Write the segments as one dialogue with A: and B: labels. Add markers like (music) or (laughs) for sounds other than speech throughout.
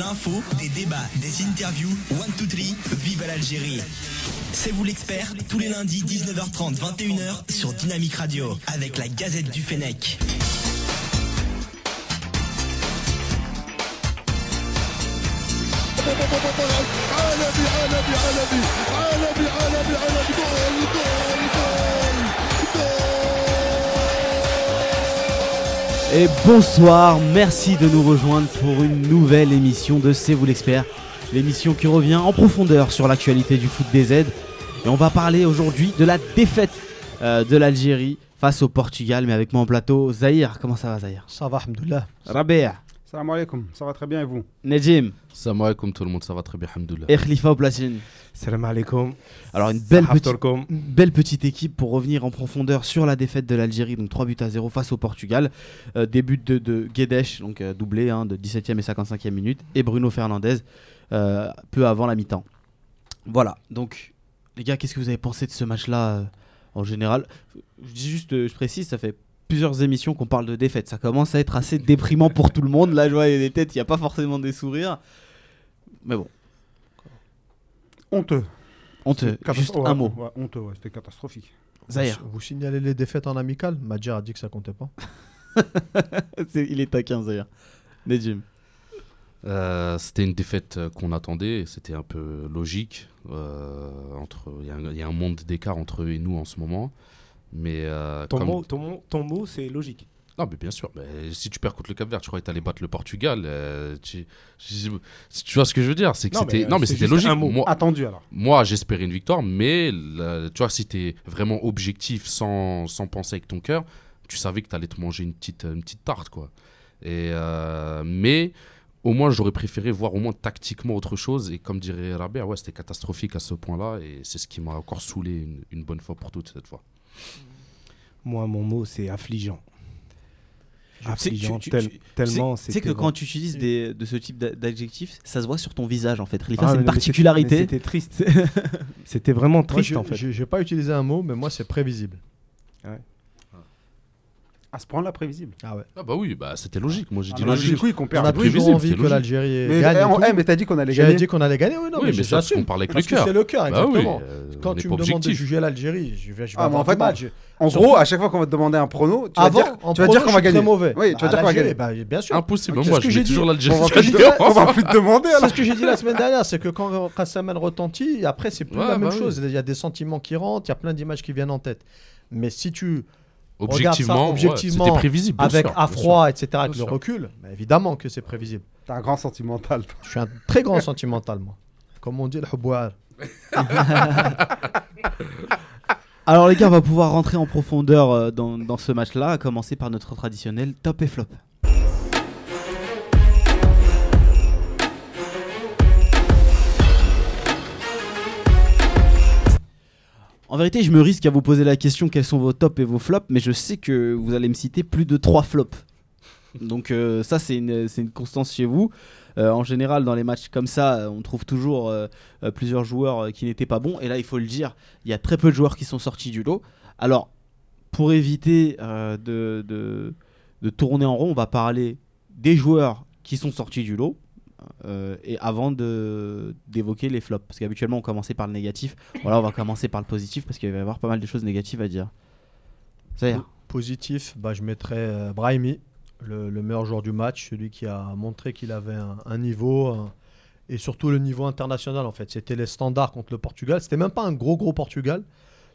A: L'info, des débats, des interviews, One Two Three, vive à l'Algérie. C'est vous l'expert, tous les lundis 19h30, 21h sur Dynamique Radio avec la Gazette du Fennec.
B: Et bonsoir, merci de nous rejoindre pour une nouvelle émission de C'est vous l'expert, l'émission qui revient en profondeur sur l'actualité du foot des Z. Et on va parler aujourd'hui de la défaite euh, de l'Algérie face au Portugal, mais avec moi en plateau, Zahir. Comment ça va Zahir
C: Ça va, Alhamdoulilah.
B: Rabea,
D: Salam alaikum, ça va très bien et vous
B: Najim
E: Salam alaikum tout le monde, ça va très bien, alhamdoulilah.
B: et Khalifa au platine.
C: Salam alaikum.
B: Alors une belle petite,
C: Haftorkum.
B: une belle petite équipe pour revenir en profondeur sur la défaite de l'Algérie, donc 3 buts à 0 face au Portugal. Euh, des buts de, de Guedes, donc euh, doublé hein, de 17e et 55e minute, et Bruno Fernandez euh, peu avant la mi-temps. Voilà, donc les gars, qu'est-ce que vous avez pensé de ce match-là euh, en général Je dis juste, euh, je précise, ça fait plusieurs émissions qu'on parle de défaite. Ça commence à être assez déprimant pour tout le monde. Là, je vois, il y a des têtes, il n'y a pas forcément des sourires. Mais bon,
D: Honteux.
B: on te...
D: Catas-
B: Juste
D: ouais,
B: un mot.
D: ouais, honteux, ouais, c'était catastrophique.
B: Zahir,
C: Vous signalez les défaites en amical Madja a dit que ça comptait pas.
B: c'est- il est taquin, Zahir. Nejim.
E: Euh, c'était une défaite euh, qu'on attendait, et c'était un peu logique. euh, entre, il y a un- il y, a un monde d'écart entre eux et nous en ce moment. Mais euh,
F: Ton
E: comme-
F: mot, ton mot- ton mot, c'est logique.
E: non, mais bien sûr. mais si tu perds contre le Cap Vert, tu croyais que t'allais battre le Portugal. euh, tu, je- je- tu vois ce que je veux dire C'est que c'était
D: euh,
E: non, mais
D: c'est
E: c'était
D: juste
E: logique.
D: Un mot.
E: Moi,
D: Attendu alors.
E: moi, j'espérais une victoire, mais la- tu vois, si t'es vraiment objectif sans, sans penser avec ton cœur, tu savais que t'allais te manger une petite, une petite tarte, quoi. Et, euh, mais au moins, j'aurais préféré voir au moins tactiquement autre chose. Et comme dirait Rabia, ouais, c'était catastrophique à ce point-là. Et c'est ce qui m'a encore saoulé une, une bonne fois pour toutes cette fois.
F: Moi, mon mot, c'est affligeant. Affligeant,
B: tu- tu-
F: tel-
B: tu-
F: tellement.
B: Tu sais que quand tu utilises des, de ce type d'a- d'adjectifs, ça se voit sur ton visage en fait. Khalifa,
F: Ah,
B: c'est
F: mais
B: une
F: non, mais mais
B: particularité.
F: C'était triste. (laughs) C'était vraiment triste,
C: moi,
F: en
C: j'ai-
F: fait.
C: j'ai- J'ai pas utilisé un mot, mais moi c'est prévisible.
D: À ce point-là, prévisible. Ah,
C: Ah ouais.
E: Ah bah oui, bah c'était logique. Moi, j'ai dit
C: Ah,
D: Alors,
E: logique.
D: Du coup, qu'on
C: On
D: perd.
C: a
E: C'était
C: toujours
E: prévisible,
C: envie
E: c'était
C: que
E: logique.
C: l'algérie
D: Mais,
C: gagne.
D: eh,
C: et
D: on-
C: tout.
D: eh, mais t'as dit qu'on allait
C: J'avais
D: gagner.
C: dit qu'on allait gagner, oui, non,
E: oui,
C: mais,
E: mais,
C: je-
E: ça, parce qu'on
C: j'assume.
E: parle avec
C: Parce
E: le
C: que
E: cœur.
C: c'est le cœur,
E: Bah oui,
C: exactement.
E: euh, on
C: Quand
E: est
C: tu
E: pas
C: me demandes de
E: objectif.
C: juger l'Algérie, je vais, je
D: Ah, mais
C: vais
D: en
C: avoir du
D: fait, non.
C: match.
D: En
C: Surtout-
D: gros, à chaque fois qu'on va te demander un prono, tu vas
C: Avant,
D: dire,
C: en
D: tu vas dire qu'on
C: prono, je
D: va
C: suis
D: gagner.
C: très mauvais.
D: Oui, tu vas
C: Bah,
D: dire qu'on va gagner.
C: l'Algérie, bah, bien sûr.
E: Impossible.
C: Ok,
E: Moi,
C: ce que
E: je
C: j'ai
E: mets
C: dit,
E: toujours
D: On
E: l'Algérie.
D: va plus
E: (laughs)
D: te- on va plus te demander
C: C'est
D: alors.
C: ce que j'ai dit la semaine dernière, c'est que quand Kassaman retentit, après c'est plus
E: Ouais,
C: la
E: bah
C: même
E: oui.
C: chose. Il y a des sentiments qui rentrent, il y a plein d'images qui viennent en tête. Mais si tu,
E: Objectivement, ouais,
C: objectivement,
E: c'était prévisible. bien
C: avec
E: sûr, bien
C: à
E: sûr.
C: froid, etc., avec
E: Bien
C: le
E: sûr.
C: recul, bah, évidemment que c'est prévisible.
D: T'as un grand sentimental. toi.
C: Je suis un très grand sentimental, moi. Comme on dit le Houbouar.
B: Alors les gars, on va pouvoir rentrer en profondeur euh, dans, dans ce match-là, à commencer par notre traditionnel top et flop. En vérité, je me risque à vous poser la question quels sont vos tops et vos flops, mais je sais que vous allez me citer plus de 3 flops. Donc euh, ça, c'est une, c'est une constance chez vous. Euh, en général, dans les matchs comme ça, euh, on trouve toujours euh, euh, plusieurs joueurs euh, qui n'étaient pas bons. Et là, il faut le dire, il y a très peu de joueurs qui sont sortis du lot. Alors, pour éviter euh, de, de- de tourner en rond, on va parler des joueurs qui sont sortis du lot. euh, et avant de- d'évoquer les flops, parce qu'habituellement on commençait par le négatif, voilà on va commencer par le positif parce qu'il va y avoir pas mal de choses négatives à dire. Ça y est.
C: Positif, bah, je mettrais euh, Brahimi, le, le meilleur joueur du match, celui qui a montré qu'il avait un, un niveau, un- et surtout le niveau international en fait. C'était les standards contre le Portugal. C'était même pas un gros gros Portugal.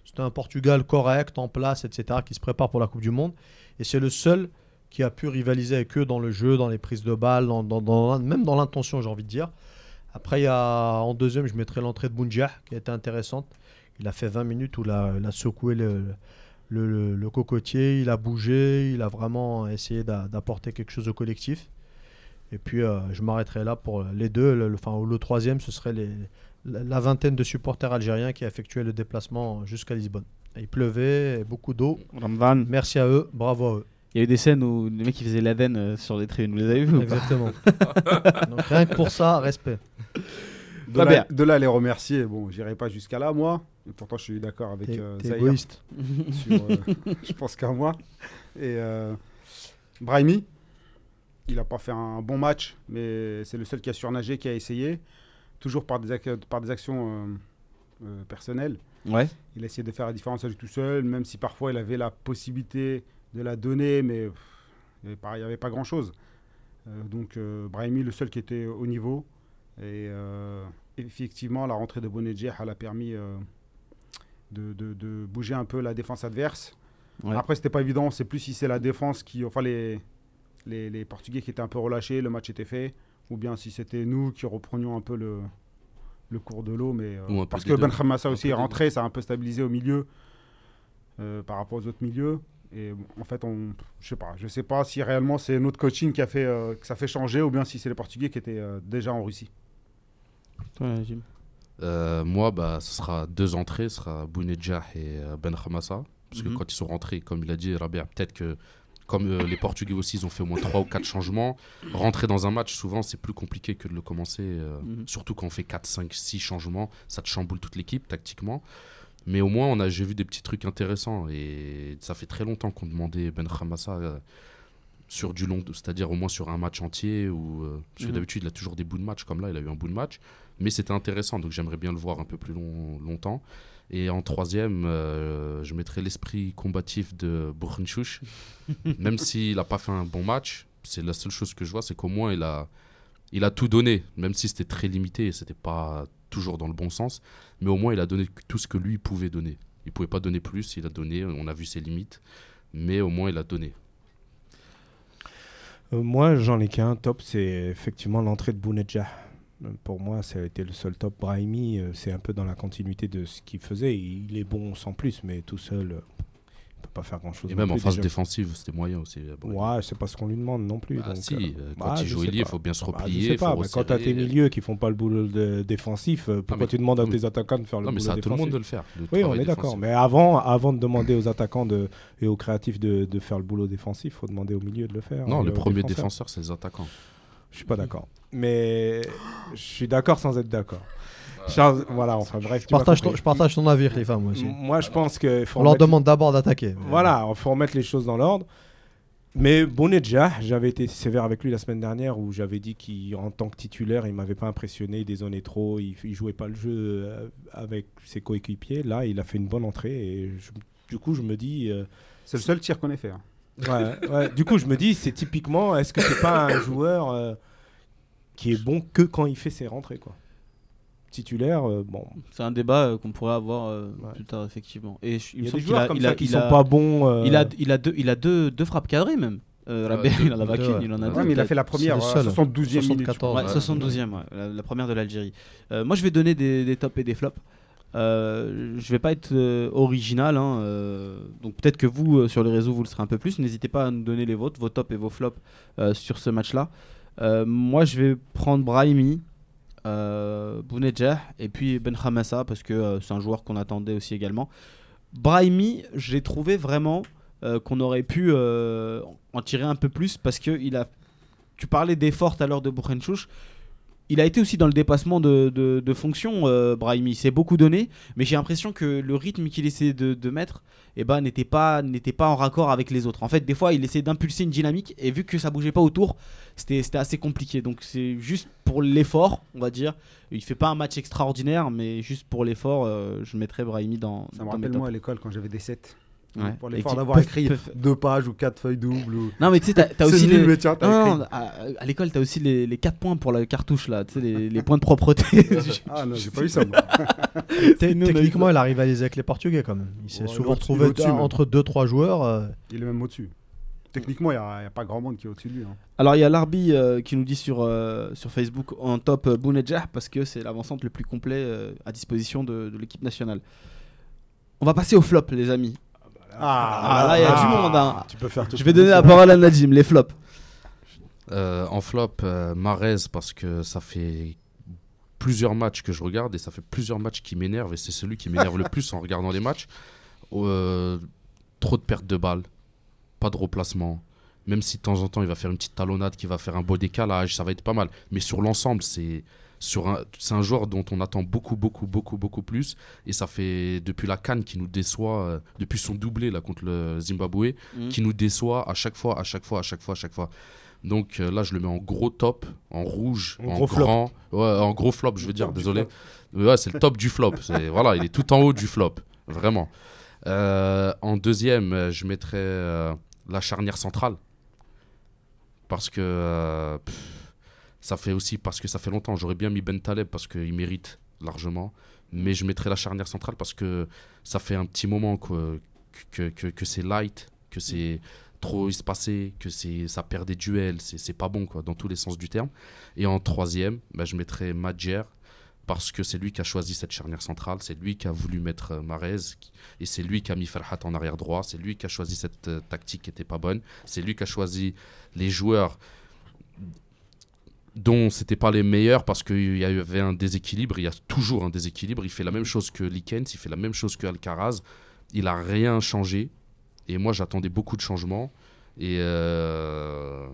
C: C'était un Portugal correct, en place, etc., qui se prépare pour la Coupe du Monde. Et c'est le seul qui a pu rivaliser avec eux dans le jeu, dans les prises de balles, dans- dans- dans- même dans l'intention, j'ai envie de dire. Après, il y a, en deuxième, je mettrais l'entrée de Bounja, qui a été intéressante. Il a fait 20 minutes où il a, il a secoué le, le, le- le cocotier, il a bougé, il a vraiment essayé d'a- d'apporter quelque chose au collectif. Et puis, euh, je m'arrêterai là pour les deux. Le, le- enfin, le troisième, ce serait les, la, la vingtaine de supporters algériens qui effectuaient le déplacement jusqu'à Lisbonne. Il pleuvait, et beaucoup d'eau. Merci à eux, bravo à eux.
B: Il y a eu des scènes où les mecs qui faisaient la veine euh, sur les tribunes, vous les avez vues ou pas
C: Exactement. Donc, rien que pour ça, respect.
D: De
B: Bah,
D: là,
B: bien.
D: de là, les remercier. Bon, j'irai pas jusqu'à là, moi. Et pourtant, je suis d'accord avec
C: T'es
D: euh,
C: t'es
D: Zahir
C: égoïste.
D: (laughs) sur, euh, je pense qu'à moi. Et euh, Brahimi, Il n'a pas fait un bon match, mais c'est le seul qui a surnagé, qui a essayé. Toujours par des, ac- par des actions euh, euh, personnelles.
B: Ouais.
D: Il a essayé de faire la différence avec tout seul, même si parfois il avait la possibilité de la donner, mais pff, il n'y avait, pas- il y avait pas grand-chose. Euh, donc euh, Brahimi, le seul qui était au niveau. Et euh, effectivement, la rentrée de Bonedjeh, elle a permis euh, de, de- de bouger un peu la défense adverse.
B: Ouais.
D: Après, c'était pas évident. On sait plus si c'est la défense qui. Enfin, les, les, les Portugais qui étaient un peu relâchés, le match était fait. Ou bien si c'était nous qui reprenions un peu le, le cours de l'eau. Mais, euh,
E: Ou un peu
D: parce
E: des
D: que
E: deux.
D: Ben Khamassa aussi
E: peu
D: est
E: des
D: rentré, ça a un peu stabilisé au milieu euh, par rapport aux autres milieux. Et bon, en fait, on, je sais pas, je sais pas si réellement c'est notre coaching qui a fait euh, que ça fait changer, ou bien si c'est les Portugais qui étaient euh, déjà en Russie.
B: Ouais, Jim.
E: Euh, moi, bah, ce sera deux entrées, ce sera Bounedjah et euh, Ben Khamassa. Parce que
B: Mhm.
E: quand ils sont rentrés, comme il a dit, Rabia, peut-être que, comme euh, les Portugais aussi, ils ont fait au moins trois ou quatre changements. Rentrer dans un match, souvent, c'est plus compliqué que de le commencer. euh,
B: Mhm.
E: Surtout quand on fait 4, 5, 6 changements, ça te chamboule toute l'équipe tactiquement. Mais au moins, on a, j'ai vu des petits trucs intéressants. Et ça fait très longtemps qu'on demandait Ben Khamassa euh, sur du long, c'est-à-dire au moins sur un match entier. Ou, euh, parce que
B: Mhm.
E: d'habitude, il a toujours des bouts de match, comme là, il a eu un bout de match. Mais c'était intéressant, donc j'aimerais bien le voir un peu plus long, longtemps. Et en troisième, euh, je mettrai l'esprit combatif de Bournchouch. Même s'il n'a pas fait un bon match, c'est la seule chose que je vois, c'est qu'au moins il a, il a tout donné. Même si c'était très limité et c'était pas toujours dans le bon sens, mais au moins il a donné tout ce que lui pouvait donner. Il pouvait pas donner plus, il a donné, on a vu ses limites, mais au moins il a donné.
F: Euh, moi, j'en ai qu'un top, c'est effectivement l'entrée de Bounedjah. Euh, Pour moi, ça a été le seul top. Brahimi, euh, c'est un peu dans la continuité de ce qu'il faisait. Il est bon sans plus, mais tout seul, euh, il peut pas faire grand-chose.
E: Et
F: non
E: même en
F: plus,
E: phase
F: déjà.
E: défensive, c'était moyen aussi. Bon,
F: Ouais, c'est pas ce qu'on lui demande non plus.
E: bah
F: donc,
E: si,
F: euh,
E: euh, quand
F: bah,
E: il
F: je
E: joue
F: sais
E: ailier, il
F: pas.
E: faut bien se
F: Bah, je
E: replier.
F: sais pas,
E: faut
F: mais quand t'as tes
E: resserrer. euh,
F: milieux qui font pas le boulot de- défensif, euh, pourquoi
E: mais-
F: tu demandes à
E: non, mais-
F: tes attaquants de faire le
E: Non, mais
F: boulot
E: c'est à tout le monde
F: défensif
E: de le faire. le
F: Oui, on
E: travail
F: est d'accord.
E: défensif.
F: Mais avant, avant de demander aux attaquants de, et aux créatifs de, de faire le boulot défensif, faut demander au milieu de le faire.
E: Non,
F: et
E: le
F: aux
E: premier
F: défenseurs.
E: défenseur, c'est les attaquants.
F: Je suis pas d'accord. Mais je suis d'accord sans être d'accord. Charles, voilà, enfin bref.
C: Je
F: tu m'as
C: partage, ton,
F: compris.
C: je partage ton avis, Khalifa, moi aussi.
D: Mm.
C: Ah,
F: M- Moi, je pense que faut
C: On leur
F: remettre-
C: demande d'abord d'attaquer.
F: Voilà, faut remettre les choses dans l'ordre. Mais Bonedja, j'avais été sévère avec lui la semaine dernière où j'avais dit qu'en tant que titulaire, il m'avait pas impressionné, il dézonnait trop, il, il jouait pas le jeu euh, avec ses coéquipiers. Là, il a fait une bonne entrée et je- du coup, je me dis. euh,
D: C'est le seul tir qu'on ait fait. hein.
F: Ouais, ouais. Du coup, je me dis, c'est typiquement, est-ce que c'est pas un joueur euh, qui est bon que quand il fait ses rentrées, quoi Titulaire, euh, bon.
B: C'est un débat euh, qu'on pourrait avoir euh,
F: Ouais.
B: plus tard, effectivement. Et je- il me
F: Il y a des
B: semble qu'il
F: joueurs
B: a-
F: comme
B: il
F: ça
B: a-
F: qui
B: il
F: sont
B: a-
F: pas bons. euh,
B: Il a, il a, deux, il a deux, deux frappes cadrées, même. Euh, Rabé,
E: deux-
B: il en a
C: deux,
B: qu'une,
C: ouais.
B: il en a
E: Ouais,
B: deux.
D: Ouais, mais il a fait la première,
C: c'est le
D: euh,
C: seul.
D: 72e minute.
C: 74.
B: Ouais,
C: Ouais.
B: 72e, ouais, la, la première de l'Algérie. Euh, moi, je vais donner des, des tops et des flops. Euh, je vais pas être euh, original, hein, euh, donc peut-être que vous euh, sur les réseaux vous le serez un peu plus. N'hésitez pas à nous donner les vôtres, vos tops et vos flops euh, sur ce match-là. Euh, moi, je vais prendre Brahimi, euh, Bounedjah et puis Ben Hamassa parce que euh, c'est un joueur qu'on attendait aussi également. Brahimi, j'ai trouvé vraiment euh, qu'on aurait pu euh, en tirer un peu plus parce que il a. Tu parlais d'effort à l'heure de Bourrenchouch. Il a été aussi dans le dépassement de, de, de fonction, euh, Brahimi. Il s'est beaucoup donné, mais j'ai l'impression que le rythme qu'il essayait de, de mettre eh ben, n'était pas, n'était pas en raccord avec les autres. En fait, des fois, il essayait d'impulser une dynamique, et vu que ça bougeait pas autour, c'était c'était assez compliqué. Donc, c'est juste pour l'effort, on va dire. Il fait pas un match extraordinaire, mais juste pour l'effort, euh, je mettrais Brahimi dans,
D: Ça
B: dans
D: me
B: mes
D: rappelle
B: tops.
D: moi à l'école quand j'avais des 7.
B: Ouais.
D: Pour
B: Et
D: l'effort
B: qui
D: d'avoir
B: peuvent-
D: écrit
B: peuvent-
D: deux pages ou quatre feuilles doubles. Ou...
B: Non, mais tu sais, t'as-
D: (laughs)
B: t'as
D: C'est
B: aussi.
D: nul,
B: les-
D: mais tiens, t'as
B: Non,
D: écrit.
B: non, à, à l'école, t'as aussi les, les 4 points pour la cartouche, là, tu sais, les, les points de propreté.
D: Ah non, j'ai
B: (laughs)
D: pas eu ça. moi.
C: Té-
B: Nous, on a eu
C: Techniquement, il a rivalisé avec les Portugais quand même. Il s'est
D: Ouais, il est
C: souvent
D: au-dessus-
C: retrouvé
D: il est au-dessus,
C: dans-
D: même.
C: entre deux trois joueurs. euh,
D: Il est même au-dessus. Techniquement, il n'y a, y a pas grand monde qui est au-dessus de lui. hein.
B: Alors, il y a Larbi euh, qui nous dit sur, euh, sur Facebook en top euh, Bounedjah parce que c'est l'avancante le plus complet euh, à disposition de, de l'équipe nationale. On va passer aux flops, les amis. Ah, là, il y a
F: ah.
B: du monde. hein.
F: Tu peux faire tout
B: Je vais donner la parole à Nadim, les flops.
E: Euh, en flop, euh, Marez, parce que ça fait plusieurs matchs que je regarde et ça fait plusieurs matchs qui m'énervent et c'est celui qui m'énerve
F: (laughs)
E: le plus en regardant les matchs. Euh, trop de pertes de balles, pas de replacement. Même si de temps en temps il va faire une petite talonnade, qui va faire un beau décalage, ça va être pas mal. Mais sur l'ensemble, c'est sur un, c'est un joueur dont on attend beaucoup, beaucoup, beaucoup, beaucoup plus. Et ça fait depuis la canne qui nous déçoit, euh, depuis son doublé là contre le Zimbabwe, qui nous déçoit à chaque fois, à chaque fois, à chaque fois, à chaque fois. Donc euh, là, je le mets en gros top, en rouge,
F: En
E: en,
F: gros flop.
E: grand. Ouais, en gros flop, je veux
F: Le
E: dire,
F: top du
E: désolé. Ouais, c'est le top du
F: (laughs)
E: flop. C'est- Voilà, il est tout en haut du flop, vraiment. Euh, en deuxième, euh, je mettrais euh, la charnière centrale. Parce que euh, pff, ça fait aussi parce que ça fait longtemps. J'aurais bien mis Ben Taleb parce qu'il mérite largement. Mais je mettrais la charnière centrale parce que ça fait un petit moment que, que, que, que c'est light, que c'est trop espacé, que c'est ça perd des duels, c'est c'est pas bon quoi, dans tous les sens du terme. Et en troisième, bah, je mettrais Madjer parce que c'est lui qui a choisi cette charnière centrale, c'est lui qui a voulu mettre euh, Mahrez qui- et c'est lui qui a mis Ferhat en arrière droit, c'est lui qui a choisi cette euh, tactique qui était pas bonne, c'est lui qui a choisi les joueurs dont c'était pas les meilleurs parce qu'il y avait un déséquilibre, il y a toujours un déséquilibre, il fait la même chose que Likens, il fait la même chose que Alcaraz, il a rien changé et moi j'attendais beaucoup de changements et, euh,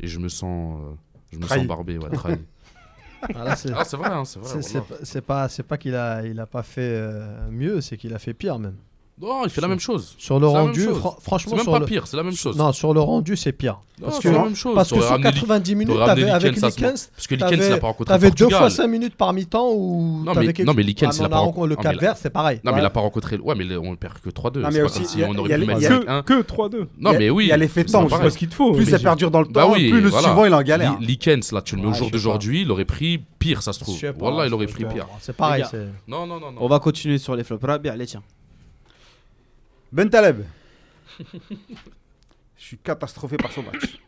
E: et je me sens euh, je me
D: Trahi.
E: sens barbé, ouais,
C: (laughs)
E: trahi.
C: Ah, là, c'est-
E: Ah, c'est vrai, hein, c'est vrai.
C: c'est- c'est
E: voilà.
C: pas- c'est pas, c'est pas qu'il a, il a pas fait euh, mieux, c'est qu'il a fait pire même.
E: Non, il fait la même chose.
C: Sur le
E: C'est la même
C: rendu,
E: chose.
C: fran-
E: C'est
C: franchement,
E: même
C: sur
E: pas
C: le,
E: pire, c'est la même chose.
C: non, sur le rendu, c'est pire.
E: Non,
C: parce
E: c'est
C: que-
E: la même chose.
C: Parce que
E: T'aurais
C: sur
E: ramené Lik-
C: 90 minutes,
E: t'aurais ramené
C: t'avais avec
E: Likens à ce moment.
C: Likens,
E: Parce que Likens, il n'a
C: t'avais
E: pas rencontré
C: t'avais
E: le
C: deux fois
E: Portugal.
C: 5 minutes par mi-temps ou
E: Non,
C: t'avais
E: mais-
C: quelque-
E: non, mais Likens,
C: Ah,
E: il a
C: on
E: pas
C: a
E: rencontré-
C: rencontré le
E: non, mais
C: Cap Vert, c'est pareil.
E: Non, mais
D: Ouais.
E: il n'a pas rencontré. Ouais, mais le- on ne perd que 3-2.
D: Ah. Non, mais
E: C'est pas
D: aussi,
E: comme si
D: il y a-
E: on
D: il y a
E: aurait pu
D: les-
E: mettre
D: il y a-
E: 5-1.
F: Que 3-2.
E: Non,
D: il y a-
E: mais oui.
D: il y a l'effet
E: c'est
D: temps,
E: pareil.
F: Parce qu'il te faut.
D: Plus ça
F: Belgique.
D: perdure dans le
E: Bah
D: temps,
E: oui,
D: plus le
E: voilà.
D: suivant il est en galère.
E: Li- Likens, là, tu le mets au
D: Ouais,
E: jour
D: je sais
E: d'aujourd'hui, il aurait pris pire, ça se trouve.
C: Je sais pas,
E: Wallah, il
C: je
E: aurait
C: sais
E: pris
C: pas.
E: pire.
C: C'est pareil.
B: Les gars,
C: c'est-
E: Non, non, non. non.
B: On va continuer sur les flops. Rabi, allez, tiens.
D: Ben Taleb. (laughs) je suis catastrophé par son match.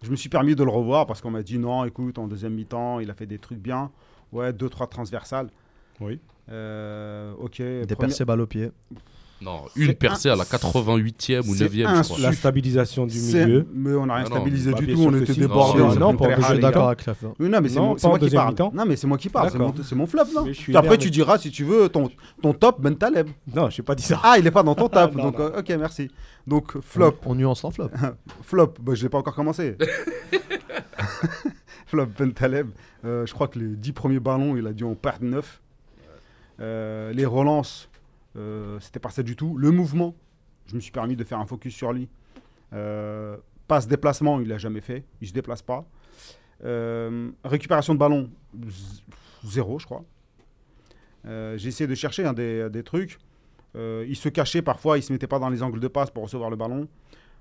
D: Je me suis permis de le revoir parce qu'on m'a dit non, écoute, en deuxième mi-temps, il a fait des trucs bien. Ouais, deux, trois transversales.
F: Oui.
D: Euh, ok.
C: Des
D: première-
C: percées balles au pied.
E: Non, une
D: C'est
E: percée à la
D: un-
E: 88e ou
D: c'est
E: 9e, je crois.
F: La stabilisation du
D: C'est-
F: milieu.
D: Mais on n'a rien
E: Ah non,
D: stabilisé
F: bah,
D: du
F: bien
D: tout,
F: sûr
D: on
F: que
D: était
F: si.
D: débordés.
F: Non,
D: on était
F: non, pas en
D: très
C: Je
F: Ah,
D: râles,
C: suis
F: les
C: d'accord
F: gars.
C: avec la fin.
D: Oui, non, mais c'est
F: Non,
D: mon-
F: pas
D: c'est
F: en
D: moi qui
F: deuxième
D: parle.
F: mi-temps.
D: Non, mais c'est moi qui parle. C'est mon,
F: D'accord.
D: c'est mon flop, là.
F: Mais je suis
D: Puis Après,
F: hyper-
D: tu diras, si tu veux, ton, ton top, Ben Taleb.
F: Non, j'ai pas dit ça.
D: Ah, il n'est pas dans ton top.
F: (laughs) Non,
D: donc,
F: non.
D: euh, ok, merci. Donc, flop.
C: On, on nuance en flop.
D: Flop, bah, je l'ai pas encore commencé. (laughs) Flop Ben Taleb, euh, je crois que les 10 premiers ballons, il a dû en perdre 9. les relances, euh, c'était pas ça du tout. Le mouvement, je me suis permis de faire un focus sur lui. Euh, passe déplacement, il l'a jamais fait, il se déplace pas. Euh, récupération de ballon, z- zéro, je crois. Euh, J'ai essayé de chercher hein, des, des trucs. Euh, il se cachait parfois, il se mettait pas dans les angles de passe pour recevoir le ballon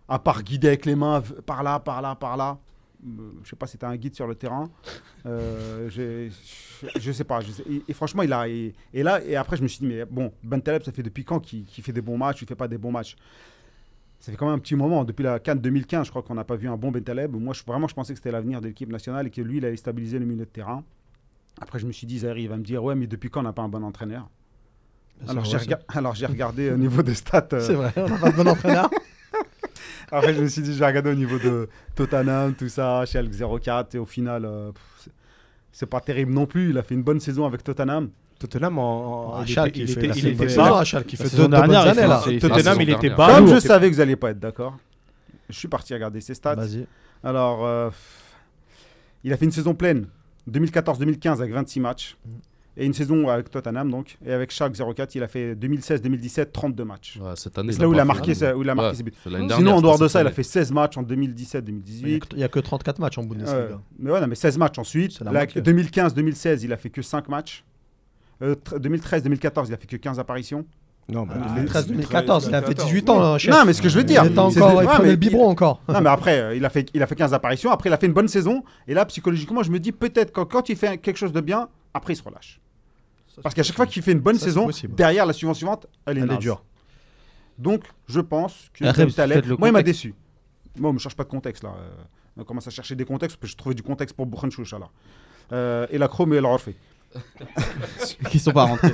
D: à part guider avec les mains v- par là, par là, par là. Euh, Je sais pas si tu as un guide sur le terrain. Euh, j'ai- je, je sais pas. je sais- et, et franchement, il a. Et, et là, et après, je me suis dit, mais bon, Ben Taleb, ça fait depuis quand qu'il qu'il fait des bons matchs, il fait pas des bons matchs Ça fait quand même un petit moment. Depuis la Cannes 2015, je crois qu'on n'a pas vu un bon Ben Taleb. Moi, je, vraiment, je pensais que c'était l'avenir de l'équipe nationale et que lui, il allait stabiliser le milieu de terrain. Après, je me suis dit, Zahir, il va me dire, ouais, mais depuis quand on n'a pas un bon entraîneur Alors, j'ai rega- (laughs) alors, j'ai regardé au niveau des stats. euh,
C: C'est vrai, on n'a pas de bon entraîneur.
D: Après, je me suis dit, j'ai regardé au niveau de Tottenham, tout ça, Schalke 04, et au final, euh, pff, c'est- c'est pas terrible non plus. Il a fait une bonne saison avec Tottenham.
F: Tottenham en. il
C: Achal
F: était-
C: qui
F: il
C: Ah, fait
F: était-
C: la
F: il
C: saison
F: était
C: dernière.
F: bas.
C: Non, Achal qui
B: La
C: fait deux
B: saison
C: deux bonnes
B: dernière, il fait
C: années là.
B: un- c'est-
E: La saison
F: Tottenham, il était
E: dernière.
F: bas.
D: Comme
F: Ah, Nous, on
D: je
F: était-
D: savais que vous n'alliez pas être d'accord, je suis parti regarder ses stats.
C: Vas-y.
D: Alors, euh, pff, il a fait une saison pleine, 2014-2015 avec 26 matchs. Et une saison avec Tottenham, donc. Et avec Schalke 04, il a fait 2016-2017, 32 matchs.
E: Ouais, cette année,
D: C'est là où il
E: pas
D: a
E: fait
D: marqué,
E: la
D: sa-
E: même.
D: où il a marqué
E: Ouais,
D: ses buts.
E: c'est l'année
D: Sinon,
E: dernière,
D: en dehors de
E: c'est
D: ça, il a
E: cette
D: fait 16 matchs en
C: Il n'y
D: 2017-2018.
C: a, que 34 matchs en Bundesliga.
D: Ouais. Mais ouais, non, mais 16 matchs ensuite.
C: C'est la
D: Là,
C: moitié.
D: 2015-2016, il a fait que 5 matchs. Euh, tr- 2013-2014, il a fait que 15 apparitions.
F: Non, mais-
D: Ah,
C: 2013, 2014, il a fait 18 ans, hein, chef.
D: Non, mais ce que je veux dire,
C: il était
D: c'est-
C: encore,
D: ouais,
C: il prenait
D: mais-
C: le biberon encore.
D: Non, mais après, euh, il a, fait, il a fait 15 apparitions. Après, il a fait une bonne saison. Et là, psychologiquement, je me dis peut-être que quand il fait un- quelque chose de bien, après, il se relâche. Parce qu'à chaque fois qu'il fait une bonne
C: Ça, c'est
D: saison,
C: possible.
D: derrière la suivante suivante, elle est,
C: Elle est
D: naze.
C: dure.
D: Donc, je pense que
B: Ah,
D: Ben
B: Rebs,
D: Taleb-
B: peut-être le
D: moi, il m'a
B: contexte.
D: déçu. Moi, on me cherche pas de contexte là. Euh, On commence à chercher des contextes parce que je trouvais du contexte pour Bouchan alors. Euh, et la Chrome et la refait.
B: Qui sont pas rentrés.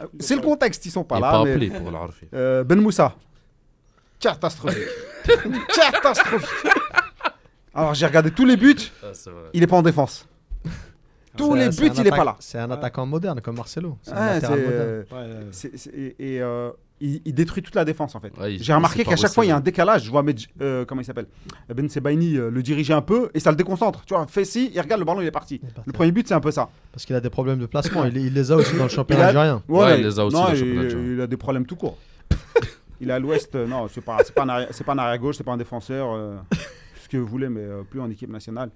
C: Euh,
D: C'est le contexte, ils sont pas
E: année. Il est
D: là.
E: pas
D: mais-
E: appelé pour la refaire.
D: Euh, ben Moussa. Catastrophique. (laughs) Catastrophique. Alors j'ai regardé tous les buts, il n'est pas en
F: (laughs)
D: défense. Tous
C: C'est-
D: les
C: c'est
D: buts,
C: un
D: il n'est
C: atta-
D: pas là.
C: C'est un attaquant moderne comme Marcelo. C'est un
D: Ouais,
C: latéral
D: c'est,
C: moderne.
D: euh,
F: Ouais,
D: c'est- c'est- et et, euh, il, il détruit toute la défense en fait.
E: Ouais, il-
D: J'ai remarqué
E: c'est pas
D: qu'à chaque fois il y a un
E: possible.
D: décalage. Je vois Medj- euh, comment il s'appelle Ben Sebaini euh, le diriger un peu et ça le déconcentre. Tu vois, fait si, il regarde le ballon, il est parti.
C: Il est parti.
D: Le premier but c'est un peu ça.
C: Parce qu'il a des problèmes de placement. il, il les a aussi dans le championnat
D: Il a-
C: algérien.
E: Ouais, il les a aussi,
D: non,
E: le
D: il,
E: championnat, tu vois.
D: il a des problèmes tout
E: (laughs) (laughs)
D: court. il est à l'ouest, euh, non, c'est pas, c'est pas un arrière- c'est pas un arrière-gauche, c'est pas un défenseur. euh, ce que vous voulez, mais euh, plus en équipe nationale.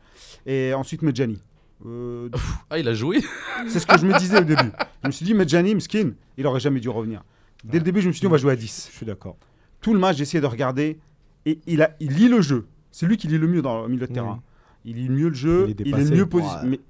D: Et ensuite, Medjani. Euh,
E: Ah, il a joué
D: c'est ce que je me disais au début. Je me suis dit, Medjani, Mskin, il aurait jamais dû revenir. Dès le début, je me suis dit, on va jouer à 10.
F: Je suis d'accord.
D: Tout le match, j'ai essayé de regarder. Et il, a, il lit le jeu. C'est lui qui lit le mieux dans le milieu de
F: Mhm.
D: terrain. Il lit mieux le jeu,
F: Il est
D: il est,
F: dépassé.
D: mieux positionné. Mais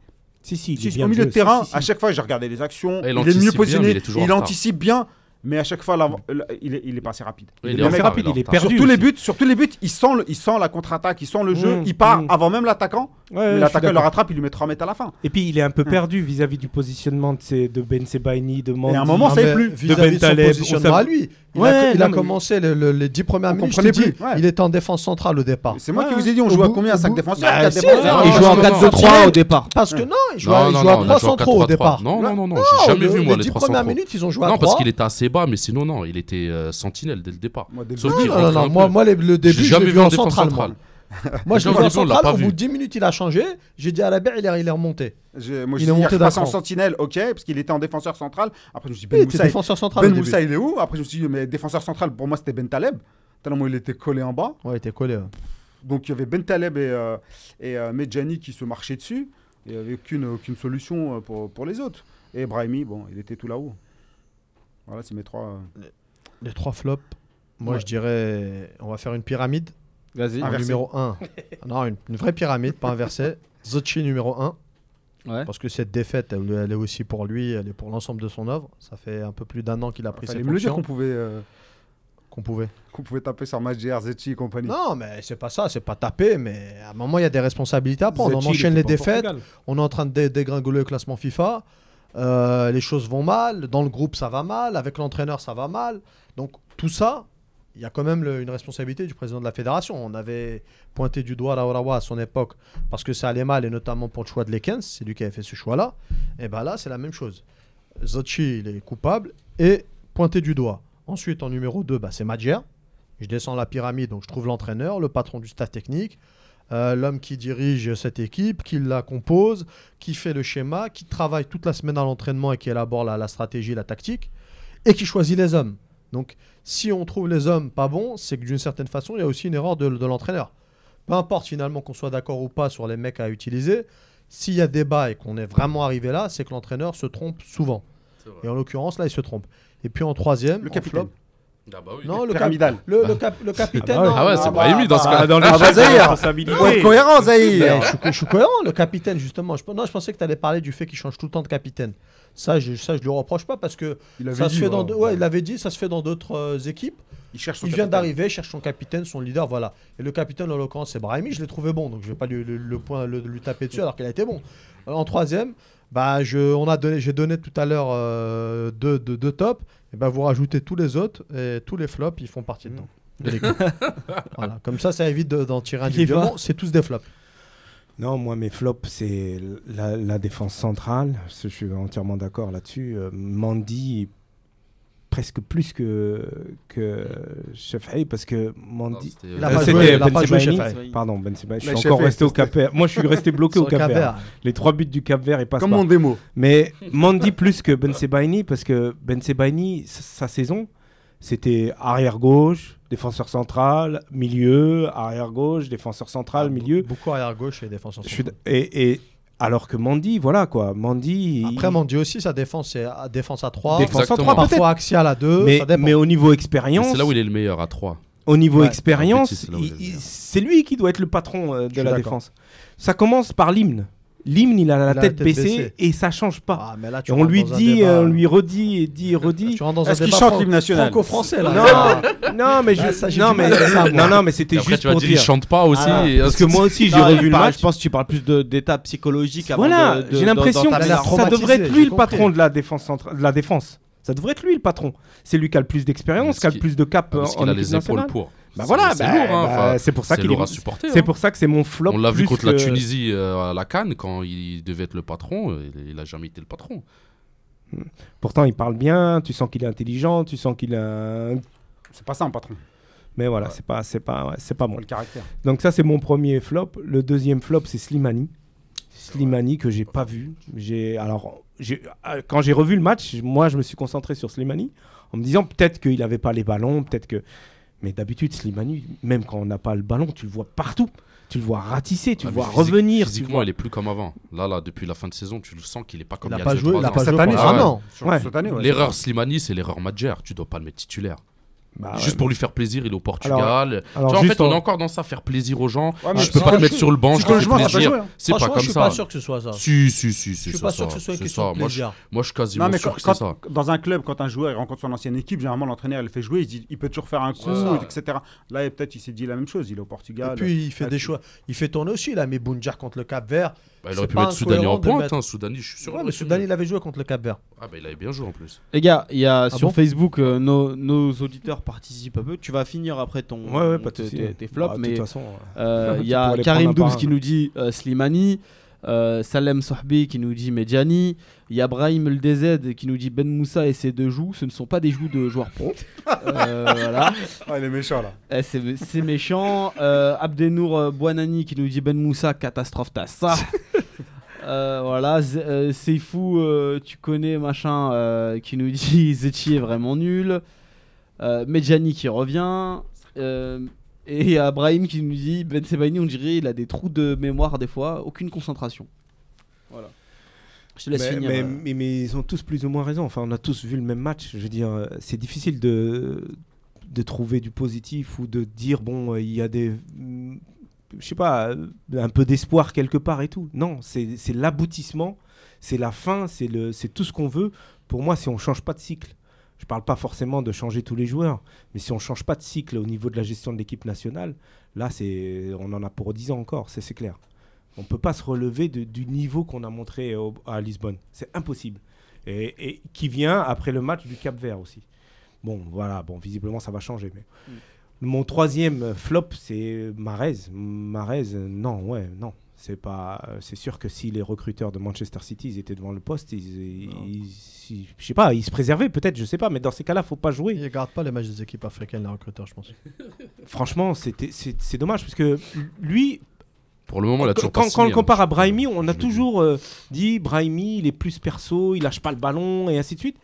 F: Si, si, il
D: si,
F: est bien
D: au milieu
F: mieux,
D: de terrain, ah,
F: si, si, si.
D: à chaque fois, j'ai regardé les actions.
E: Et il
D: il, est
E: anticipe bien,
D: mieux
E: mais
D: positionné.
E: il est toujours en retard.
D: anticipe bien, mais à chaque fois, l'avant- la- il, est, il est passé rapide.
E: Oui,
F: Il est
E: en
F: assez
E: retard,
F: rapide,
E: en
F: il est
E: retard.
F: perdu.
D: Sur tous, les buts, sur tous les buts, il sent, le- il sent la contre-attaque, il sent le jeu,
F: Mhm,
D: il part
F: mhm.
D: avant même l'attaquant.
F: Ouais,
D: mais
F: ouais, je suis
D: l'attaquant il le
F: d'accord.
D: rattrape, il lui met 3 mètres à la fin.
F: Et puis il est un peu perdu vis-à-vis du positionnement de, ses, de Ben Sebaini, de Mandy.
D: à un moment, On savait
C: mais
D: plus.
C: Vis-à-vis
F: De
C: de son
F: Bentaleb, on
C: positionnement à
F: savait-
C: lui. Il
F: Ouais,
C: a, il
F: non,
C: a
F: mais-
C: commencé le- le- les 10 premières
D: On
C: minutes. je
D: comprenait
C: t'ai dit,
D: plus, ouais.
C: Il était en défense centrale au départ.
D: C'est moi qui
F: Ouais.
D: vous ai dit, on
C: Au
D: joue à
C: bout-
D: combien
C: au
D: 5
C: bout-
D: défenseurs,
C: Bah,
D: quatre
C: si,
D: défenseurs
B: Il
C: Ah,
B: joue en
C: non,
B: 4-2-3 au départ.
C: Parce que non,
E: Non,
C: il jouait il
E: non,
C: jouait à
E: non, il a
C: trois
E: joué en
C: centraux
E: 4-3-3.
C: au départ.
E: Non, non, non, non,
C: Non,
E: j'ai jamais
C: le-
E: vu, moi, les
C: 10
E: 3
C: premières
E: centraux.
C: minutes, ils ont joué à
E: Non,
C: 3.
E: parce qu'il était assez bas, mais sinon, non, il était euh, sentinelle dès le départ.
D: Moi, dès le
E: Sauf
D: début,
E: qu'il
C: Non, non,
E: rentrait
C: non,
E: un
C: moi,
E: peu.
C: moi, les- le début,
E: J'ai
C: je l'ai
E: jamais
C: vu
E: vu en
C: en
E: défense
C: centrale. moi.
E: centrale.
C: Moi, je
E: Déjà, au
C: l'ai vu en
E: début, on l'a
C: centrale.
E: pas
C: Au
E: vu.
C: bout de 10 minutes, il a changé. J'ai dit à la Bair, il est il est remonté.
D: J'ai- Moi,
C: Il
D: je
C: est
D: suis
C: monté
D: il passe
C: d'un
D: en
C: cran.
D: sentinelle, ok, parce qu'il était en défenseur central. Après, je me suis dit,
C: Il
D: Ben
C: était
D: Moussa, il-
C: défenseur central. au
D: Ben
C: début.
D: Moussa, il est où Après, je me suis dit, mais défenseur central, pour moi, c'était Ben Taleb. Tellement il était collé en bas.
C: Ouais, il était collé. hein. ouais.
D: Donc, il y avait Ben Taleb et, euh, et euh, Medjani qui se marchaient dessus. Il n'y avait aucune, aucune solution euh, pour, pour les autres. Et Brahimi, bon, il était tout là-haut. Voilà, c'est mes trois. euh,
C: Les trois flops. Moi,
B: Ouais.
C: je dirais, on va faire une pyramide.
B: Vas-y.
C: En
D: Inversée.
C: Numéro 1. (laughs) non, une, une vraie pyramide, pas inversée. Zocchi numéro 1.
B: Ouais.
C: Parce que cette défaite, elle, elle est aussi pour lui, elle est pour l'ensemble de son œuvre. Ça fait un peu plus d'un an qu'il a pris
D: fallait
C: ses
D: me le dire
C: fonctions
D: qu'on pouvait, euh,
C: qu'on pouvait.
D: qu'on pouvait taper sur Majdi, Zecchi et compagnie.
C: Non, mais c'est pas ça, c'est pas taper, mais à un moment, il y a des responsabilités à prendre. On
F: Zecchi, il
C: enchaîne les
F: était pas au
C: défaites,
F: Portugal.
C: on est en train de dé- dégringoler le classement FIFA, euh, les choses vont mal, dans le groupe, ça va mal, avec l'entraîneur, ça va mal. Donc, tout ça, il y a quand même le- une responsabilité du président de la fédération. On avait pointé du doigt Raourawa à son époque parce que ça allait mal, et notamment pour le choix de Lekens, c'est lui qui avait fait ce choix-là. Et bien là, c'est la même chose. Zocchi, il est coupable et pointé du doigt. Ensuite, en numéro 2, c'est Madjer. Je descends la pyramide, donc je trouve l'entraîneur, le patron du staff technique, euh, l'homme qui dirige cette équipe, qui la compose, qui fait le schéma, qui travaille toute la semaine à l'entraînement et qui élabore la, la stratégie, la tactique, et qui choisit les hommes. Donc, si on trouve les hommes pas bons, c'est que d'une certaine façon, il y a aussi une erreur de, de l'entraîneur. Peu importe finalement qu'on soit d'accord ou pas sur les mecs à utiliser, s'il y a débat et qu'on est vraiment arrivé là, c'est que l'entraîneur se trompe souvent.
E: C'est vrai.
C: Et en l'occurrence, là, il se trompe. Et puis en troisième,
D: Le
C: en
D: capitaine.
C: flop-
E: Ah bah oui.
C: non, le, cap-
D: Pyramidal.
C: le, le cap- le capitaine.
F: Ah bah ouais.
C: non,
E: Ah ouais,
C: non,
E: c'est
C: bah,
E: Brahimi dans ce
F: Ah,
E: cas.
F: dans le
D: Ah,
F: chef,
D: bah,
F: la
D: Zahir.
F: responsabilité.
D: Faut être cohérent,
C: Ben,
D: Zahir
C: je, suis, je suis cohérent, le capitaine, justement. Je, non, je pensais que tu allais parler du fait qu'il change tout le temps de capitaine. Ça, je, ça, je lui reproche pas parce que
D: Il
C: ça se
D: dit, hein.
C: fait dans,
D: voilà.
C: deux- ouais, il l'avait dit, ça se fait dans d'autres euh, équipes.
D: Il cherche son
C: Il vient
D: capitaine.
C: d'arriver, cherche son capitaine, son leader, voilà. Et le capitaine, en l'occurrence, c'est Brahimi. Je l'ai trouvé bon, donc je vais pas lui, le, le point, le- lui taper dessus alors qu'il a été bon. Euh, En troisième, bah, je, on a donné, j'ai donné tout à l'heure euh, deux, deux- deux tops. Et ben vous rajoutez tous les autres et tous les flops, ils font partie dedans.
F: Mmh.
C: de l'équipe. (laughs) voilà. Comme ça, ça évite de- d'en
B: Il y
C: tirer
B: va.
C: individuellement. C'est tous des flops.
F: Non, moi, mes flops, c'est la, la défense centrale. Je suis entièrement d'accord là-dessus. Euh, Mandy, presque plus que, que Chefhay, parce que
E: Non,
F: Mandy.
E: c'était-
C: Il a
F: Euh,
C: pas
F: c'était
C: joué, il a pas joué,
F: Sebaini.
C: Chefhay.
F: Pardon, Ben Sebaini. Je
D: Mais
F: suis encore
D: Chefhay,
F: resté au Cap Vert. Moi, je suis resté bloqué au
C: Sur le
F: Cap Vert.
C: Cap-Vert.
F: Les trois buts du Cap Vert et pas
D: Comme mon démo.
F: Mais Mandy plus que Ben Sebaini, parce que Ben Sebaini, sa, sa saison, c'était arrière-gauche, défenseur central, milieu, arrière-gauche, défenseur central, milieu.
C: Ah, Beaucoup arrière gauche et défense en
F: Je suis d- et, et- alors que Mandy, voilà quoi, Mandy. il-
C: Après, Mandy aussi, sa défense est à, défense à 3.
F: défense
E: Exactement.
F: centrale peut-être.
C: Parfois axiale à 2.
F: Mais,
C: ça dépend.
F: mais au niveau
E: Mais
F: expérience,
E: C'est là où il est le meilleur à 3.
F: au niveau
C: Ouais.
F: expérience,
E: En fait, c'est là où
F: il-
E: il est le
F: il-
E: meilleur.
F: c'est lui qui doit être le patron euh, de
C: suis
F: la
C: d'accord.
F: défense. Ça commence par l'hymne. L'hymne, il a la, tête, baissée, et ça change pas.
C: Ah, mais là, tu
F: Et on
C: rentres
F: lui
C: dans un
F: dit,
C: débat,
F: euh, on lui redit et dit et
C: (laughs)
F: redit.
C: Tu rentres dans un
D: Est-ce qu'il
C: débat
D: chante
C: franc-
D: l'hymne national
C: franco-français, là.
F: Non, non, mais
C: Ah,
F: je,
C: ça, j'ai
F: non,
C: du
F: mais,
C: mal à savoir.
F: non, non, mais c'était
E: Après,
F: juste
E: tu vas
F: pour
E: dire, il
F: dire.
E: chante pas aussi.
B: Ah,
E: et-
F: Parce que moi aussi, j'ai
B: Non,
F: revu
B: il
F: le
B: parle-
F: match.
B: Je pense que tu parles plus de- d'étapes psychologiques avant de-
F: Voilà,
B: de-
F: j'ai
B: d'en-
F: l'impression que
B: d'entamer
C: la
B: la-
C: rencontre.
F: ça devrait être
C: traumatisé,
F: lui
C: j'ai
F: le patron
C: compris.
F: de la défense centra- de la défense. Ça devrait être lui le patron. C'est lui qui a le plus d'expérience,
E: Parce
F: qui a le
E: qu'il-
F: plus de cap euh,
E: Parce Ah,
F: en
E: qu'il a
F: équipe
E: les épaules
F: nationale.
E: pour.
F: Bah
E: C'est-
F: voilà,
E: c'est
F: bah,
E: lourd. hein,
F: bah,
E: enfin,
F: c'est pour ça
E: c'est
F: qu'il
E: lourd
F: est-
E: à supporter.
F: C'est
E: hein.
F: pour ça que c'est mon flop.
E: On l'a vu
F: plus
E: contre la
F: que-
E: Tunisie euh, à la Cannes, quand il devait être le patron, euh, il il a jamais été le patron.
F: Pourtant, il parle bien. Tu sens qu'il est intelligent. Tu sens qu'il a.
D: C'est pas ça, un patron.
F: Mais voilà,
E: Ouais.
F: c'est pas, c'est pas, ouais, c'est pas bon.
D: Pas le caractère.
F: Donc ça, c'est mon premier flop. Le deuxième flop, c'est Slimani. Slimani que j'ai pas vu. J'ai alors j'ai- euh, quand j'ai revu le match, moi je me suis concentré sur Slimani en me disant peut-être qu'il n'avait pas les ballons, peut-être que. Mais d'habitude Slimani, même quand on n'a pas le ballon, tu le vois partout. Tu le vois ratisser, tu
E: Ah,
F: le
E: mais
F: vois
E: physique-
F: revenir. tu
E: Physiquement, il est plus comme avant. Là, là, depuis la fin de saison, tu le sens qu'il est pas comme
C: Il
E: il,
C: a
E: y a
C: pas
E: deux,
C: joué,
E: trois
C: il a
E: ans.
C: pas
D: Cette
C: joué
D: année,
C: pendant
E: ah
D: sur-
C: un
E: ouais.
C: an.
D: sur
F: Ouais.
D: cette année, ouais.
E: L'erreur Slimani, c'est l'erreur Madjer. Tu dois pas le mettre titulaire.
F: Bah ouais.
E: Juste pour lui faire plaisir, il est au Portugal.
F: Alors,
E: Tu vois, en
F: juste
E: fait, on
F: en-
E: est encore dans ça, faire plaisir aux gens.
D: Ouais, mais
E: je peux pas te mettre sur le banc, je te fais
D: Psychologiquement, ça
E: plaisir.
D: peut jouer, hein.
E: C'est pas
C: Franchement,
E: comme
C: je suis
E: ça.
C: pas sûr que ce soit ça.
E: Si, si, si,
C: Je
E: c'est
C: suis
E: ça.
C: pas sûr
E: ça,
C: que ce soit une
E: c'est
C: question
E: ça.
C: de
E: Moi, je,
C: plaisir.
E: moi, je suis quasiment
D: Non, mais
E: sûr
D: quand,
E: que c'est
D: quand-
E: ça.
D: dans un club, quand un joueur il rencontre son ancienne équipe, généralement l'entraîneur il le fait jouer, il dit il peut toujours faire un coup,
C: C'est ça.
D: etc. Là, et peut-être il s'est dit la même chose, il est au Portugal.
C: Et puis il fait
D: Ah,
C: des
D: tu-
C: choix. Il fait tourner aussi. Il a mis Bounjar contre le Cap Vert.
E: Bah, il
C: c'est
E: aurait pu
C: pas
E: mettre Soudani en
C: incohérent de
E: pointe.
C: mettre-
E: hein, Soudani, je suis sûr.
C: Ouais,
E: il
C: mais
E: aurait
C: Soudani,
E: su-
C: il avait joué contre le Cap Vert.
E: Ah, bah, il avait bien joué en plus.
B: Les gars, il y a
C: Ah
B: sur
C: bon
B: Facebook, euh, nos, nos auditeurs participent un peu. Tu vas finir après ton
F: Ouais, ouais, pas de
B: tes,
F: souci.
B: tes- tes flops,
F: Bah, de
B: mais
F: toute façon, ouais.
B: euh,
F: (laughs)
B: il y
F: Tu
B: a
F: pourras les
B: Karim
F: prendre hein. un
B: Doubs
F: par
B: qui
F: un.
B: nous dit euh, Slimani, euh, Salem Sohbi qui nous dit Medjani, il y a Brahim El DZ qui nous dit Ben Moussa et ses deux joues, ce ne sont pas des joues de joueurs pro. Euh, voilà.
D: Ah, il est méchant là.
B: Eh, c'est c'est méchant. Euh, Abdenour euh, Bouanani qui nous dit Ben Moussa, catastrophe, t'as
F: (laughs)
B: ça. Euh, voilà, Z- euh, Seifou, euh, tu connais machin, euh, qui nous dit (laughs) Zetchi est vraiment nul. Euh, Medjani qui revient. Euh, et Abrahim qui nous dit Ben Sebaini, on dirait il a des trous de mémoire des fois, aucune concentration. Voilà. Je te laisse
F: Mais,
B: finir.
F: mais-
B: euh.
F: mais- mais ils ont tous plus ou moins raison. Enfin, on a tous vu le même match. Je veux dire, euh, c'est difficile de, de trouver du positif ou de dire, bon, euh, il y a des. mm, Je sais pas, euh, un peu d'espoir quelque part et tout. Non, c'est c'est l'aboutissement, c'est la fin, c'est le- c'est tout ce qu'on veut. Pour moi, si on change pas de cycle, je parle pas forcément de changer tous les joueurs, mais si on change pas de cycle au niveau de la gestion de l'équipe nationale, là, c'est on en a pour 10 ans encore, c'est c'est clair. On ne peut pas se relever de- du niveau qu'on a montré au- à Lisbonne. C'est impossible. Et, et qui vient après le match du Cap Vert aussi. Bon, voilà, bon, visiblement ça va changer. Mais... Mon troisième euh, flop, c'est Marez. Marez, euh, non, ouais, non. C'est pas, euh, c'est sûr que si les recruteurs de Manchester City ils étaient devant le poste, ils, ils- ils- je sais pas, ils se préservaient peut-être, je sais pas, mais dans ces cas-là, faut pas jouer.
C: Il regarde pas les matchs des équipes africaines, les recruteurs, je pense.
F: Franchement, c'était, c'est, c'est dommage parce que lui,
E: Pour le moment, il a toujours
F: quand,
E: pas
F: quand on
E: signé,
F: le
E: hein.
F: compare à Brahimi, on a
E: Je-
F: toujours euh, dit Brahimi, il est plus perso, il lâche pas le ballon et ainsi de suite.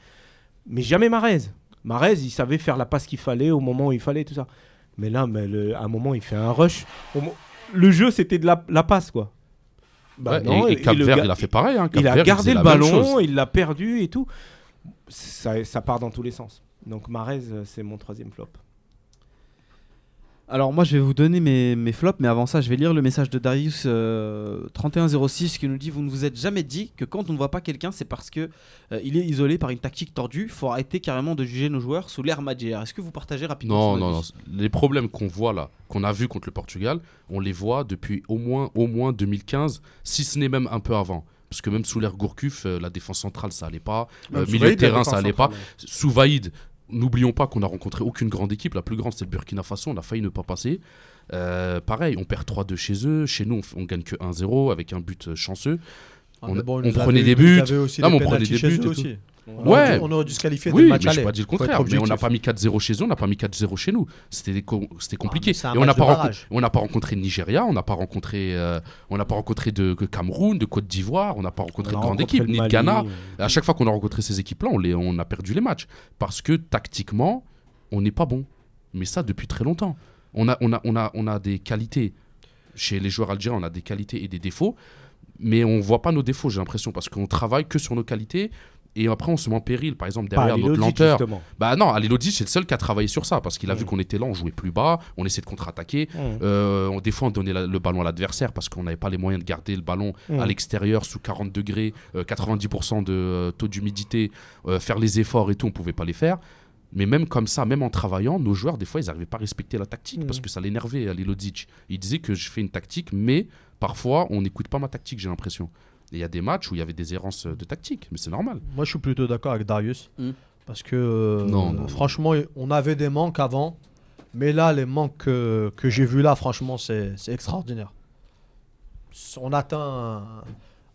F: Mais jamais Marez. Marez, il savait faire la passe qu'il fallait au moment où il fallait, tout ça. Mais là, mais le- à un moment, il fait un rush. Au mo- le jeu, c'était de la, la passe, quoi. Bah
E: Ouais,
F: non,
E: et,
F: et
E: Cap
F: le
E: Vert,
F: ga-
E: il a fait pareil. hein. Cap
F: il a
E: Vert,
F: gardé
E: faisait
F: le
E: la même
F: ballon,
E: chose.
F: il l'a perdu et tout. Ça, ça part dans tous les sens. Donc Marez, euh, c'est mon troisième flop.
B: Alors moi je vais vous donner mes, mes flops, mais avant ça je vais lire le message de Darius euh, 3106 qui nous dit vous ne vous êtes jamais dit que quand on ne voit pas quelqu'un c'est parce que euh, il est isolé par une tactique tordue. Faut arrêter carrément de juger nos joueurs sous l'ère Madjer. Est-ce que vous partagez rapidement
E: Non, non, non.
B: son
E: Les problèmes qu'on voit là, qu'on a vu contre le Portugal, on les voit depuis au moins, au moins 2015, si ce n'est même un peu avant. Parce que même sous l'ère Gourcuff, euh, la défense centrale, ça allait pas.
D: Même
E: Euh,
D: sous
E: milieu de
D: Vaïd, la
E: terrain, ça
D: défense
E: allait pas.
D: centrale.
E: Sous Vaïd, n'oublions pas qu'on a rencontré aucune grande équipe. La plus grande, c'est le Burkina Faso. On a failli ne pas passer. Euh, pareil, on perd 3-2 chez eux. Chez nous, on, f- on gagne que 1-0 avec un but euh, chanceux.
C: Ah,
E: On-
C: mais bon, ils
E: on
C: nous
E: prenait
C: avaient-
E: des
C: ils
E: buts.
C: avaient aussi
E: Non,
C: des
E: mais on prenait
C: pénaltys
E: des
C: chez
E: buts
C: eux
E: et tout.
C: aussi. On
E: Ouais.
C: aurait dû- On aurait dû se qualifier des
E: Oui, mais
C: matchs
E: je
C: aller.
E: n'ai pas dit le
C: Faut être
E: contraire. Mais on n'a
C: objectif. Ah,
E: pas mis 4-0 chez eux, on n'a pas mis 4-0 chez nous. C'était com- c'était compliqué.
C: mais c'est un
E: et on
C: match
E: n'a
C: de
E: pas, renco-
C: barrage.
E: on n'a pas rencontré le Nigeria, on n'a pas rencontré, euh, on n'a pas rencontré de, de Cameroun, de Côte d'Ivoire, on n'a pas rencontré de
F: On a
E: grande
F: rencontré
E: équipe, ni
F: le
E: de
F: Mali,
E: Ghana.
F: euh,
E: À chaque fois qu'on a rencontré ces équipes-là, on, les- on a perdu les matchs. Parce que tactiquement, on n'est pas bon. Mais ça, depuis très longtemps. On a, on a, on a, on a des qualités. Chez les joueurs algériens, on a des qualités et des défauts. Mais on ne voit pas nos défauts, j'ai l'impression, parce qu'on travaille que sur nos qualités. Et après, on se met en péril. Par exemple,
F: pas
E: derrière notre
F: Lodi,
E: lenteur,
F: justement.
E: bah non, Alilodi, c'est le seul qui a travaillé sur ça parce qu'il a
F: Mm.
E: vu qu'on était là, on jouait plus bas, on essayait de contre-attaquer.
F: Mm.
E: Euh, on, des fois, on donnait la- le ballon à l'adversaire parce qu'on n'avait pas les moyens de garder le ballon
F: Mm.
E: à l'extérieur sous 40 degrés, euh, 90% de euh, taux d'humidité, euh, faire les efforts et tout, on pouvait pas les faire. Mais même comme ça, même en travaillant, nos joueurs, des fois, ils n'arrivaient pas à respecter la tactique
F: Mm.
E: parce que ça l'énervait, Alilodic. Il disait que je fais une tactique, mais parfois, on n'écoute pas ma tactique, j'ai l'impression. Et Il y a des matchs où il y avait des errances euh, de tactique, mais c'est normal.
C: Moi, je suis plutôt d'accord avec Darius.
E: Hmm.
B: Mm.
C: Parce que, euh,
E: Non, non.
C: franchement, on avait des manques avant. Mais là, les manques que, que j'ai vus là, franchement, c'est c'est extraordinaire. On atteint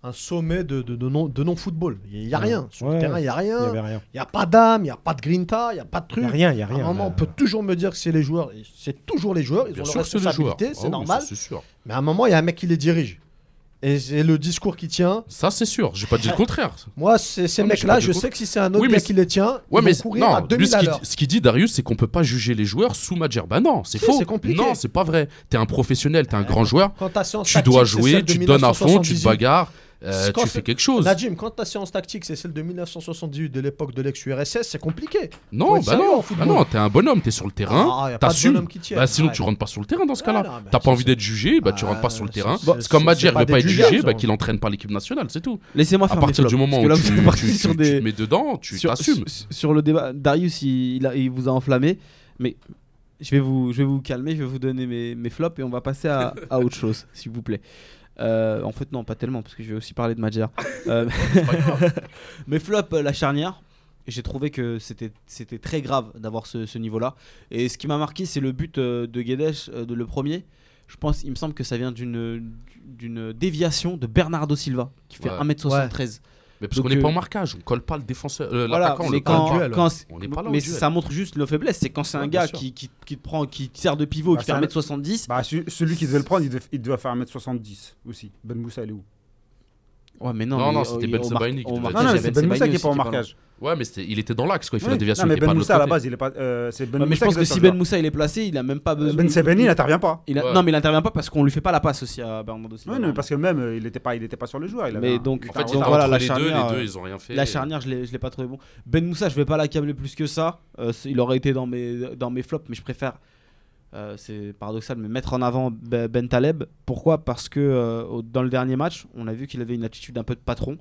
C: un, un sommet de, de, de non- de non-football. il n'y a
F: Ouais.
C: rien. Sur le
F: Ouais.
C: terrain, il n'y a
F: Il y
C: rien.
F: avait rien.
C: Il n'y a pas d'âme, il n'y a pas de grinta, il n'y a pas de
F: Il
C: truc.
F: y a rien, il y a
C: Hmm. À un
F: rien.
C: moment, on
F: mais-
C: peut toujours me dire que c'est les joueurs. Et C'est toujours les joueurs. Ils ont leur
E: que c'est des joueurs.
C: responsabilité,
E: Ah
C: c'est
E: oui,
C: normal.
E: ça, C'est sûr.
C: Mais à un moment, il y a un mec qui les dirige. Et j'ai le discours qui tient.
E: Ça, c'est sûr. J'ai pas
C: (laughs)
E: dit le contraire.
C: Moi, c'est- ces
E: Non, mais je
C: mecs-là,
E: parle du
C: je
E: coup-
C: sais que si c'est un autre
E: Oui, mais
C: gars
E: c'est-
C: qui les tient,
E: Ouais,
C: ils
E: mais
C: vont courir à
E: non, lui,
C: 2000
E: ce
C: à
E: qu'il
C: l'heure.
E: ce qu'il dit, Darius, c'est qu'on peut pas juger les joueurs sous Madjer. Bah non, c'est
C: Si,
E: faux.
C: c'est compliqué.
E: Non, c'est pas vrai. T'es un professionnel, t'es un grand joueur.
C: Quand ta science
E: Tu
C: tactique,
E: dois
C: c'est celle
E: jouer,
C: de
E: tu te donnes à fond, tu te
C: 1978.
E: bagarres, euh,
C: Quand
E: tu
C: je-
E: fais quelque chose.
C: Nadim, quand ta séance tactique, c'est celle de 1978, de l'époque de l'ex-URSS, c'est compliqué. Faut
E: Non,
C: être
E: bah
C: sérieux
E: non,
C: en football.
E: bah non, t'es un bonhomme, t'es sur le
C: Ah, y
E: terrain,
C: a pas de
E: t'assumes.
C: bonhomme qui tienne.
E: Bah sinon
C: Ouais.
E: tu rentres pas sur le terrain dans ce
C: Ouais,
E: cas-là.
C: non, mais
E: T'as
C: c'est-
E: pas envie d'être jugé, bah tu
C: Ah,
E: rentres pas sur le
C: c'est-
E: terrain.
C: c'est-
E: C'est comme
C: c'est
E: Madjer
C: pas
E: veut pas être
C: dégueulasse,
E: jugé, bah
C: ça. Ah,
E: qu'il entraîne pas l'équipe nationale, c'est tout.
B: Laissez-moi
E: À
B: faire mes
E: partir du
B: flops,
E: moment
B: parce
E: où
B: que là,
E: tu,
B: vous êtes partis
E: tu-
B: sur
E: tu
B: des-
E: te mets dedans, tu
B: sur,
E: t'assumes.
B: sur- sur le débat, Darius, il, il a- il vous a enflammé, mais je vais vous, je vais vous calmer, je vais vous donner mes, mes flops et on va passer
E: (laughs)
B: à, à autre chose, s'il vous plaît. Euh, en fait, non, pas tellement, parce que je vais aussi parler de Madjer.
E: (laughs)
B: Euh, (laughs) mes flops, euh, la charnière. J'ai trouvé que c'était c'était très grave d'avoir ce, ce niveau-là. Et ce qui m'a marqué, c'est le but euh, de Guedes, euh, de le premier. Je pense, il me semble que ça vient d'une d'une déviation de Bernardo Silva, qui fait
E: Ouais.
B: 1m73.
E: Mais parce
B: Donc,
E: qu'on n'est
B: euh,
E: pas en marquage, on colle pas le défenseur, euh,
B: Voilà,
E: l'attaquant, on
B: mais
E: le colle
B: quand,
E: pas.
C: duel.
B: quand c'est-
E: On n'est pas là au
B: mais
E: duel.
B: ça montre juste nos faiblesses. C'est quand c'est un
E: Ouais,
B: gars
E: bien sûr.
B: qui, qui, qui te prend, qui te sert de pivot,
D: Bah,
B: qui fait
D: ça-
B: 1m70.
D: Bah, ce- celui qui devait le prendre, il devait, il devait faire 1m70 aussi. Ben Moussa, elle est où
B: Ouais, mais non,
E: Non,
B: mais euh,
E: non,
B: au-
E: c'était
B: au-
E: Ben
B: au
E: Sebaini
B: mar-
E: qui
B: au marquage,
E: devait être-
D: Bah, Non, non,
B: il
D: mais
B: y
D: c'est
B: avait
D: Ben Moussa
B: Sebaini
D: qui est
B: aussi
D: pas en
B: là.
D: marquage.
E: Ouais, mais c'était- il était dans l'axe, quoi. Il fait
D: Oui.
E: la déviation,
D: Non,
E: il
D: mais
E: était pas
D: Ben
E: de
D: Moussa, à la
E: l'autre
D: base, il est pas. euh, C'est Ben
B: Ouais, mais je
D: Moussa
B: pense
D: qui
B: que
D: doit
B: si
D: faire le
B: Ben Moussa il est placé, il a même pas
D: joueur.
B: besoin.
D: Ben Sebeni, il n'intervient pas.
B: il a-
E: Ouais.
B: Non, mais il intervient pas parce qu'on lui fait pas la passe aussi à Bernardo Silva.
D: Oui, non, mais parce que même, euh, il n'était pas, il était pas sur le joueur. Il avait
B: Mais
D: un-
B: donc-
E: En
D: il
E: fait,
D: avait
E: il
D: un
E: était
B: Donc
D: retard.
B: voilà,
E: entre
B: la
E: les deux,
B: charnière,
E: les deux, ils ont rien fait.
B: La charnière, je l'ai je l'ai pas trouvé bon. Ben Moussa, je vais pas l'accabler plus que ça. Euh, c'est- il aurait été dans mes, dans mes flops, mais je préfère, euh, c'est paradoxal, mais mettre en avant Ben Ben Taleb. Pourquoi Parce que euh, au- dans le dernier match, on a vu qu'il avait une attitude un peu de patron.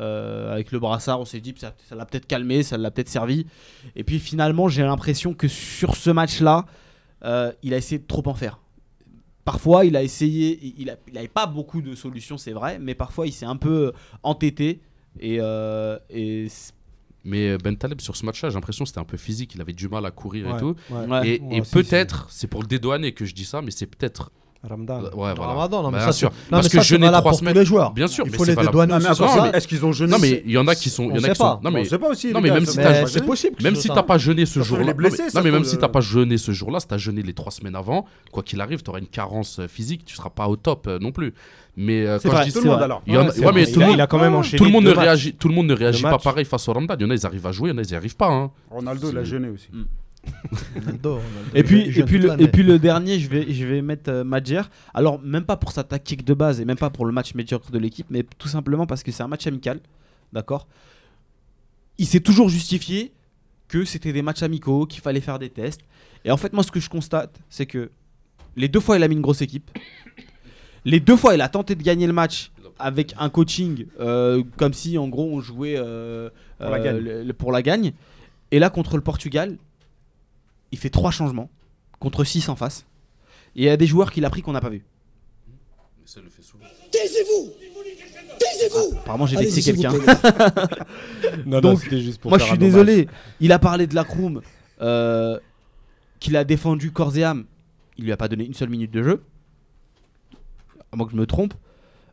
B: Euh, avec le brassard, on s'est dit ça ça l'a peut-être calmé, ça l'a peut-être servi. Et puis finalement, j'ai l'impression que sur ce match-là, euh, il a essayé de trop en faire. Parfois, il a essayé, il n'avait pas beaucoup de solutions, c'est vrai, mais parfois, il s'est un peu euh, entêté. Et, euh, et c'est-
E: Mais euh, Ben Taleb, sur ce match-là, j'ai l'impression que c'était un peu physique, il avait du mal à courir et
F: Ouais.
E: tout.
F: Ouais.
B: ouais.
E: Et,
F: Ouais,
E: et
F: si,
E: peut-être, c'est pour le dédouaner que je dis ça, mais c'est peut-être.
F: Ramdan.
E: Ouais, voilà.
C: Ramadan, non, mais
E: Bien
C: ça,
E: sûr.
C: c'est- non,
E: Parce
C: mais
E: que
C: ça,
E: je
C: c'est
E: n'ai
C: valable
E: trois
C: pour tous
E: semaines.
C: les joueurs.
E: Bien sûr,
C: il
E: mais
C: faut
E: c'est
C: les
E: valable.
C: dédouaner
D: Non, mais
C: aussi sur
D: encore,
C: ça.
D: mais est-ce qu'ils ont jeûné
E: Non, mais il y en a qui sont. il y en
C: on
E: a
C: sait
E: qui sont-
C: pas.
E: Non,
D: On
E: mais
D: sait pas aussi.
E: Non,
D: les
E: mais
D: gars,
E: même
D: ça
E: si
D: va-
E: t'as
D: ça
C: Mais
D: va
C: c'est
D: jeûner.
C: possible. que
E: Même
C: ce
E: si
C: soit
E: t'as
C: ça.
E: pas jeûné ce
D: Surtout les
E: jour-là. Non, mais-
D: blessés,
E: non, mais,
D: surtout
E: même
D: le-
E: si t'as pas jeûné ce jour-là, si t'as jeûné les trois semaines avant, quoi qu'il arrive, t'auras une carence euh, physique, tu seras pas au top euh, non plus. Mais euh,
B: C'est
E: quand
B: vrai,
E: je dis
D: Tout
B: c'est
D: le monde
B: vrai.
D: alors.
E: Il y en a-
F: c'est
E: ouais,
F: vrai,
E: mais
F: il
E: tout le
F: a-
E: monde-
F: il a quand même enchaîné.
E: tout le monde ne
F: deux matchs.
E: réagit, tout le monde ne réagit pas
F: match.
E: pareil face au Ramdan. Il y en a, ils arrivent à jouer, il y en a, ils n'y arrivent pas. hein.
D: Ronaldo, il a jeûné aussi.
C: Ronaldo, Ronaldo,
B: Et puis,
C: il
B: et,
C: jeûne
B: puis
C: toute
B: le,
C: l'année.
B: et puis le dernier, je vais, je vais mettre euh, Madjer. Alors, même pas pour sa tactique de base et même pas pour le match médiocre de l'équipe, mais tout simplement parce que c'est un match amical. D'accord Il s'est toujours justifié que c'était des matchs amicaux, qu'il fallait faire des tests. Et en fait, moi, ce que je constate, c'est que les deux fois, il a mis une grosse équipe. Les deux fois, il a tenté de gagner le match avec un coaching euh, comme si, en gros, on jouait euh,
D: Pour la
B: euh,
D: gagne.
B: le- le- pour la gagne. Et là, contre le Portugal, il fait trois changements contre 6 en face. Et il y a des joueurs qu'il a pris qu'on n'a pas vu.
G: Taisez-vous Taisez-vous
B: Ah, Apparemment, j'ai
G: Allez,
B: vexé
G: s'il vous
B: quelqu'un.
G: plaît.
F: Non, non,
B: Donc,
F: c'était juste pour
B: Moi, je
F: faire
B: suis
F: un hommage.
B: désolé. Il a parlé de la Croom, euh, qu'il a défendu corps et âme. Il lui a pas donné une seule minute de jeu. À moins que je me trompe.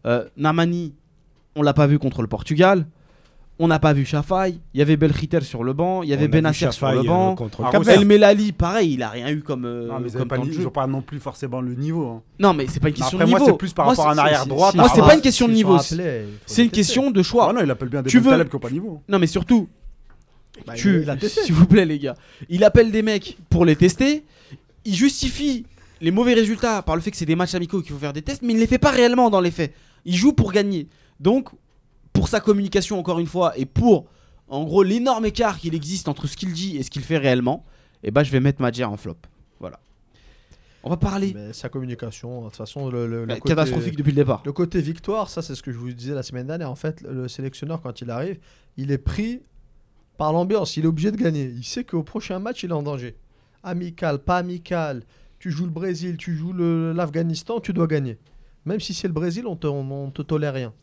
B: Euh, Namani, on l'a pas vu contre le Portugal. On n'a pas vu Chafaï. Il y avait Belkhiter sur le banc. Il y
F: On a
B: avait
F: vu
B: Benacer sur
F: Chafaï,
B: le
F: euh,
B: banc.
F: contre
D: Ah,
F: Cap
D: Rousseau.
B: El Melali, pareil, il a rien eu comme. euh,
D: Non, mais ils
B: comme
D: n'ont pas,
B: temps de
D: ils
B: jeu.
D: ont pas non plus forcément le niveau. hein.
B: Non, mais c'est pas une question
D: Après,
B: de
D: moi,
B: niveau.
D: c'est plus par rapport à un
B: c'est-
D: arrière
B: c'est-
D: droit,
B: c'est-
D: par
B: Moi, c'est
D: rapport
B: pas
D: à-
B: une question de
C: S'ils sont
B: niveau. C'est
C: rappelés, il faut
B: c'est une
C: les tester.
B: question de choix.
D: Ah non, il appelle bien des
B: Tu
D: Ben
B: veux-
D: Taleb qui n'ont pas de niveau.
B: Non mais surtout,
C: Bah, il-
B: tu,
C: il a testé.
B: (laughs) s'il vous plaît les gars, il appelle des mecs pour les tester, il justifie les mauvais résultats par le fait que c'est des matchs amicaux qu'il faut faire des tests, mais il ne les fait pas réellement dans les faits. Il joue pour gagner. Donc, pour sa communication encore une fois, et pour, en gros, l'énorme écart qu'il existe entre ce qu'il dit et ce qu'il fait réellement, eh ben je vais mettre Madjer en flop. Voilà. On va parler
C: Mais Sa communication, de toute façon, le, Bah, le, le
B: euh,
C: côté-
B: catastrophique depuis le départ.
C: Le côté victoire, ça c'est ce que je vous disais la semaine dernière. En fait, le sélectionneur, quand il arrive, il est pris par l'ambiance. Il est obligé de gagner. Il sait qu'au prochain match, il est en danger. Amical, pas amical. Tu joues le Brésil, tu joues le- l'Afghanistan, tu dois gagner. Même si c'est le Brésil, on te, on, on te tolère rien.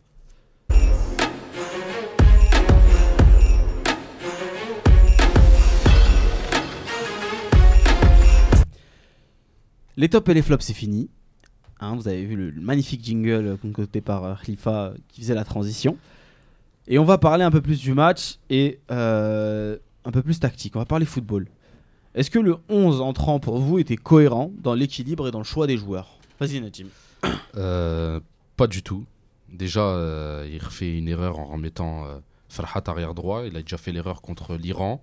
B: Les tops et les flops, c'est fini. Hein, vous avez vu le, le magnifique jingle euh, concocté par euh, Khalifa euh, qui faisait la transition. Et on va parler un peu plus du match et euh, un peu plus tactique. On va parler football. Est-ce que le 11 entrant pour vous était cohérent dans l'équilibre et dans le choix des joueurs Vas-y Najim.
E: Euh, pas du tout. Déjà, euh, il refait une erreur en remettant euh, Farhat arrière droit. Il a déjà fait l'erreur contre l'Iran.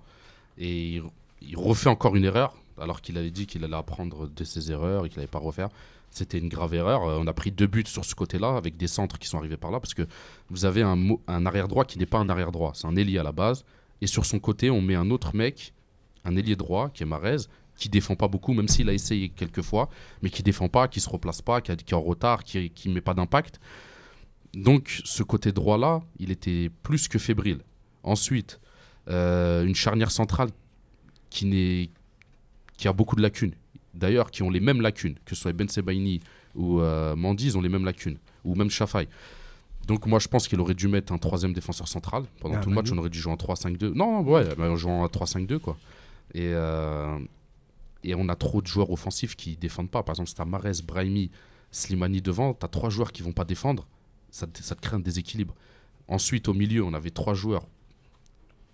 E: Et il, il refait encore une erreur, alors qu'il avait dit qu'il allait apprendre de ses erreurs et qu'il n'allait pas refaire. C'était une grave erreur. Euh, on a pris deux buts sur ce côté-là, avec des centres qui sont arrivés par là, parce que vous avez un, mo- un arrière droit qui n'est pas un arrière droit. C'est un ailier à la base. Et sur son côté, on met un autre mec, un ailier droit, qui est Marez, qui défend pas beaucoup, même s'il a essayé quelques fois, mais qui défend pas, qui se replace pas, qui, a- qui est en retard, qui, qui met pas d'impact. Donc ce côté droit-là, il était plus que fébrile. Ensuite, euh, une charnière centrale qui, n'est, qui a beaucoup de lacunes. D'ailleurs, qui ont les mêmes lacunes, que ce soit Ben Sebaini ou euh, Mandy, ils ont les mêmes lacunes, ou même Shafai. Donc moi, je pense qu'il aurait dû mettre un troisième défenseur central. Pendant
F: Ah,
E: tout le match,
F: Manu.
E: on aurait dû jouer en 3-5-2. Non, ouais, bah, en jouant en 3-5-2, quoi. Et, euh, et on a trop de joueurs offensifs qui défendent pas. Par exemple, si t'as Mahrez, Brahimi, Slimani devant, t'as trois joueurs qui vont pas défendre, ça te, ça te crée un déséquilibre. Ensuite, au milieu, on avait trois joueurs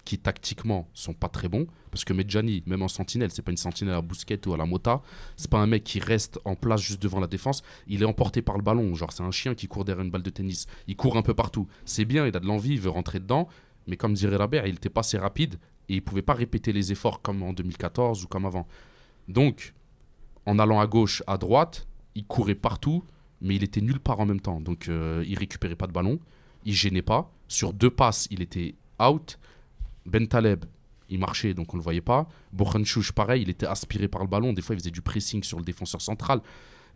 E: qui tactiquement sont pas très bons parce que Medjani, même en sentinelle, c'est pas une sentinelle à Bousquet ou à la Mota, c'est pas un mec qui reste en place juste devant la défense, il est emporté par le ballon, genre c'est un chien qui court derrière une balle de tennis, il court un peu partout. C'est bien, il a de l'envie, il veut rentrer dedans, mais comme dirait Rabert, il était pas assez rapide et il pouvait pas répéter les efforts comme en 2014 ou comme avant. Donc, en allant à gauche, à droite, il courait partout, mais il était nulle part en même temps. Donc, euh, il récupérait pas de ballon, il gênait pas. Sur deux passes, il était out. Ben Taleb, il marchait, donc on le voyait pas. Bourhanchouch, pareil, il était aspiré par le ballon. Des fois, il faisait du pressing sur le défenseur central.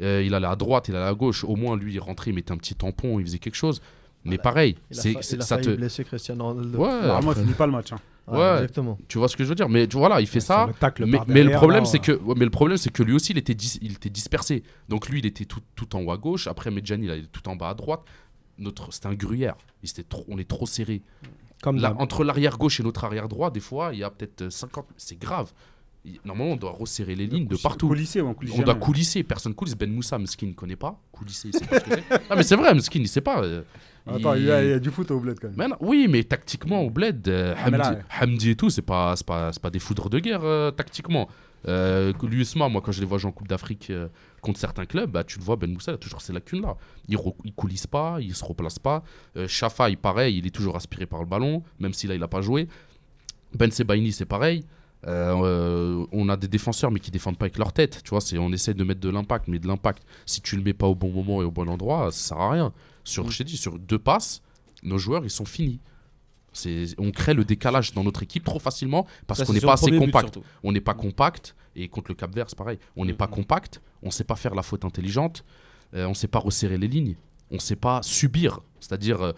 E: Euh, il allait à droite, il allait à gauche. Au moins, lui, il rentrait, il mettait un petit tampon, il faisait quelque chose. Mais
C: Voilà.
E: pareil,
C: Il a,
E: c'est
C: fa-
E: c'est-
C: il a
E: ça
C: failli
E: te.
C: blesser Cristiano Ronaldo.
E: Ouais,
D: Normalement, il finit pas le match. hein.
E: ouais.
C: Exactement.
E: tu vois ce que je veux dire Mais tu- voilà, il fait ça.
F: le tacle
E: Mais,
F: par
E: mais le
F: derrière,
E: problème,
F: là,
E: c'est que, ouais, mais le problème, c'est que lui aussi, il était, dis- il était dispersé. Donc lui, il était tout, tout en haut à gauche. Après, Medjani, il était tout en bas à droite. Notre, c'était un gruyère. Il s'était trop, on est trop serré.
F: Comme
E: Là,
F: d'hab.
E: entre l'arrière gauche et notre arrière droit, des fois, il y a peut-être 50. C'est grave. Il- Normalement, on doit resserrer les lignes de partout.
D: Coulissé, ouais, on coulisse
E: On doit
D: jamais.
E: coulisser. Personne coulisse. Ben Moussa, Meskin, ne connaît pas. Coulisser, c'est pas ce que c'est. (laughs) Ah, mais c'est vrai, Meskin, il sait pas. euh,
D: Attends, il y, a, il y a du foot au bled quand même.
E: mais non, oui, mais tactiquement, au bled, euh,
D: Ah, mais
E: Hamdi,
D: là, ouais.
E: Hamdi et tout, c'est pas, c'est pas, c'est pas des foudres de guerre euh, tactiquement. Euh, L'USMA, moi, quand je les vois jouer en Coupe d'Afrique euh, contre certains clubs, bah, tu le vois, Ben Moussa, il a toujours ces lacunes-là. Il, re- il coulisse pas, il se replace pas. Euh, Shafa, pareil, il est toujours aspiré par le ballon, même si là, il a pas joué. Ben Sebaini, c'est pareil. Euh, euh, on a des défenseurs mais qui défendent pas avec leur tête tu vois c'est on essaie de mettre de l'impact mais de l'impact si tu le mets pas au bon moment et au bon endroit ça sert à rien sur je t'ai dit sur deux passes nos joueurs ils sont finis c'est on crée le décalage dans notre équipe trop facilement parce
H: Ça,
E: qu'on
H: c'est
E: n'est
H: sur
E: pas
H: le
E: assez
H: premier but,
E: compact
H: surtout. Mm.
E: on n'est pas compact et contre le Cap Vert c'est pareil on n'est pas compact on sait pas faire la faute intelligente euh, on sait pas resserrer les lignes on sait pas subir c'est-à-dire euh,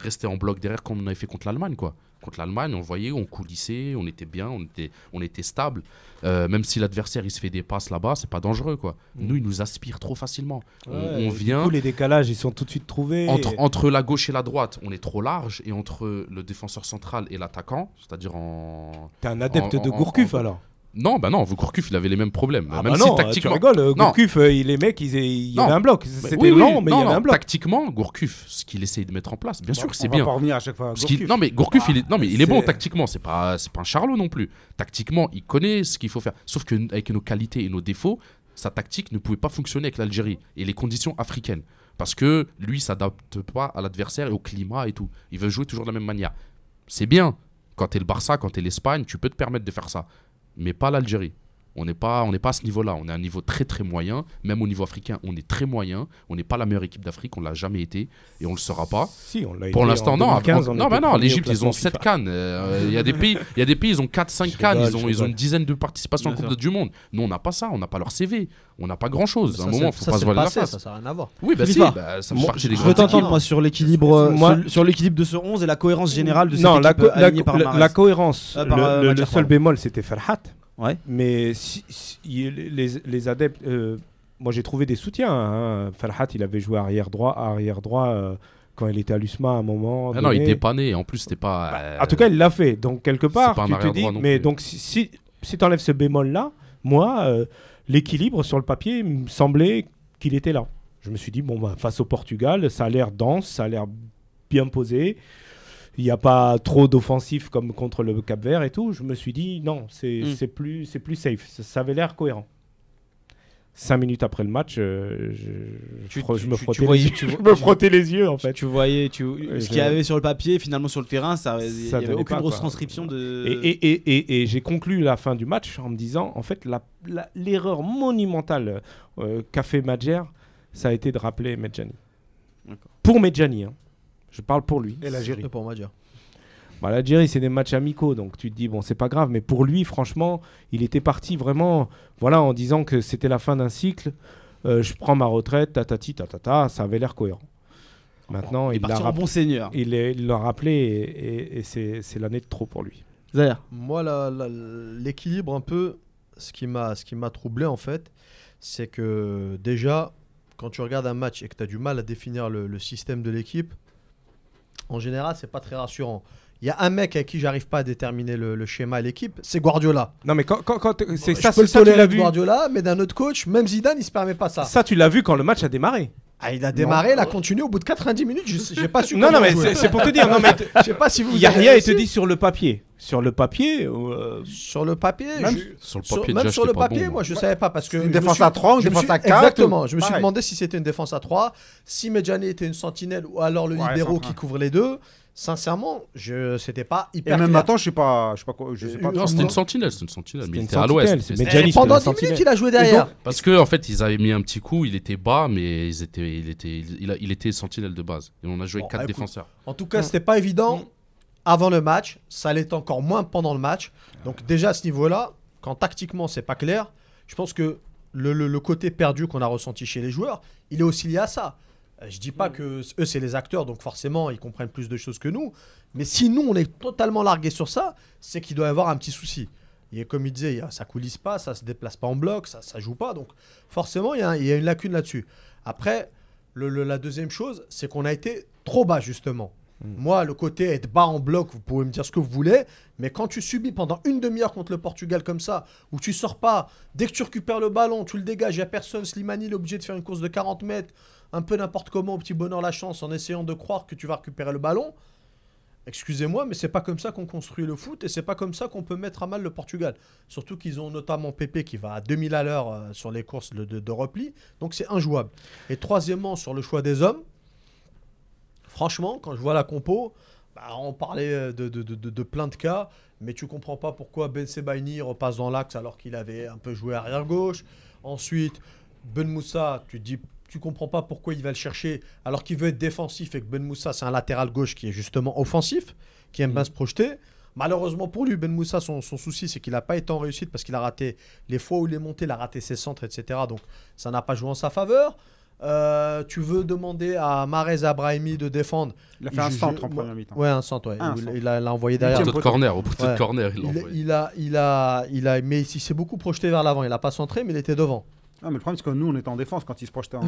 E: rester en bloc derrière comme on avait fait contre l'Allemagne quoi contre l'Allemagne on voyait on coulissait on était bien on était on était stable Euh, même si l'adversaire il se fait des passes là-bas c'est pas dangereux quoi
H: Mm.
E: nous il nous aspire trop facilement On-
F: Ouais, et
E: on
F: du
E: vient
F: coup, les décalages, ils sont tout de suite trouvés.
E: entre, entre la gauche et la droite, on est trop large. Et entre le défenseur central et l'attaquant, c'est-à-dire en.
F: T'es un adepte
E: en-
F: de
E: en-
F: Gourcuff
E: en-
F: alors.
E: Non, bah non, Gourcuff, il avait les mêmes problèmes.
F: Ah
E: même
F: bah
E: si
F: non,
E: tactiquement.
F: tu rigoles, euh,
E: Non.
F: Gourcuff, euh, il- les mecs, ils, il y
E: Non.
F: avait un bloc.
E: Bah
F: C'était
E: oui, oui,
F: long, mais il y
E: non,
F: avait
E: non,
F: un bloc. Bah,
E: Tactiquement, Gourcuff, ce qu'il essaye de mettre en place, bien sûr que c'est
D: on va
E: bien.
D: pas revenir à chaque fois. à
E: Parce qu'il-
D: Gourcuff.
E: non mais Gourcuff il est non mais il est bon
F: c'est-
E: tactiquement c'est pas c'est pas un charlot non plus tactiquement il connaît ce qu'il faut faire sauf que avec nos qualités et nos défauts sa tactique ne pouvait pas fonctionner avec l'Algérie et les conditions africaines parce que lui il s'adapte pas à l'adversaire et au climat et tout il veut jouer toujours de la même manière c'est bien quand t'es le Barça quand t'es l'Espagne tu peux te permettre de faire ça mais pas l'Algérie on n'est pas, on n'est pas à ce niveau-là. On est à un niveau très très moyen. Même au niveau africain, on est très moyen. On n'est pas la meilleure équipe d'Afrique. On l'a jamais été et on le sera pas.
F: Si, on l'a
E: Pour
F: été
E: l'instant,
F: en
E: non.
F: 2015,
E: on-
F: on
E: non,
F: était
E: bah non,
F: premier au
E: l'Égypte, ils ont
F: classement
E: 7
F: FIFA.
E: cannes. Euh, Il y a des pays, il y a des pays, ils ont 4-5
F: Je
E: cannes,
F: rigole,
E: ils ont, ils
F: je
E: ont
F: rigole.
E: une dizaine de participations en
H: Bien
E: Coupe
H: sûr.
E: du Monde. Nous, on n'a pas ça, on n'a pas leur CV, on n'a pas grand chose. À
C: Ça,
E: un moment,
C: c'est-
E: faut
C: ça,
E: pas
C: c'est
E: se voiler la
C: passé,
E: face.
C: Ça, ça n'a rien à voir.
E: Oui, bah si,
B: FIFA.
E: bah, ça fait partie des
B: Je
E: grandes
B: veux t'entendre
E: équipes.
B: moi sur l'équilibre, euh,
F: Moi-
B: sur- sur l'équilibre de ce 11 et la cohérence générale de cette
F: non, la,
B: équipe euh,
F: co- la
B: alignée
F: co-
B: par
F: la-
B: Mahrez.
F: la cohérence,
B: Euh, par,
F: le,
B: euh,
F: le- le
B: Majer,
F: seul
B: pardon.
F: bémol, c'était Farhat.
B: Ouais.
F: Mais si, si- y- les, les adeptes, euh, moi j'ai trouvé des soutiens. hein. Farhat, il avait joué arrière droit, arrière droit euh, quand il était à l'USMA à un moment.
E: Ah non, il
F: donné.
E: dépannait. En plus, c'était pas. euh,
F: Bah, En tout cas, il l'a fait. Donc, quelque part,
E: c'est pas un
F: tu te
E: arrière
F: dis.
E: droit non
F: Mais
E: plus.
F: donc, si, si, tu enlèves ce bémol-là, moi, euh, l'équilibre sur le papier me semblait qu'il était là. Je me suis dit, bon, bah, face au Portugal, ça a l'air dense, ça a l'air bien posé. Il n'y a pas trop d'offensifs comme contre le Cap
B: Hmm.
F: Vert et tout. Je me suis dit, non, c'est
H: Mm.
F: c'est plus, c'est plus safe. Ça, ça avait l'air cohérent. Cinq minutes après le match, euh, je,
B: Tu-
F: fro-
B: tu-
F: je me
B: tu- tu
F: frottais,
B: voyais-
F: les...
B: tu
F: (laughs) je
B: vois-
F: me frottais les yeux en fait.
B: Tu voyais tu, ce qu'il y
F: je-
B: avait sur le papier, finalement sur le terrain, ça, il n'y
F: Ça
B: avait
F: donnait
B: aucune
F: pas,
B: grosse
F: quoi.
B: transcription de.
F: Et, et- et- et- et j'ai conclu la fin du match en me disant, en fait, la- la- l'erreur monumentale euh, qu'a fait Madjer, ça a été de rappeler Medjani.
B: D'accord.
F: Pour Medjani, hein. je parle pour lui.
D: Et l'Algérie.
C: C'est pour moi dire.
F: Bah, L'Algérie, c'est des matchs amicaux, donc tu te dis, bon, c'est pas grave, mais pour lui, franchement, il était parti vraiment voilà, en disant que c'était la fin d'un cycle, euh, je prends ma retraite, tatati, tatata, ça avait l'air cohérent. Maintenant,
B: il est
F: il l'a
B: parti en hein.
F: rappelé-
B: bon seigneur.
F: il est- il l'a rappelé et, et- et c'est c'est l'année de trop pour lui.
B: Zaire.
C: Moi, la- la- l'équilibre un peu, ce qui m'a ce qui m'a troublé en fait, c'est que déjà, quand tu regardes un match et que tu as du mal à définir le, le système de l'équipe, en général, c'est pas très rassurant. Il y a un mec à qui j'arrive pas à déterminer le, le schéma et l'équipe, c'est Guardiola.
F: Non, mais quand, quand, quand- c'est ça,
C: je peux
F: c'est
C: le
F: ça, tu l'as
C: tolérer de
F: vu.
C: Guardiola, mais d'un autre coach, même Zidane, il se permet pas ça.
F: Ça, tu l'as vu quand le match a démarré.
C: Ah, il a démarré, il a continué au bout de 90 minutes, je sais- j'ai pas su.
F: Non,
C: comment
F: non, mais
C: jouer.
F: c'est c'est pour te
D: (laughs)
F: dire. Non, mais
C: je sais pas si vous.
F: il y a
C: avez
F: rien, il te
C: réussi.
F: dit sur le papier. Sur le papier, euh,
C: Sur le papier,
F: Même
C: je-
E: Sur le
C: Sur-
E: papier,
C: même
E: déjà,
C: sur le
E: j'étais pas
C: papier,
E: bon,
C: moi je savais pas parce que
D: Une
C: je me
D: défense
C: suis-
D: à 3, une
C: je me
D: défense
C: suis-
D: à 4,
C: Exactement,
D: ou-
C: je me suis
D: pareil.
C: demandé si c'était une défense à 3, si Medjani était une sentinelle ou alors le
D: Ouais,
C: libéraux
D: central.
C: qui couvre les deux. Sincèrement, je c'était pas
D: Et
C: hyper
D: même
C: clair.
D: maintenant, je sais pas, je sais pas, quoi- je sais
F: euh,
D: pas.
E: Non, c'était une sentinelle, c'était une sentinelle, mais il était à
F: sentinelle,
E: l'ouest.
F: c'est
E: Mais-
F: Medjani,
C: Et
F: c'était
C: pendant
F: la
C: 10
F: sentinelle.
C: minutes, il a joué derrière.
E: Parce que en fait, ils avaient mis un petit coup, il était bas, mais ils étaient, il était, il, a- il était sentinelle de base. Et on a joué
C: Bon,
E: quatre
C: bah, écoute.
E: défenseurs.
C: En tout cas, c'était pas évident avant le match, ça l'est encore moins pendant le match. Donc déjà à ce niveau-là, quand tactiquement c'est pas clair, je pense que le, le- le côté perdu qu'on a ressenti chez les joueurs, il est aussi lié à ça. Euh, Je dis pas que c- eux c'est les acteurs, donc forcément ils comprennent plus de choses que nous. Mais si nous on est totalement largués sur ça, c'est qu'il doit y avoir un petit souci. Et comme il disait, il y a- ça coulisse pas, ça se déplace pas en bloc, ça, ça joue pas. Donc forcément il y a, un- il y a une lacune là-dessus. Après, le- le- la deuxième chose, c'est qu'on a été trop bas justement. Moi, le côté être bas en bloc, vous pouvez me dire ce que vous voulez, mais quand tu subis pendant une demi-heure contre le Portugal comme ça, où tu sors pas, dès que tu récupères le ballon, tu le dégages, il n'y a personne, Slimani, il est obligé de faire une course de 40 mètres, un peu n'importe comment, au petit bonheur la chance, en essayant de croire que tu vas récupérer le ballon. Excusez-moi, mais c'est pas comme ça qu'on construit le foot et c'est pas comme ça qu'on peut mettre à mal le Portugal. Surtout qu'ils ont notamment Pépé qui va à 2000 à l'heure euh, sur les courses de, de- de repli, donc c'est injouable. Et troisièmement, sur le choix des hommes, franchement, quand je vois la compo, bah, on parlait euh, de, de- de- de- de plein de cas, mais tu comprends pas pourquoi Ben Sebaini repasse dans l'axe alors qu'il avait un peu joué arrière gauche. Ensuite, Ben Moussa, tu te dis, tu comprends pas pourquoi il va le chercher alors qu'il veut être défensif et que Ben Moussa, c'est un latéral gauche qui est justement offensif, qui aime bien se projeter. Malheureusement pour lui, Ben Moussa, son, son souci, c'est qu'il n'a pas été en réussite parce qu'il a raté les fois où il est monté, il a raté ses centres, etc. Donc ça n'a pas joué en sa faveur. Euh, tu veux demander à Marez Abrahimi de défendre
D: Il a
C: Il
D: fait un
C: joue-
D: centre en
C: moi-
D: première mi-temps.
C: Ouais, un centre, ouais.
D: Un
C: il
D: centre.
C: il l'a il l'a envoyé
E: Au
D: Tiens,
C: derrière.
E: bout de
D: poteau.
E: corner, au bout
C: Ouais.
E: de corner, il l'a
C: Il,
E: envoyé.
C: il a, il a, il a, mais il s'est beaucoup projeté vers l'avant. Il a pas centré, mais il était devant.
D: Ah, mais le problème, c'est que nous, on était en défense quand il se
E: (laughs)
D: projetait en.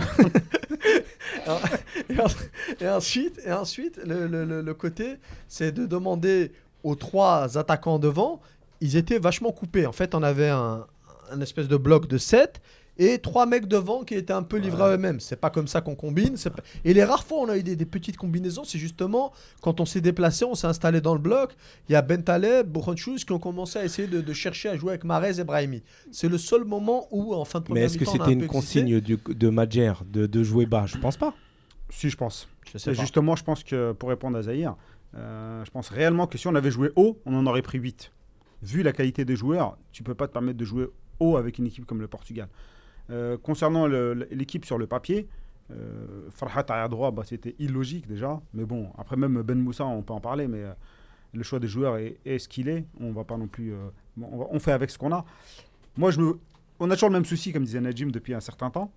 C: Et en- (laughs) et ensuite, et ensuite, le, le- le- le côté, c'est de demander aux trois attaquants devant. Ils étaient vachement coupés. En fait, on avait un, un espèce de bloc de 7 et trois mecs devant qui étaient un peu livrés à eux-mêmes. C'est pas comme ça qu'on combine. c'est pas- Et les rares fois où on a eu des, des petites combinaisons, c'est justement quand on s'est déplacé, on s'est installé dans le bloc. Il y a Bentaleb, Bouchanchouz qui ont commencé à essayer de, de chercher à jouer avec Marez et Brahimi. C'est le seul moment où, en fin de
F: Mais
C: première
F: est-ce que
C: mi-temps, on a
F: c'était
C: un peu
F: une
C: existé.
F: consigne du- de Madjer de, de jouer bas Je pense pas.
D: si, je pense.
C: Je sais
D: Et
C: pas.
D: Euh, justement, je pense que pour répondre à Zahir, euh, je pense réellement que si on avait joué haut, on en aurait pris 8. Vu la qualité des joueurs, tu peux pas te permettre de jouer haut avec une équipe comme le Portugal. Euh, concernant le- l'équipe sur le papier, euh, Farhat arrière droit, bah, c'était illogique déjà. Mais bon, après même Ben Moussa, on peut en parler, mais euh, le choix des joueurs est, est ce qu'il est. On va pas non plus. euh, bon, on, va- on fait avec ce qu'on a. Moi, je me- on a toujours le même souci, comme disait Najim depuis un certain temps.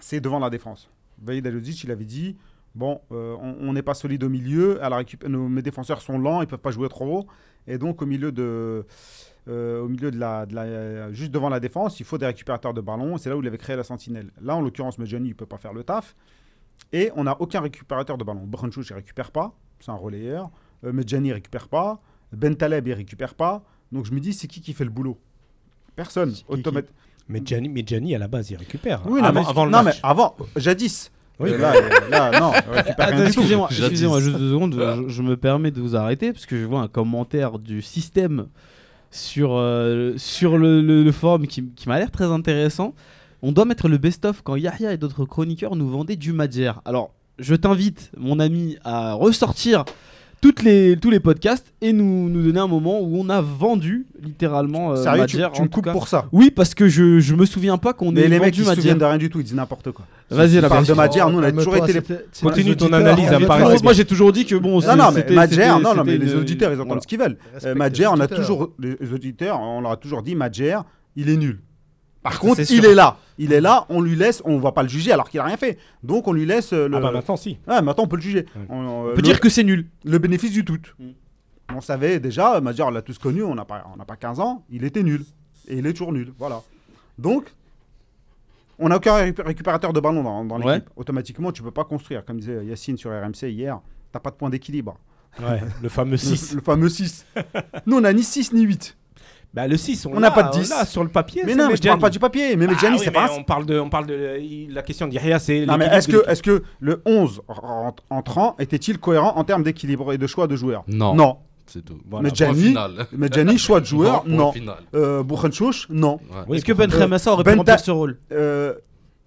D: C'est devant la défense. Vaïd Aliozic, il avait dit bon, euh, on- on n'est pas solide au milieu, à la récup- nos, mes défenseurs sont lents, ils ne peuvent pas jouer trop haut. Et donc, au milieu de, euh, au milieu de la, de la- juste devant la défense, il faut des récupérateurs de ballon. C'est là où il avait créé la sentinelle. Là, en l'occurrence, Medjani, il ne peut pas faire le taf. Et on n'a aucun récupérateur de ballon. Branchouch, il ne récupère pas. C'est un relayeur. Euh, Medjani, il ne récupère pas. Ben Taleb, il ne récupère pas. Donc, je me dis, c'est qui qui fait le boulot Personne.
F: qui
D: Automat-
F: Mais Gianni, mais Gianni, à la base, il récupère.
D: Mm. Oui, non,
F: avant,
D: mais,
F: avant le
D: non,
F: match.
D: mais avant, euh, jadis.
F: Oui, bah,
D: Euh, là, euh, là,
F: (laughs)
D: non, il récupère rien
B: Ah, Attends,
D: du tout.
B: excusez-moi,
E: Jadis.
B: excusez-moi, juste deux secondes, je, je me permets de vous arrêter parce que je vois un commentaire du système sur, euh, sur le, le- le forum qui, qui m'a l'air très intéressant. On doit mettre le best-of quand Yahya et d'autres chroniqueurs nous vendaient du Madjer. Alors, je t'invite, mon ami, à ressortir toutes les, tous les podcasts et nous, nous donner un moment où on a vendu littéralement euh,
D: Sérieux, tu,
B: Madjer,
D: tu
B: en
D: me
B: tout
D: coupes
B: cas.
D: pour ça.
B: Oui, parce que je, je me souviens pas qu'on ait
D: Mais les
B: vendu
D: mecs, ils se
B: Madjer.
D: souviennent de rien du tout, ils disent n'importe quoi.
B: Vas-y, la
D: parles de
B: version.
D: Madjer, nous, on a toujours été les-
F: Continue ton analyse,
B: Ah,
F: ça me
B: mais
F: paraît
B: moi,
F: très bien.
B: Moi, j'ai toujours dit que bon,
D: Non,
B: c'est-
D: non, mais
B: c'était-
D: Madjer,
B: c'était-
D: non, non, mais
B: c'était
D: les
B: une-
D: auditeurs, ils entendent
B: voilà.
D: ce qu'ils veulent. Euh, Madjer, on a toujours, les auditeurs, on leur a toujours dit Madjer, il est nul. Par contre,
B: c'est
D: il
B: sûr.
D: est là. Il est là, on lui laisse, on va pas le juger alors qu'il a rien fait. Donc on lui laisse euh, le.
F: Ah bah maintenant, si.
D: Ouais, maintenant on peut le juger.
F: Ouais.
D: On, on, euh,
B: On
D: le,
B: peut dire que c'est nul.
D: le bénéfice du doute.
B: Mm.
D: On savait déjà, Madjer, on l'a tous connu, on n'a pas, on n'a pas 15 ans, il était nul. Et il est toujours nul, voilà. Donc, on n'a aucun récu- récupérateur de ballon dans, dans l'équipe. Automatiquement, tu peux pas construire. Comme disait Yacine sur RMC hier, t'as pas de point d'équilibre.
F: Ouais, (laughs) le fameux 6.
D: Le, le fameux 6. Nous, on n'a ni 6 ni 8.
F: Bah, le 6, on
D: On n'a
F: l'a
D: pas de 10.
F: on l'a sur le papier.
D: Mais
F: c'est
D: non, mais je
F: Medjani.
D: parle pas du papier. Mais
F: Bah
D: Medjani,
F: oui,
D: c'est
F: mais
D: pas un-
F: On parle de, on parle de il- la question d'Yahya, c'est.
D: Non, mais
F: l'équilibre
D: est-ce
F: de
D: que, est que le 11 rent- entrant était-il cohérent en termes d'équilibre et de choix de joueurs
E: Non.
D: Non.
E: C'est tout.
F: Voilà,
E: Point
D: Medjani,
E: final.
D: Medjani, choix de joueur
E: point
D: Non.
E: final.
D: Euh, Bouchenchouch Non.
E: Ouais.
F: Oui,
B: Est-ce que Ben
D: euh,
B: Tremassa aurait
D: Ben
B: pu remplir
D: Ta-
B: ce rôle
D: Euh,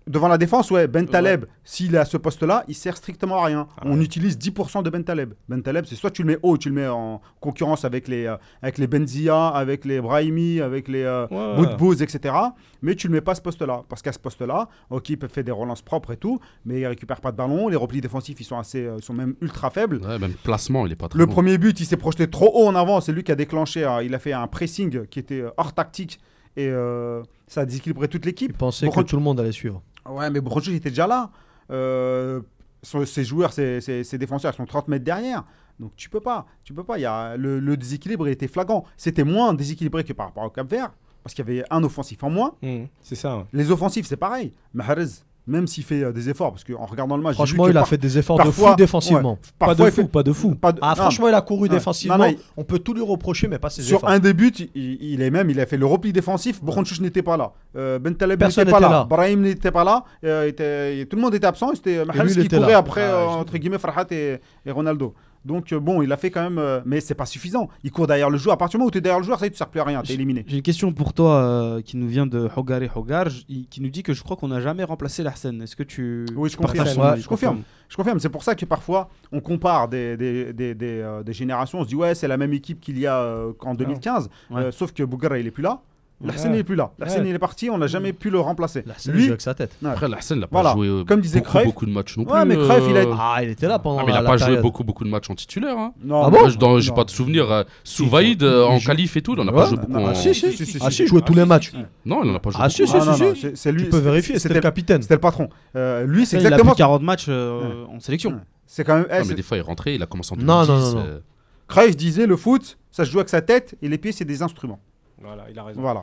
D: devant la défense, ouais, Ben Taleb, s'il est à ce poste-là, il sert strictement à rien.
F: Ah
D: On
F: ouais.
D: utilise 10% de Ben Taleb. Ben Taleb, c'est soit tu le mets haut, tu le mets en concurrence avec les, euh, avec les Benzia, avec les Brahimi, avec les euh,
F: l'équilibre. Ouais, ouais.
D: Boudbouz, etc. Mais tu ne le mets pas à ce poste-là. Parce qu'à ce poste-là, ok, il peut faire des relances propres et tout, mais il ne récupère pas de ballon. Les replis défensifs, ils sont, assez, euh, sont même ultra faibles.
E: Ouais, même placement, il est pas très
D: Le
E: bon.
D: premier but, il s'est projeté trop haut en avant. C'est lui qui a déclenché. hein. il a fait un pressing qui était euh, hors tactique et euh, ça a déséquilibré toute l'équipe.
C: Il pensait que
D: Pourquoi-
C: tout le monde allait suivre.
D: Ouais, mais Brochus, il était déjà là. Euh, son- ses joueurs, ses, ses- ses défenseurs, ils sont 30 mètres derrière. Donc tu peux pas, tu peux pas. Il y a, le, le déséquilibre il était flagrant. C'était moins déséquilibré que par rapport au Cap Vert, parce qu'il y avait un offensif en moins.
F: Mmh, C'est ça. ouais.
D: Les offensifs, c'est pareil. Mahrez, même s'il fait euh, des efforts, parce qu'en regardant le match, j'ai vu
C: Franchement,
D: que
C: il a
D: par-
C: fait des efforts de
D: parfois-
C: fou défensivement.
D: ouais,
F: Pas
D: parfois,
F: de
D: il fait-
F: fou, pas de fou.
D: pas de-
C: Ah,
D: non,
C: franchement, il a couru
D: Ouais.
C: défensivement.
D: Non, mais-
C: On peut tout lui reprocher, mais pas ses
D: Sur
C: efforts.
D: un des buts, il, il est même, il a fait le repli défensif. Bourkonchouch n'était pas là. Euh, ben Taleb
C: Personne
D: n'était pas
C: n'était
D: là.
C: là.
D: Brahim n'était pas là. Euh, était- tout le monde était absent. et C'était Mahrez
C: lui, il
D: qui
C: était
D: courait
C: là.
D: après,
C: Ah,
D: euh,
C: j'ai-
D: entre guillemets, Farhat et, et Ronaldo. Donc euh, bon, il a fait quand même, euh, mais c'est pas suffisant. Il court derrière le joueur. À partir du moment où tu es derrière le joueur, ça y est, tu sers plus à rien, t'es éliminé.
B: J'ai une question pour toi euh, qui nous vient de Hogar et Hogar j- il- qui nous dit que je crois qu'on n'a jamais remplacé Larsen. Est-ce que tu.
D: Oui, je
B: tu partages
D: confirme.
B: son
D: Ouais,
B: avis
D: je confirme. Je confirme. C'est pour ça que parfois on compare des, des, des, des, euh, des générations. On se dit ouais, c'est la même équipe qu'il y a euh,
C: Ah
D: qu'en 2015.
B: Ouais.
D: Euh, sauf que Bougara il est plus là. Larsen
F: Ouais.
D: il est plus là. Larsen
F: Ouais.
D: il est parti. On n'a jamais pu le remplacer.
C: Là, c'est le jeu
D: Lui,
C: avec sa tête.
E: Après, Larsen, il a pas
D: Voilà.
E: joué euh,
D: Comme disait
E: beaucoup,
D: Cruyff.
E: beaucoup de matchs non plus.
D: Ouais, mais Cruyff, il a-
E: euh,
C: Ah, il était là
E: ah,
C: pendant
E: mais il
C: la
E: a pas joué
C: période.
E: beaucoup, beaucoup de matchs en titulaire. Hein.
D: Non,
C: Ah
D: mais-
C: bon
E: Moi, je- dans- J'ai
D: Non.
E: pas de souvenir. euh, Souvaïd euh, en qualif et tout, il en a pas
C: Ouais.
E: joué beaucoup.
D: Ah,
E: en-
D: si, si,
C: Ah, si, il jouait tous les matchs.
E: Non, il en a pas joué
C: Ah,
E: beaucoup.
C: si, si,
D: Ah, non,
C: si,
D: non,
C: si.
D: c'est- c'est lui.
C: Tu peux
D: c'est-
C: vérifier, c'était le capitaine.
D: C'était le patron. Euh, lui, c'est
B: Ça, il a plus
D: exactement.
B: 40 matchs euh, en sélection.
D: C'est quand même. eh,
E: Non,
D: c'est-
E: Ah, mais des fois, il est rentré, il a commencé en
C: Non,
E: 2010.
C: non, non, non.
E: euh,
D: Cruyff disait le foot, ça se joue avec sa tête et les pieds, c'est des instruments.
F: Voilà, il a raison.
D: Voilà.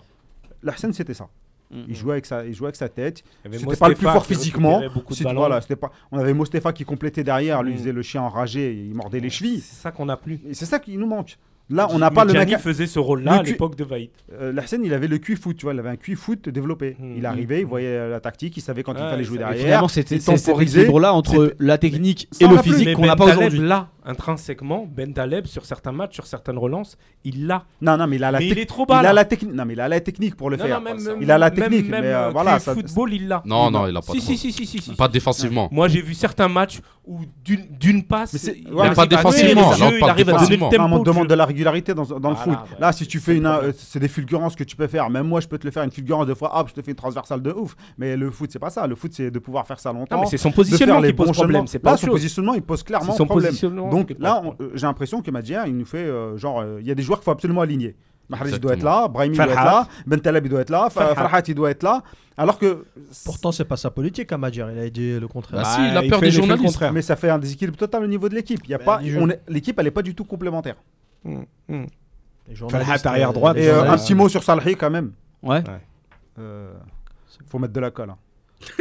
D: Larsen, c'était ça. Il jouait avec sa, il jouait avec sa tête.
F: Hmm, Il y avait
D: C'était
F: Mostefa
D: pas le plus fort
F: qui récupérait
D: physiquement.
F: beaucoup de
D: C'était-
F: ballons.
D: Voilà, c'était pas. On avait Mostefa qui complétait derrière, lui
F: Mm.
D: il faisait le chien enragé, et il mordait les chevilles.
F: C'est ça qu'on a plus.
D: Et c'est ça qui nous manque. Là, on n'a pas le
F: Medjani
D: mec. à-
F: faisait ce rôle-là
D: Le
F: à
D: cul-
F: l'époque de Vaïd.
D: Euh, Larsen, il avait le QI foot, tu vois, il avait un QI foot développé.
F: Mm.
D: Il arrivait, il voyait la tactique, il savait quand
F: Ouais,
D: il fallait
F: il
D: jouer
F: savait.
B: Et
D: derrière.
B: finalement, c'était
D: il
B: c'est cet
D: temporisait.
B: équilibre-là entre
D: C'était-
B: la technique
D: Ça,
B: et
D: on
B: le
D: l'a plus.
B: physique
F: Mais
B: qu'on
F: Ben
B: n'a pas
F: Taleb,
B: aujourd'hui.
F: Là, intrinsèquement, Ben Taleb, sur certains matchs, sur certaines relances, il l'a.
D: Non, non, mais il a la
F: mais il
D: technique.
F: est trop bas.
D: Il
F: là.
D: a la technique. Non, mais il a la technique pour le
F: Non,
D: faire.
F: non, même-
D: il a la
F: même-
D: technique,
F: même,
D: mais euh,
F: euh,
D: voilà.
F: que
D: Ça,
F: football, il l'a.
E: Non, non, il a pas
F: Si,
E: trop.
F: si, si, si, si, si.
E: Pas défensivement.
F: Moi, j'ai vu certains matchs où d'une- d'une passe,
D: Mais c'est-
F: il
D: ouais,
F: arrive
D: mais
F: à
D: pas
F: jouer les
E: défensivement,
F: jeux,
E: là, on
F: il
E: parle
F: arrive à donner le
E: défensivement.
F: tempo
D: Non, mais on
F: de
D: demande
F: jeu.
D: de la régularité dans, dans le
F: Voilà,
D: foot.
F: ouais,
D: Là, si tu fais une,
F: le
D: euh,
F: problème.
D: c'est des fulgurances que tu peux faire. Même moi, je peux te le faire une fulgurance de fois. Hop, je te fais une transversale de ouf. Mais le foot, c'est pas ça. Le foot, c'est de pouvoir faire ça longtemps.
F: Non, mais c'est son
D: de faire
F: positionnement
D: les
F: qui pose
D: bons
F: problème.
D: chemins.
F: C'est pas
D: Là,
F: autre
D: son
F: chose.
D: positionnement, il pose clairement
F: C'est son
D: problème.
F: positionnement
D: Donc
F: qui
D: là,
F: pose
D: on- euh, j'ai l'impression que Madjer, il nous fait euh, genre, euh, il y a des joueurs qu'il faut absolument aligner. Mahrez il doit être
E: Exactement.
D: là, Brahimi doit être
F: Farhat.
D: là, Ben Taleb il doit être là, Fa-
F: Farhat.
D: Farhat il doit être là. Alors que
C: Pourtant, c'est pas sa politique à Madjer. Il a dit le contraire.
E: Bah, si, il a
F: il
E: peur
F: fait
E: des
F: l'effet le
E: journalistes.
F: contraire.
D: Mais ça fait un déséquilibre total au niveau de l'équipe. Il y a
C: Ben,
D: pas,
C: il joue.
D: on est- l'équipe elle est pas du tout complémentaire.
C: Les
F: Falhat,
C: journalistes,
F: arrière
C: euh,
F: droit,
C: les
D: Et euh, un
C: journalistes-
D: petit mot sur Salhi quand même.
B: Ouais.
D: Euh, faut mettre de la colle. hein.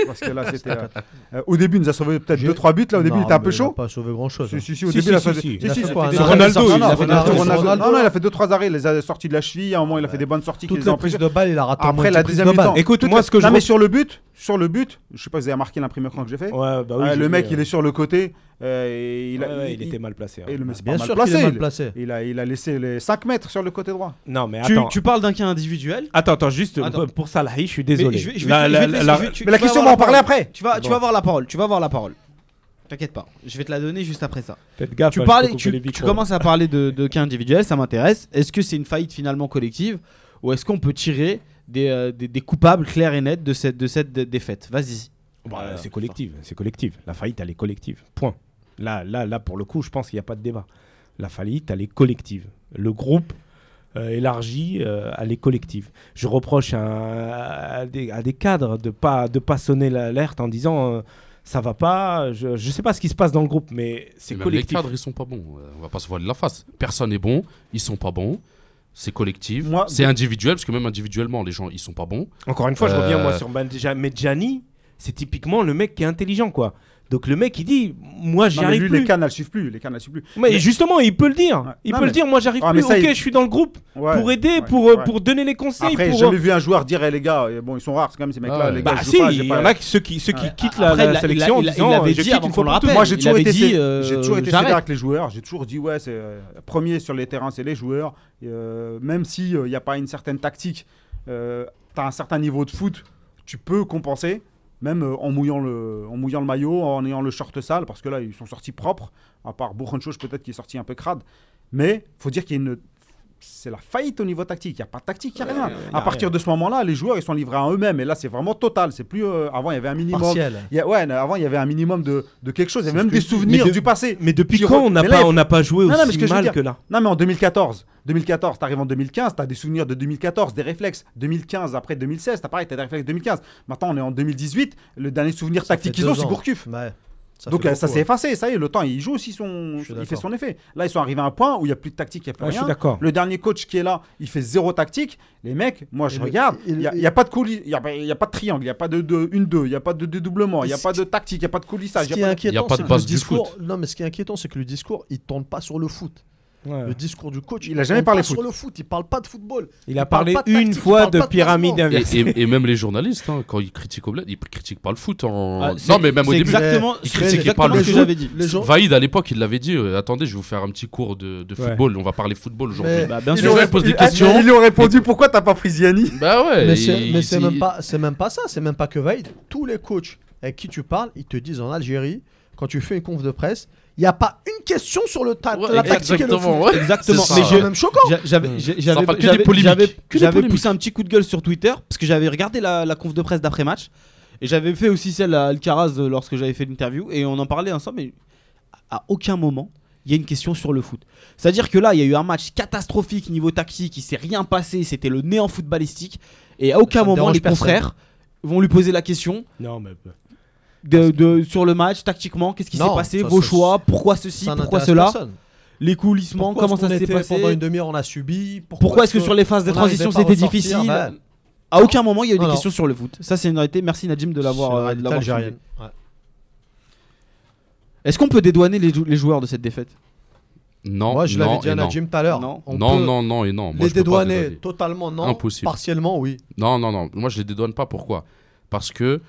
D: Parce que là c'était. euh, euh, au début il nous a sauvé peut-être
C: J'ai-
D: 2-3 buts là. Au début il
C: Non,
D: était un
C: mais
D: peu
C: il a
D: chaud.
C: Pas sauvé grand chose.
D: Si, si, si, au
F: Si,
D: début
F: si,
D: il a
F: si,
D: sauvé.
F: si.
C: Il a fait quoi,
D: c'était-
C: un
F: Ronaldo,
D: Non,
F: il
D: non,
F: a fait
D: c'était
F: des arrêts.
D: Ronaldo. Non,
C: Ronaldo.
D: non, il a fait 2-3 arrêts. Il les a sortis de la cheville. À un moment il a fait des bonnes sorties qui
C: Toutes
D: les ont
C: les prises
D: empêchées.
C: de balle, il a raté. au moins
D: Après
C: dix
D: la
C: prises de
D: deuxième
C: balle.
D: mi-temps.
F: Écoute,
D: Toutes
F: moi,
D: les-
F: ce que je
D: Non mais
F: re-
D: sur le but, sur le but, je sais pas si vous avez marqué l'imprimeur quand que j'ai fait.
F: Ouais, bah oui,
D: Ah,
F: j'ai
D: le
F: vu,
D: mec,
F: euh,
D: il est sur le côté. Euh, et il, a,
F: Ouais, ouais, il,
D: il-
F: était mal placé. hein.
D: et le- mais c'est
C: Bien
D: pas
C: sûr
D: mal
C: qu'il est
D: placé.
C: mal
D: il-
C: placé.
D: Il a, il a laissé les 5 mètres sur le côté droit.
F: Non, mais
B: Tu,
F: attends.
B: tu parles d'un cas individuel
F: Attends, attends, juste
B: Attends.
F: pour Salahi, je suis désolé.
B: Mais je vais- je vais
F: La-
B: te- je
F: la-
B: vais te laisser-
F: la-
B: je vais- tu-
D: mais la
B: tu vas
D: question, on
B: avoir
D: va en
F: euh,
D: parler
B: parole.
D: après.
B: Tu vas, tu
F: Bon.
B: vas avoir la parole, tu vas avoir la parole. T'inquiète pas, je vais te la donner juste après ça.
F: Faites gaffe,
B: Ah, tu,
F: hein,
B: parlais-
F: je peux couper
B: tu,
F: les
B: tu
F: micros.
B: commences à parler de, de cas individuels, ça m'intéresse. Est-ce que c'est une faillite finalement collective ou est-ce qu'on peut tirer des, euh, des- des coupables clairs et nets de cette, de cette dé- défaite Vas-y. Euh,
F: Bah, c'est collective, c'est collective. La faillite, elle est collective. Point. Là, là, là, pour le coup, je pense qu'il n'y a pas de débat. La faillite, elle est collective. Le groupe euh, élargi, euh, elle est collective. Je reproche à, à des, à des cadres de pas de pas sonner l'alerte en disant euh, ça va pas. Je ne sais pas ce qui se passe dans le groupe, mais c'est
E: Et même
F: collectif.
E: Les cadres, ils sont pas bons. Euh, On va pas se voiler la face. Personne n'est bon, ils sont pas bons. C'est collectif,
D: Moi,
E: c'est individuel, parce que même individuellement, les gens, ils sont pas bons.
F: Encore une fois, je reviens
E: Euh,
F: moi sur Medja- Medjani. C'est typiquement le mec qui est intelligent, quoi. Donc le mec, il dit moi, j'y
D: Non, mais
F: arrive
D: lui,
F: plus.
D: les cannes, elles suivent plus. Les cannes, elles suivent plus.
F: Mais,
D: Mais-
F: justement, il peut le dire.
D: Ouais.
F: Il
D: Non,
F: peut le
D: mais-
F: dire. Moi, j'arrive
D: Ah,
F: plus.
D: mais ça,
F: ok,
D: il-
F: je suis dans le groupe
D: Ouais,
F: pour aider,
D: ouais,
F: pour euh,
D: ouais.
F: pour donner les conseils.
D: Après,
F: pour,
D: j'ai
F: euh,
D: jamais vu un joueur dire, eh, les gars, eh, bon, ils sont rares quand même ces mecs-là.
E: Ah ouais.
D: les gars,
F: Bah
D: je joue
F: si,
D: pas, j'ai
F: il y
D: pas-
F: en a qui- ceux qui ceux qui quittent la,
B: Après,
F: la
B: il l'a-
F: sélection en
B: il l'a- il
F: disant,
B: l'avait
F: je
B: dit
F: quitte
B: avant
F: une
B: qu'on
F: fois
B: le
F: pour toutes.
B: rappelle.
D: Moi, j'ai
B: il
D: toujours
B: avait
D: été,
B: dit,
D: sé-
B: euh,
D: j'ai toujours été sévère
B: j'arrête.
D: avec les joueurs. J'ai toujours dit, ouais, c'est euh, premier sur les terrains, c'est les joueurs. Et, euh, même s'il n'y a pas une certaine tactique, tu as un certain niveau de foot, tu peux compenser, même euh, en, mouillant le, en mouillant le maillot, en ayant le short sale, parce que là, ils sont sortis propres, à part Bourg-en-Chose peut-être qui est sorti un peu crade. Mais faut dire qu'il y a une. C'est la faillite au niveau tactique. Il n'y a pas de tactique, il n'y a rien.
F: y a
D: à partir de ce moment-là, les joueurs, ils sont livrés à eux-mêmes. Et là, c'est vraiment total. C'est plus. euh, avant, il y avait un minimum.
C: Partiel.
D: Il y a- ouais, mais avant, il y avait un minimum de, de quelque chose, et
F: C'est
D: même
F: ce que
D: des
F: je dis.
D: souvenirs
F: Mais de-
D: du passé.
F: Mais depuis
D: Qui re-
F: quand on n'a
D: Mais là,
F: pas
D: il-
F: on n'a pas joué
D: Non, non, mais ce
F: aussi
D: que je veux
F: mal
D: dire-
F: que là
D: Non, mais en 2014, 2014, t'arrives en 2015, t'as des souvenirs de 2014, des réflexes. 2015, après 2016, t'as pareil, t'as des réflexes 2015. Maintenant, on est en 2018, le dernier souvenir
C: Ça
D: tactique
C: fait
D: qu'ils ont,
C: deux
D: c'est
C: ans.
D: Gourcuff.
C: Ouais.
D: Donc
C: fait
D: euh, ça
C: beaucoup,
D: s'est
C: ouais.
D: effacé, ça y est, le temps, il joue aussi son.
C: Je suis
D: Il fait
C: d'accord.
D: son effet. Là, ils sont arrivés à un point où il n'y a plus de tactique, il n'y a plus
F: Ouais, Je suis
D: rien.
F: d'accord.
D: Le dernier coach qui est là, il fait zéro tactique. Les mecs, moi je
C: Et le-
D: regarde,
C: et
D: il
C: le-
D: n'y a, il y a pas de coulis, il n'y a, pas- il y a pas de triangle, il n'y a pas de 1-2, il n'y a pas de dédoublement, il n'y a
C: Ce
D: pas
C: qui-
D: de tactique, il n'y a pas de coulissage.
C: Ce
D: il
C: qui
D: y
C: est
D: a pas de-
E: y a
C: inquiétant,
E: pas de
C: c'est que
E: base
C: le
E: du foot.
C: discours. Non, mais ce qui est inquiétant, c'est que le discours, il tourne pas sur le foot.
F: Ouais.
C: Le discours du coach,
D: Il a jamais
C: tourne
D: parlé
C: pas sur
D: foot.
C: le foot. Il parle pas de football.
F: Il a
C: il parle
F: parlé
C: pas de
F: une
C: tactique, il
F: fois
C: parle
F: de
C: pas de
F: pyramide
E: Et,
F: inversée.
E: et- et même les journalistes, hein, quand ils critiquent Oblad, ils critiquent pas le foot. En...
B: Ah,
E: non,
B: c'est-
E: mais même au
B: c'est
E: début,
B: exactement,
E: il
B: c'est
E: critique, il
B: exactement
E: parle
B: ce
E: de
B: que
E: foot.
B: j'avais dit.
C: Les gens,
E: Vaïd à l'époque, il l'avait dit euh, attendez, je vais vous faire un petit cours de, de
F: Ouais.
E: football, on va parler football aujourd'hui.
C: Mais-
B: Bah, bien
E: Les
D: Ils
B: sûr.
E: gens
D: auraient-
E: ils posent des
D: ils- ils
E: questions.
D: lui ont Eh, répondu pourquoi t'as pas pris Ziani
E: Bah ouais,
C: mais
E: ils-
C: c'est- mais c'est
E: ils-
C: même pas, c'est même pas ça. C'est même pas que Vaid. Tous les coachs avec qui tu parles, ils te disent en Algérie, quand tu fais une conf de presse, il n'y a pas une question sur le ta-
E: Ouais,
C: la tactique et le foot.
E: Exactement, ouais.
B: Exactement.
E: C'est
B: Mais
E: ça,
C: C'est
B: j'ai-
E: ouais.
C: même choquant.
B: J'a- J'avais,
C: Hmm.
F: Ouais.
B: j'ai-
E: Ça
B: j'avais,
E: fera que des
B: j'avais-
E: polémiques.
B: j'avais-
E: Que des
B: j'avais
E: polémiques.
B: poussé un petit coup de gueule sur Twitter parce que j'avais regardé la, la conf de presse d'après match et j'avais fait aussi celle à Alcaraz euh, lorsque j'avais fait l'interview et on en parlait ensemble. Mais à aucun moment il y a une question sur le foot. C'est-à-dire que là il y a eu un match catastrophique niveau tactique, il s'est rien passé, c'était le néant footballistique et à aucun
C: me
B: moment
C: dérange
B: les
C: personne.
B: confrères vont lui poser la question
F: Non, mais
B: de, de- sur le match tactiquement, qu'est-ce qui s'est
C: Non,
B: passé,
C: ça,
B: vos
C: ça,
B: choix, pourquoi ceci,
C: Ça
B: pourquoi
C: n'intéresse
B: cela,
C: personne.
B: les coulissements,
C: Pourquoi
B: comment
C: est-ce
B: ça
C: qu'on
B: s'est
C: était-
B: passé
C: Pendant une demi-heure, on a subi.
B: pourquoi est-ce que sur les phases de
C: on n'arrivait
B: transition
C: pas à
B: c'était
C: ressortir,
B: difficile
C: bah,
B: À aucun moment il y a eu des
C: Non, non.
B: questions sur le foot. Ça c'est une réalité. Merci Najim de l'avoir. euh, de l'avoir soulevé. Est-ce qu'on peut dédouaner les, jou- les joueurs de cette défaite
E: Non,
C: Moi, je
E: non,
C: l'avais dit
E: et
C: à
E: non.
C: Najim tout à l'heure.
B: Non.
C: on
E: Non,
C: peut
E: non, non, et non. Moi,
C: Les
E: je peux pas
C: dédouaner,
E: dédouaner.
C: totalement non.
E: Impossible.
C: Partiellement, oui.
E: Non, non, non. Moi, je les dédouane pas. Pourquoi Parce que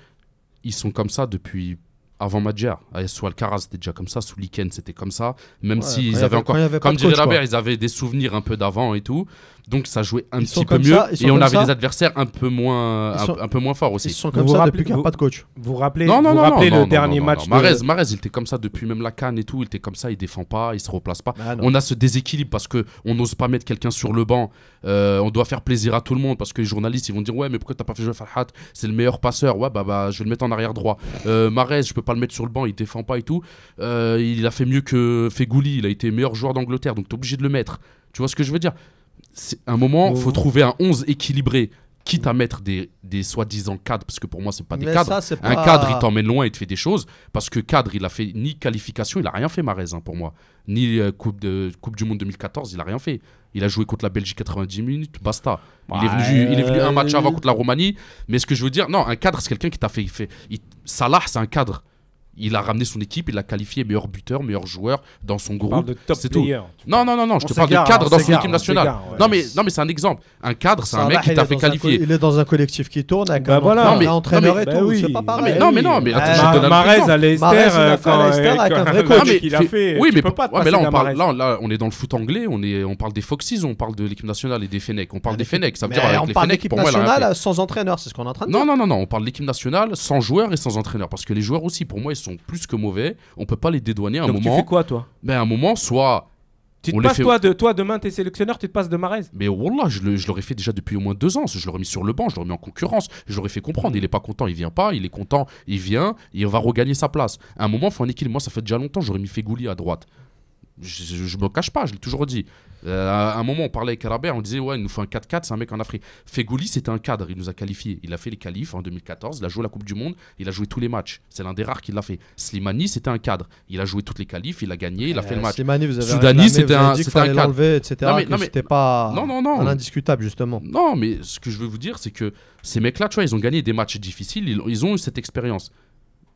E: ils sont comme ça depuis avant Madjer. Soit le Caras, c'était déjà comme ça. Sous Liken, c'était comme ça. Même
C: Ouais,
E: s'ils
C: quand il y
E: avaient
C: avait-
E: encore.
C: quand il y avait pas
E: Comme
C: de
E: dirait
C: coach,
E: Lambert,
C: quoi.
E: ils avaient des souvenirs un peu d'avant et tout. Donc, ça jouait un
C: Ils sont
E: petit peu
C: comme
E: mieux.
C: ça, ils sont
E: et on
C: comme
E: avait
C: ça.
E: des adversaires un peu moins,
C: Ils
E: un,
C: sont-
E: un peu moins forts
C: Ils
E: aussi.
C: sont comme
F: Vous
C: ça
F: rappelez-
C: depuis qu'il n'y
F: vous-
C: a pas de coach.
F: Vous rappelez,
E: Non, non,
F: vous
E: non,
F: rappelez
E: non,
F: le
E: non,
F: dernier
E: non, non,
F: match
E: non. Marez,
F: de-
E: Marez, il était comme ça depuis même la canne et tout. Il était comme ça, il défend pas, il se replace pas.
C: Ah, non.
E: on a ce déséquilibre parce que on n'ose pas mettre quelqu'un sur le banc. Euh, on doit faire plaisir à tout le monde parce que les journalistes ils vont dire ouais mais pourquoi t'as pas fait jouer Farhat C'est le meilleur passeur. Ouais bah bah je vais le mettre en arrière droit. Euh, Mahrez, je peux pas le mettre sur le banc, il défend pas et tout. Euh, il a fait mieux que Fegouli, il a été meilleur joueur d'Angleterre donc t'es obligé de le mettre. Tu vois ce que je veux dire C'est un moment,
F: Vous-
E: faut trouver un 11 équilibré. Quitte à mettre des, des soi-disant cadres, parce que pour moi, c'est pas des
C: Mais
E: cadres.
C: ça, c'est
E: Un
C: pas-
F: Ah.
E: cadre, il t'emmène loin, il te fait des choses. Parce que cadre, il a fait ni qualification, il a rien fait, Marez, hein, pour moi. Ni euh, coupe, de, coupe du Monde 2014, il a rien fait. Il a joué contre la Belgique 90 minutes, basta. Il, est venu,
F: Ouais.
E: il est venu un match avant contre la Roumanie. Mais ce que je veux dire, non, un cadre, c'est quelqu'un qui t'a fait. il fait il- Salah, c'est un cadre. Il a ramené son équipe, il l'a qualifié meilleur buteur, meilleur joueur dans son
F: On parle
E: groupe.
F: de top
E: c'est tout.
F: player.
E: Non, non, non, non, je
F: On
E: te parle de
F: s'égare,
E: cadre
F: on
E: dans son
F: s'égare,
E: équipe
F: on
E: nationale.
F: s'égare, ouais.
E: Non, mais, non, mais c'est un exemple. Un cadre, c'est un
C: Salah,
E: mec qui
C: il
E: t'a
C: est
E: fait
C: dans un
E: qualifier.
C: co- Il est dans un collectif qui tourne avec
F: Bah
C: un,
F: voilà.
E: Non, mais-
C: un entraîneur
E: non,
C: et
F: mais-
C: tout.
F: bah oui.
C: C'est pas pareil.
E: Mais non, mais non, mais
C: Ah,
E: attends,
C: Mar-
E: je te donne un
F: Marez
E: exemple.
F: à Leicester,
C: Mahrez, il a
F: euh,
C: fait à
F: quand
C: Leicester
F: euh,
C: avec un
F: quand-
C: vrai
F: quand
C: coach.
E: Non, mais
F: il a
E: fais-
F: fait.
E: oui,
F: tu
E: mais
F: peux pas
E: ouais, mais là, on parle,
F: parle
E: là, là, on est dans le foot anglais, on, est, on parle des Foxes, on parle de l'équipe nationale et des Fennecs. On parle des Fennecs, ça veut
C: Ah, Mais
E: dire avec
C: on
E: les
C: parle
E: Fennecs,
C: d'équipe
E: pour moi, elle a rien
C: nationale
E: fait.
C: euh, sans entraîneur, c'est ce qu'on est en train de dire.
E: Non, non, non, non, on parle de l'équipe nationale sans joueurs et sans entraîneur. Parce que les joueurs aussi, pour moi, ils sont plus que mauvais. On peut pas les dédouaner à un
F: Donc tu
E: moment.
F: fais quoi toi
E: Mais à un moment, soit.
F: Tu
E: On
F: te
E: les
F: passes
E: fait-
F: toi de toi demain t'es sélectionneur, tu te passes de Marez.
E: Mais wallah, je, le- je l'aurais fait déjà depuis au moins deux ans. Je l'aurais mis sur le banc, je l'aurais mis en concurrence. Je l'aurais fait comprendre. Il est pas content, il vient pas. Il est content, il vient. Il va regagner sa place. À un moment, faut un équilibre. Moi, ça fait déjà longtemps, j'aurais mis Fegouli à droite. Je, je, je me cache pas, je l'ai toujours dit. Euh, à un moment, on parlait avec Rabert, on disait Ouais, il nous faut un 4-4, c'est un mec en Afrique. Fegouli, c'était un cadre, il nous a qualifiés. Il a fait les qualifs en 2014, il a joué la Coupe du Monde, il a joué tous les matchs. C'est l'un des rares qui l'a fait. Slimani, c'était un cadre. Il a joué toutes les qualifs, il a gagné, il a fait le
C: Euh,
E: match.
C: Slimani, vous avez
E: Soudani,
C: réclamé,
E: c'était
C: vous avez
E: un-
C: dit qu'il
E: c'était un
C: fallait
E: cadre.
C: l'enlever, etc.
E: Non, mais-
C: que
E: non, mais-
C: c'était pas
E: Non, non, non.
C: un indiscutable justement.
E: Non, mais ce que je veux vous dire, c'est que ces mecs-là, tu vois, ils ont gagné des matchs difficiles, ils, ils ont eu cette expérience.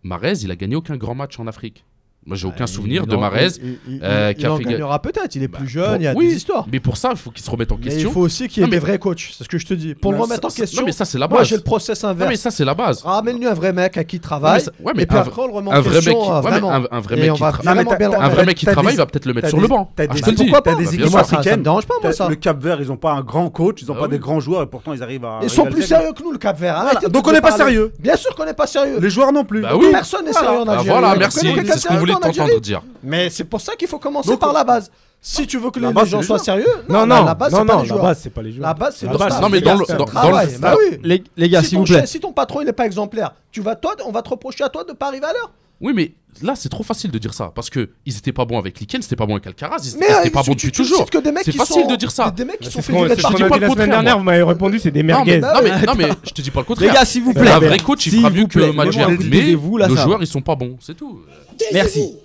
E: Marez, il a gagné aucun grand match en Afrique. Moi, j'ai aucun souvenir
C: Bah, Il
E: de
C: en-
E: Marez.
C: il- il-
E: euh,
C: il-
E: qui
C: il
E: a
C: en
E: fait-
C: gagnera peut-être, il est plus
E: Bah,
C: jeune, il y a
E: pour- oui,
C: des histoires.
E: Mais pour ça, il faut qu'ils se remettent en
C: Mais il
E: question.
C: faut aussi qu'il y ait
E: Non,
C: des
E: mais-
C: vrais coachs, c'est ce que je te dis. Pour le
E: Ça-
C: remettre en
E: ça-
C: question,
E: Non, mais ça, c'est la
C: moi
E: base.
C: j'ai le process
E: Non, mais
C: inverse.
E: ça, c'est la base.
C: Ramène-lui un vrai mec à qui il travaille.
E: ça- ouais, mais
C: et puis
E: un
C: après, on le remet en
E: un vrai
C: question.
E: mec qui-
C: euh,
E: ouais, mais
C: vraiment.
E: un- un vrai
C: Et
E: mec
C: on
E: qui
C: va
E: tra-
C: vraiment
H: Non, mais t'as-
C: bien le
H: t'as-
E: Un
C: remettre.
E: vrai mec qui
H: t'as
E: travaille,
H: des-
E: il va peut-être le mettre
H: t'as
E: sur le
H: des-
E: banc.
H: t'as
E: Ah,
H: des-
E: je te le dis.
C: Pourquoi pas
H: T'as
C: des
H: des
E: équipes
C: équipes
H: africaines.
C: africaines. me dérange pas, moi,
H: T'as-
C: ça. Bah
H: Le Cap Vert, ils ont pas un grand coach, ils ont
E: Ah
H: pas
E: oui.
H: des grands joueurs et pourtant ils arrivent à.
C: Ils sont
H: rivaliser
C: plus
H: avec-
C: sérieux que nous, le Cap Vert.
H: Voilà,
C: Arrêtez
H: donc
C: de
H: on n'est pas
C: parler.
H: sérieux.
C: Bien sûr qu'on n'est pas sérieux.
H: Les joueurs non plus.
E: Bah oui.
C: Personne n'est sérieux en
E: Ah,
C: Algérie.
E: voilà,
C: Tu
E: merci.
C: connais quelqu'un
E: C'est ce qu'on
C: sérieux
E: voulait
C: en Algérie
E: t'entendre dire.
C: Mais c'est pour ça qu'il faut commencer
H: Donc,
C: par la base. Si tu veux que
H: la
C: les
H: base, c'est
C: gens
H: les
C: soient
H: joueurs.
C: sérieux,
F: Non,
C: la-
F: non,
C: la base,
F: non,
C: c'est pas
F: non,
C: les
F: la
C: joueurs.
F: base, c'est pas les joueurs.
C: La base, Ah, c'est
F: La
C: le
F: base,
C: staff.
E: non, mais
C: les
E: dans
C: gars,
E: le-
C: c'est un
E: dans- dans le-
C: travail. Bah oui.
B: Les, les gars,
C: si,
B: s'il
C: ton
B: vous plaît.
C: chef- si ton patron il est pas exemplaire, tu vas toi, on va te reprocher à toi de pas arriver à l'heure.
E: Ah Oui, mais là, c'est trop facile de dire ça. Parce que ils étaient pas bons avec Liken, c'était pas bon avec Alcaraz, ils étaient- ils
C: Mais
E: étaient
C: euh,
E: pas
C: tu-
E: bons
C: tu-
E: depuis
C: tu
E: toujours.
C: cites que des mecs
E: C'est
C: qui
E: facile
C: sont-
E: de dire ça.
C: Des mecs qui
F: C'est
C: sont
F: ce
C: faits
F: qu'on
C: du
F: c'est ce qu'on
E: parti.
F: a
E: Pas
F: dit
E: le
F: la semaine
E: contraire,
F: dernière,
E: moi.
F: vous m'avez répondu, c'est des
E: Non, mais-
F: merguez.
E: non, mais, non, mais je te dis pas le
B: Les
E: contraire.
B: gars, s'il vous plaît.
E: Un vrai coach, il
B: S'il
E: fera
B: vous
E: mieux que
B: plaît.
E: Madjer,
B: Vraiment,
E: mais
B: taisez-vous, là,
E: nos
B: ça.
E: joueurs, ils sont pas bons, c'est tout.
H: Taisez-vous.
B: Merci.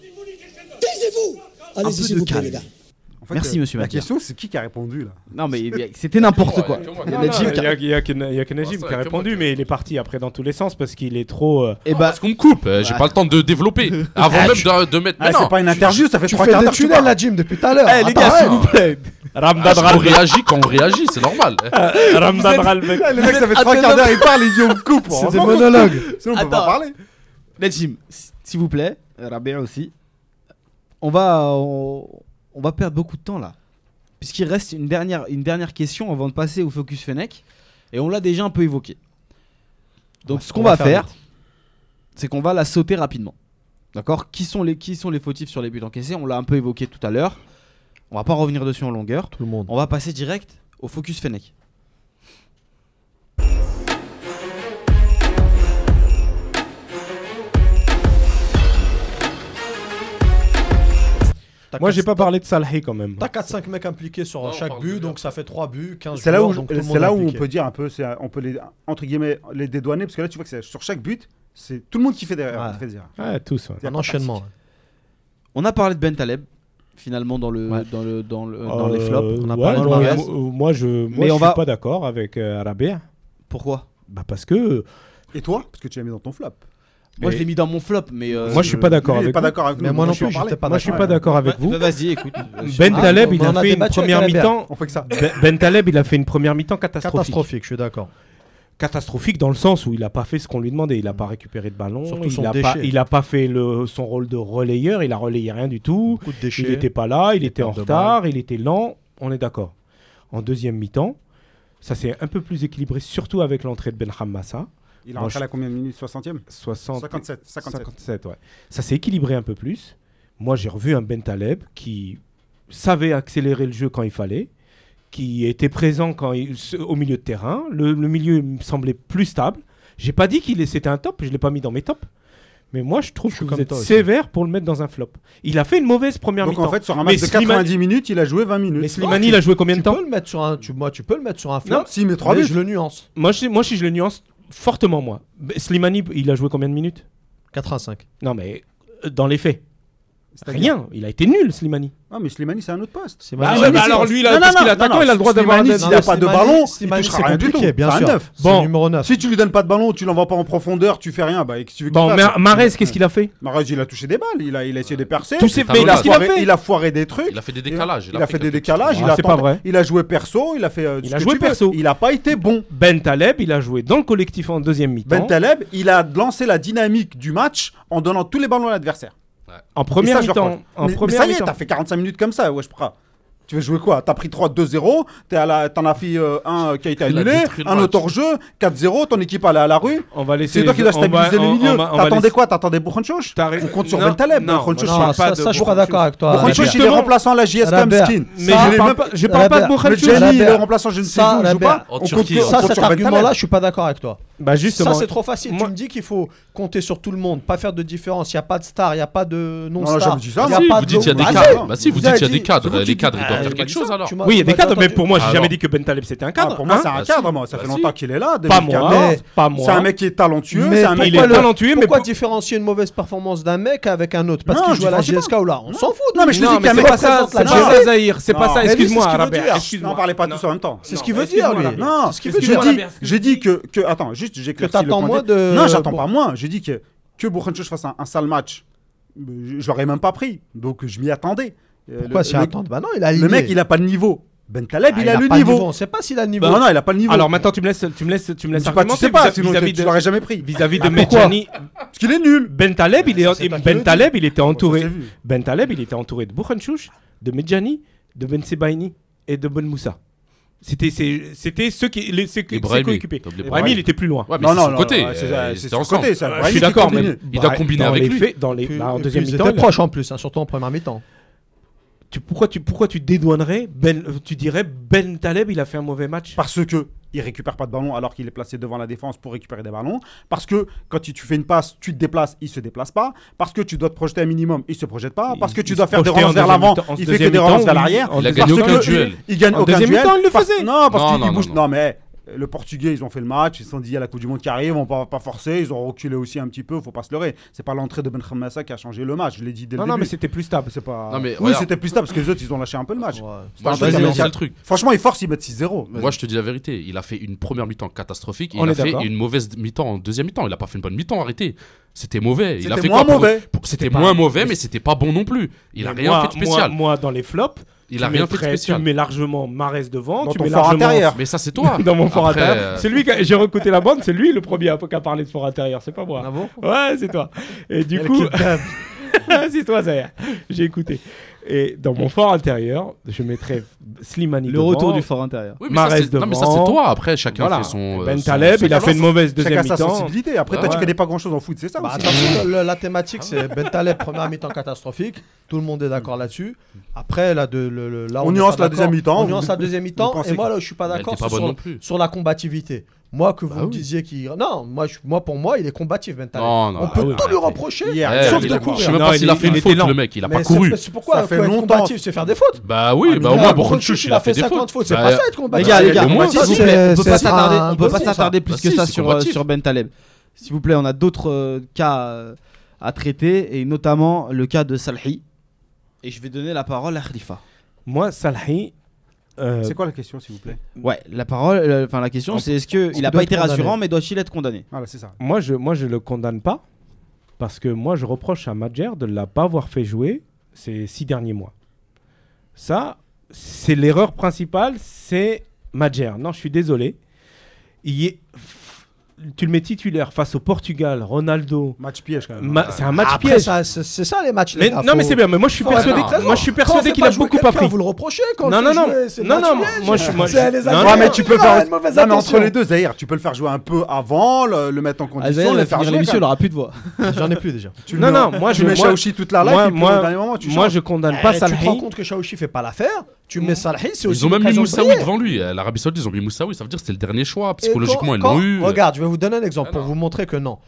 G: Taisez-vous Allez,
B: peu
G: s'il
B: de
G: vous plaît,
B: calme.
G: les gars.
H: En fait,
B: Merci,
H: euh,
B: monsieur
H: La
B: Mathias.
H: question, c'est qui qui a répondu là
B: Non, mais euh, c'était n'importe quoi.
E: Que moi,
B: Il y en
E: que moi.
B: a Jim
F: Il
B: qui
F: y
B: a-
F: a- il y a que Na- il y a que
E: Ah,
F: Najim
E: ça,
F: qui a
E: que
F: répondu,
E: moi.
F: mais il est parti après dans tous les sens parce qu'il est trop. euh,
B: Eh
E: Non,
B: bah,
E: parce qu'on me coupe, euh, j'ai
B: Ah.
E: pas le temps de développer. Avant même de, de mettre.
H: Ah,
E: Mais non,
H: C'est pas une interview, ça fait
C: Tu
H: trois
C: fais
H: quarts
C: des
H: d'heure. que tu
C: tunnels
H: parles.
C: la gym depuis tout à l'heure.
B: Eh, les gars,
C: Attends,
B: s'il
C: ouais.
B: vous plaît.
F: Ramdan
E: Ah, on
F: Ralbek.
E: réagit quand on réagit, c'est normal.
F: Ramdan Ralbek.
H: Le mec, ça fait trois quarts d'heure, il parle, il dit on me coupe.
C: C'est des
H: Sinon,
C: monologues.
H: on peut
B: Attends.
H: pas parler.
B: Najim, s- s'il vous plaît, euh, Rabia aussi. On va, on, on va perdre beaucoup de temps là. Puisqu'il reste une dernière, une dernière question avant de passer au Focus Fennec. Et on l'a déjà un peu évoqué. Donc ce qu'on va, faire, c'est qu'on va la sauter rapidement. D'accord qui sont, les, qui sont les fautifs sur les buts encaissés On l'a un peu évoqué tout à l'heure. On va pas revenir dessus en longueur.
C: Tout le monde.
B: On va passer direct au Focus Fennec.
F: Moi, j'ai pas parlé de Salhi quand même.
C: T'as 4-5 mecs impliqués sur
E: Non, on
C: chaque
E: parle
C: but,
E: de-
C: donc ça fait 3 buts, 15
H: C'est là où,
C: joueurs, donc tout le monde
H: c'est là
C: est
H: où on
C: impliqué.
H: peut dire un peu, c'est- on peut les entre guillemets les dédouaner parce que là tu vois que c'est- sur chaque but, c'est tout le monde qui fait derrière.
C: Ouais.
H: qui fait derrière.
F: Ouais, tous. ouais.
H: Il y a
C: un
H: pas
C: enchaînement.
B: On a parlé de Ben Taleb, finalement, dans, le,
C: Ouais.
B: dans, le, dans, le, dans les
F: Euh,
B: flops.
C: on a
F: ouais,
C: parlé de
F: moi,
C: Marez.
F: moi, euh, Moi, je moi,
B: Mais
F: je
B: on
F: suis
B: va-
F: pas d'accord avec euh, Rabia.
B: Pourquoi
F: Bah, parce que
H: Et toi Parce que tu l'as mis dans ton flop.
B: Moi,
F: Mais-
B: je l'ai mis dans mon flop, mais. euh,
F: Moi, je suis pas d'accord
H: Lui, il est
F: avec
H: pas
F: vous.
H: d'accord avec
C: Mais
H: nous,
C: moi non
H: on peut
C: plus,
H: en parler.
C: j'étais pas
F: Moi, je suis
C: d'accord.
F: pas d'accord avec
B: bah,
F: vous.
B: bah, Vas-y, (laughs) écoute. je suis-
F: Ben
C: Ah,
F: Taleb,
C: on
F: il
C: en
F: a
C: a
F: fait une
C: débattu avec
F: première
C: Albert.
F: mi-temps.
H: On fait que ça.
F: Ben- Ben Taleb, il a fait une première mi-temps catastrophique.
C: Catastrophique, je suis d'accord.
F: catastrophique dans le sens où il n'a pas fait ce qu'on lui demandait. Il n'a pas récupéré de ballon,
C: Surtout
F: il
C: son
F: n'a
C: déchet.
F: pas, il a pas fait le, son rôle de relayeur, il a relayé rien du tout.
C: Beaucoup de déchets.
F: Il n'était pas là, il
C: Des
F: était en
C: pertes de
F: retard, il était lent, on est d'accord. En deuxième mi-temps, ça s'est un peu plus équilibré, surtout avec l'entrée de Ben Hamassa.
H: Il a
F: Moi,
H: rentré à
F: je-
H: la combien de minutes 60e
F: 60
H: 57. 57.
F: 57, ouais. Ça s'est équilibré un peu plus. Moi, j'ai revu un Ben Taleb qui savait accélérer le jeu quand il fallait, qui était présent quand il- ce- au milieu de terrain. Le, le milieu me semblait plus stable. J'ai pas dit qu'il est- c'était un top, je l'ai pas mis dans mes tops. Mais moi, je trouve
C: Je suis
F: que vous
C: comme
F: êtes
C: toi aussi.
F: sévère pour le mettre dans un flop. Il a fait une mauvaise première
H: Donc
F: mi-temps.
H: en fait, sur un
F: Mais
H: match de
F: Slimani-
H: 90 minutes, il a joué 20 minutes. Ah,
F: mais Slimani, il a joué combien de
C: Tu
F: temps
C: peux le mettre sur un, tu, moi, tu peux le mettre sur un flop.
H: Non, s'il met 3
C: mais
H: buts.
C: je le nuance.
F: moi je, moi, si je le nuance fortement, moi. B- Slimani, il a joué combien de minutes
C: 85.
F: Non, mais euh, dans les faits.
D: C'est-à-dire-
F: Rien, il a été nul, Slimani.
D: Ah, mais Slimani, c'est un autre poste.
C: C'est
H: Ah,
F: Bah,
C: mal-
F: ouais, mais alors lui, là,
D: Non, non,
F: parce qu'il est
D: non, non,
F: attaquant,
D: non,
F: il a le droit d'avoir
D: Slimani,
F: un
D: s'il a pas de ballon,
C: Ah, Slimani,
D: il touchera
C: c'est
D: rien du
C: compliqué,
D: tout.
C: bien
D: C'est un
C: sûr.
D: neuf.
C: C'est
F: Bon.
C: le numéro 9.
D: Ah, Si tu lui donnes pas de ballon, tu l'envoies pas en profondeur, tu fais rien. Bah, et qu'est-ce que tu veux qu'il
F: Bon,
D: fasse
F: mais Marez, qu'est-ce qu'il a fait
D: Marez, il a touché des balles, il a, il a essayé de percer.
F: Tous ces
E: c'est
F: mais
E: un
F: il a
E: autre.
F: ce qu'il a
D: foiré-
F: fait.
D: il a foiré des trucs.
E: Il a fait des décalages.
D: Il a fait des
E: quelques-
D: décalages. il
F: Ah,
D: a
F: c'est pas
D: tenté-
F: vrai.
D: Il a joué perso. Il a fait. euh,
F: Il
D: ce
F: a
D: que
F: joué
D: tu veux.
F: perso.
D: Il a pas été bon.
F: Ben Taleb, il a joué dans le collectif en deuxième mi-temps.
D: Ben Taleb, il a lancé la dynamique du match en donnant tous les ballons à l'adversaire.
F: en
D: Et
F: première
D: ça, je le
F: mi-temps.
D: reproche.
F: En
D: Mais, mais
F: première
D: ça y est,
F: mi-temps.
D: t'as fait 45 minutes comme ça, wesh, pourquoi Tu veux jouer quoi T'as pris 3-2-0, t'es à la- t'en as fait euh, un euh, qui a été
E: Il a
D: annulé,
E: détruit le
D: un
E: match.
D: autre hors-jeu, 4-0, ton équipe allait à la rue.
F: On va laisser.
D: C'est toi
F: les-
D: qui dois
F: on va-
D: stabiliser
F: on-
D: le
F: on
D: milieu.
F: va- on va
D: T'attendais
F: laisser-
D: quoi T'attendais Bourhanchouch
F: T'as raison.
D: On compte sur
F: Non,
D: Ben Taleb.
E: non,
D: Bourhanchouch,
E: non,
D: il-
E: pas
C: Non, ça,
E: de
C: ça, je suis pas
E: Bourhanchouch.
C: d'accord avec toi.
D: Bourhanchouch, il est
F: justement,
D: remplaçant à la JSK
C: Robert,
D: Miskin.
C: Ça,
F: Mais
C: on
F: je ne
C: parle
F: parle pas, je parle
C: Robert,
F: pas de
D: Le
F: Bourhanchouch.
D: Jenny, il est
C: Robert.
D: remplaçant, je ne sais
C: Ça,
D: où, il joue
C: Robert.
D: pas.
F: Oh,
E: En
D: On compte
E: Turquie,
D: que-
E: en
D: on
C: Ça,
D: compte
C: cet
D: sur Ben
C: argument-là,
D: Taleb.
C: je suis pas d'accord avec toi.
F: Bah
C: Ça,
F: justement.
C: c'est trop facile.
F: Moi-
C: Tu me dis qu'il faut compter sur tout le monde, pas faire de différence. Il n'y a pas de star, il n'y a pas de
D: Non, j'ai
C: non-star.
D: jamais dit ça,
C: y
D: moi.
C: a
E: Si,
C: pas
E: vous
C: de
E: dites il y a des
C: logo.
D: Ah,
E: cadres.
D: si.
E: Bah si, vous
D: Vous avez
E: dites il y a
D: dit-
E: des cadres.
D: c'est
E: Les
D: vous
E: cadres, ils
D: qui
E: doivent
D: dites-
E: faire
D: Ah,
E: quelque
D: j'ai pas
E: chose
D: dit ça.
E: alors.
C: Tu m'as-
F: Oui, il y a
C: tu m'as
F: des cadres,
C: dit,
F: mais
C: attends,
F: pour moi, j'ai
E: Alors,
F: jamais dit que Ben Taleb c'était un
D: Ah,
F: cadre.
D: pour moi,
F: hein.
D: c'est un
E: Bah, si.
D: cadre, moi. Ça fait
E: Bah,
D: longtemps qu'il est là,
F: Pas moi,
D: 2014.
F: pas
D: C'est un
F: moi.
D: mec qui est talentueux,
C: Mais
D: c'est un mec
F: il est
C: pourquoi le-
F: talentueux, mais
C: pourquoi
F: pour-
C: différencier une mauvaise performance d'un mec avec un autre Parce
D: Non,
C: qu'il
D: je
C: joue à la
D: différencie
C: GSK ou là, on s'en fout.
D: Non, mais je te dis
F: Non,
D: qu'il y
F: mais
D: a un
F: c'est
D: mec
F: pas
D: qui
F: ça,
D: sort de
F: c'est
D: la
F: pas Zahir, c'est pas
D: Non,
F: ça.
C: mais lui, c'est ce
F: Excuse-moi,
C: qu'il veut
F: Robert.
C: dire.
D: Non,
F: Excuse-moi.
D: on parlait pas tous en même temps.
C: C'est ce
F: Non,
C: qu'il veut dire,
F: excuse-moi,
C: lui.
F: Robert.
D: Non,
C: C'est ce qu'il veut
D: j'ai
C: dire.
D: dit, j'ai dit que, que- attends, juste j'ai
C: Que t'attends moins de-
D: Non, j'attends pas
C: bon.
D: moins. J'ai dit que que Bourhanchouch fasse un, un sale match, je, je l'aurais même pas pris. Donc je m'y attendais. Euh,
C: Pourquoi
D: le,
C: s'y
D: le-
C: attendre Bah non, il a Ah,
D: le mec, il a pas le niveau. Ben Taleb, il, a, le
C: pas de
D: niveau.
C: On sait pas s'il a le niveau.
D: Non, non, il a pas le niveau.
F: Alors maintenant, tu me laisses, tu me laisses, tu
D: je
F: me laisses
D: sais pas, tu sais
F: argumenter
D: pas,
F: vis-
D: sinon tu
F: vis-à-vis
D: tu
F: de
D: l'aurais jamais pris.
F: vis-à-vis de
C: pourquoi
F: Medjani.
D: Parce qu'il est nul.
F: Ben Taleb, il
C: c'est
F: est,
C: toi qui le
F: Ben
C: dis.
F: Taleb, il était entouré.
D: s'est vu.
F: Ben Taleb, il était entouré de Bourhanchouch, de Medjani, de Ben Sebaini et de Ben Moussa. C'était, c'est- c'était ceux qui, les, ceux qui,
E: Et
F: ses
E: Brahimi.
F: coéquipiers.
E: T'as oublié
F: Brahimi, il était plus loin.
E: Ouais, mais c'est son côté.
D: ouais, c'est-
E: euh,
D: c'est
E: Ils étaient
D: son côté,
E: ensemble.
D: ça.
F: Euh,
D: Brahimi
F: je suis
D: qui
F: d'accord,
D: continue.
F: mais
E: Il a combiné
F: dans
E: avec
F: les
E: lui.
F: faits- dans les,
C: Puis-
F: bah, en
C: puis
F: deuxième
C: ils
F: mi-temps,
C: étaient
F: il a-
C: proches en plus, hein, surtout en première mi-temps.
F: tu, pourquoi, tu, pourquoi tu dédouanerais ben, euh, Tu dirais Ben Taleb, il a fait un mauvais match
D: Parce que il récupère pas de ballon alors qu'il est placé devant la défense pour récupérer des ballons. Parce que quand tu, tu fais une passe, tu te déplaces, il se déplace pas. Parce que tu dois te projeter un minimum, il se projette pas. Parce que
F: Il-
D: tu
F: il
D: dois
F: se
D: faire des
F: projetait en
D: relances vers
F: deuxième
D: l'avant,
F: mi-temps- en
D: il fait que
F: deuxième
D: des relances
F: mi-temps,
D: vers
F: oui.
D: l'arrière.
F: En
E: Il a
D: Parce
E: gagné aucun
D: que
E: duel.
D: Il gagne
F: En
D: aucun
F: deuxième
D: duel.
F: mi-temps, il le
D: Parce-
F: faisait.
D: Non, parce
E: Non,
D: qu'il
E: non,
D: bouge.
E: non,
D: Non,
E: non.
D: mais eh, le Portugais, ils ont fait le match, ils se sont dit, il y a la Coupe du Monde qui arrive, on va pas forcer, ils ont reculé aussi un petit peu, faut pas se leurrer. C'est pas l'entrée de Ben Khamassa qui a changé le match, je l'ai dit dès le
F: Non,
D: début.
F: non, mais c'était plus stable.
D: c'est pas...
E: Non, mais
D: oui,
E: regarde.
D: c'était plus stable parce que les autres, ils ont lâché un peu le match.
E: Moi,
D: un
E: je
D: truc
E: te dis,
D: à
E: c'est
D: dire.
E: le truc.
D: Franchement, ils forcent, ils mettent 6-0.
E: Moi, je te dis la vérité. Il a fait une première mi-temps catastrophique.
F: On
E: Il a
F: est
E: fait
F: d'accord.
E: une mauvaise mi-temps en deuxième mi-temps. Il a pas fait une bonne mi-temps. Arrêtez. C'était mauvais. Il a
D: C'était
E: fait
D: moins
E: quoi pour-
D: mauvais.
E: pour- C'était moins mauvais, mais c'était pas bon non plus. Il a
F: Mais
E: rien
F: moi-
E: fait de spécial.
F: Moi, moi, dans les flops,
E: Il
F: tu
E: a rien fait de
F: mettrais-
E: spécial.
F: Tu mets largement Marès devant,
D: Dans
F: tu
D: ton
F: mets
D: fort
F: largement
D: intérieur.
E: Mais ça, c'est toi.
F: (laughs) dans mon fort
E: Après,
F: intérieur.
E: euh,
F: C'est lui qui a- j'ai recruté la bande, c'est lui le premier à- qui a parlé de fort intérieur, c'est pas moi.
C: Ah bon
F: Ouais, c'est toi. Et du coup, (laughs) c'est toi, Zaya. J'ai écouté. Et dans mon fort intérieur, je mettrais Slimani.
B: Le
F: devant.
B: retour du fort intérieur.
E: Oui, mais ça,
F: Marez
E: c'est non, mais ça,
F: devant.
E: c'est toi. Après, chacun
F: Voilà.
E: fait son. euh,
F: ben
E: son-
F: Taleb, il a
D: son-
F: fait une mauvaise
D: Chacun
F: deuxième
D: a sa
F: mi-temps.
D: sensibilité. Après, toi,
E: Ouais.
D: tu connais pas grand chose en foot, c'est ça
C: Bah,
D: aussi.
C: attention, le- la thématique, c'est Ben Taleb, première mi-temps catastrophique. Tout le monde est d'accord là-dessus. Après, là, de, le- le- là,
D: On
C: est
D: nuance
C: pas
D: la
C: d'accord.
D: deuxième mi-temps.
C: On nuance la deuxième
D: Vous
C: mi-temps.
D: pensez
C: Et moi,
D: que-
C: là, je suis pas
E: elle était
C: d'accord
E: pas
C: sur,
E: bonne non
C: sur,
E: plus.
C: sur la combativité. Moi, que vous
E: Bah
C: me
E: oui.
C: disiez qu'il. Non, moi, je- moi, pour moi, il est combatif, Ben Taleb.
E: Non, non,
C: On
E: ah
C: peut
E: oui,
C: tout lui
E: arrêtez.
C: reprocher.
D: Hier,
E: Eh,
C: sauf
E: il
C: de
E: a-
C: courir.
E: Je sais même
F: Non,
E: pas s'il
F: il
E: a
F: est-
E: fait
F: il
E: une
F: était
E: faute,
F: lent.
E: le mec. Il a
C: Mais
E: pas
C: c'est-
E: couru.
C: mais C'est pourquoi
D: Ça fait
C: faut être
D: longtemps.
C: combatif, c'est faire des fautes.
E: Bah oui, bah au moins, Borchouch, il a fait des fautes.
C: fautes. C'est
E: Bah,
C: pas ça être
B: Les
C: combatif.
B: gars, les gars,
E: au
B: on
E: moins,
B: peut pas
E: ça,
B: s'il
C: c'est-
B: vous plaît, on peut
C: c'est
B: pas
C: ça,
B: s'attarder, on peut pas
C: impossible, ça.
B: s'attarder plus
E: Bah
B: que
E: si,
B: ça
E: c'est
B: sur, euh,
E: combatif.
B: sur Ben Taleb. S'il vous plaît, on a d'autres euh, cas euh, à traiter, et notamment le cas de Salhi. Et je vais donner la parole à Khalifa.
F: Moi, Salhi. euh,
D: C'est quoi la question, s'il vous plaît
B: Ouais, la parole, euh, enfin la question,
F: On-
B: c'est est-ce que
F: on
B: il n'a
F: doit
B: pas
F: être
B: été
F: condamné.
B: rassurant, mais doit-il être condamné
D: Voilà, c'est ça.
F: moi, je, moi, je le condamne pas. Parce que moi, je reproche à Madjer de ne pas avoir fait jouer ces six derniers mois. Ça, c'est l'erreur principale, c'est Madjer. Non, je suis désolé. Il est... Tu le mets titulaire face au Portugal, Ronaldo.
D: Match piège, quand même.
F: Ma- C'est un match
C: Euh, Après,
F: piège.
C: ça, c'est c'est ça les matchs. les
F: Mais-
C: gars,
F: non,
C: faut-
F: mais c'est bien. Mais moi, je suis
C: faut
F: persuadé,
C: être présent.
F: moi, je suis
C: Quand on
F: persuadé
C: fait
F: qu'il
C: pas
F: a
C: jouer
F: beaucoup
C: quelqu'un,
F: appris.
C: Vous le reprochez quand
F: Non,
C: on
F: non,
C: fait
F: non.
C: jouer, c'est le
F: Non,
C: match
F: non,
C: piège.
F: moi, je- moi,
C: C'est
F: je-
C: les
F: non,
C: Algériens,
D: Ouais, mais tu peux
C: ils ont
D: faire.
C: une mauvaise
D: Non, mais
C: attention.
D: entre les deux, Zahir, tu peux le faire jouer un peu avant, le, le mettre en
B: Ah,
D: condition,
B: Zahir,
D: le
B: va
D: faire
B: finir
D: jouer.
B: l'émission, il
D: quand même.
B: n'aura plus de voix.
C: J'en ai plus déjà.
D: Tu
F: Non,
D: mets-
F: non, moi,
D: tu
F: je-
D: mets
F: moi-
D: Chaouchi toute la live,
F: moi,
D: et puis
F: moi-
D: au dernier moment, tu
F: moi,
D: changes.
F: je condamne
C: Eh,
F: pas
C: tu te rends
F: Salhi.
C: compte que Shaochi fait pas l'affaire, tu mets Salhi, c'est aussi
E: Ils ont même mis
C: l'occasion de
E: Moussaoui
C: briller.
E: devant lui. Euh, L'Arabie Saoudite, ils ont mis Moussaoui. Ça veut dire que c'était le dernier choix.
C: Et
E: Psychologiquement,
C: quand-
E: ils
C: quand-
E: l'ont eu.
C: Regarde, je vais vous donner un exemple
E: Ah,
C: pour
E: non.
C: vous montrer que non.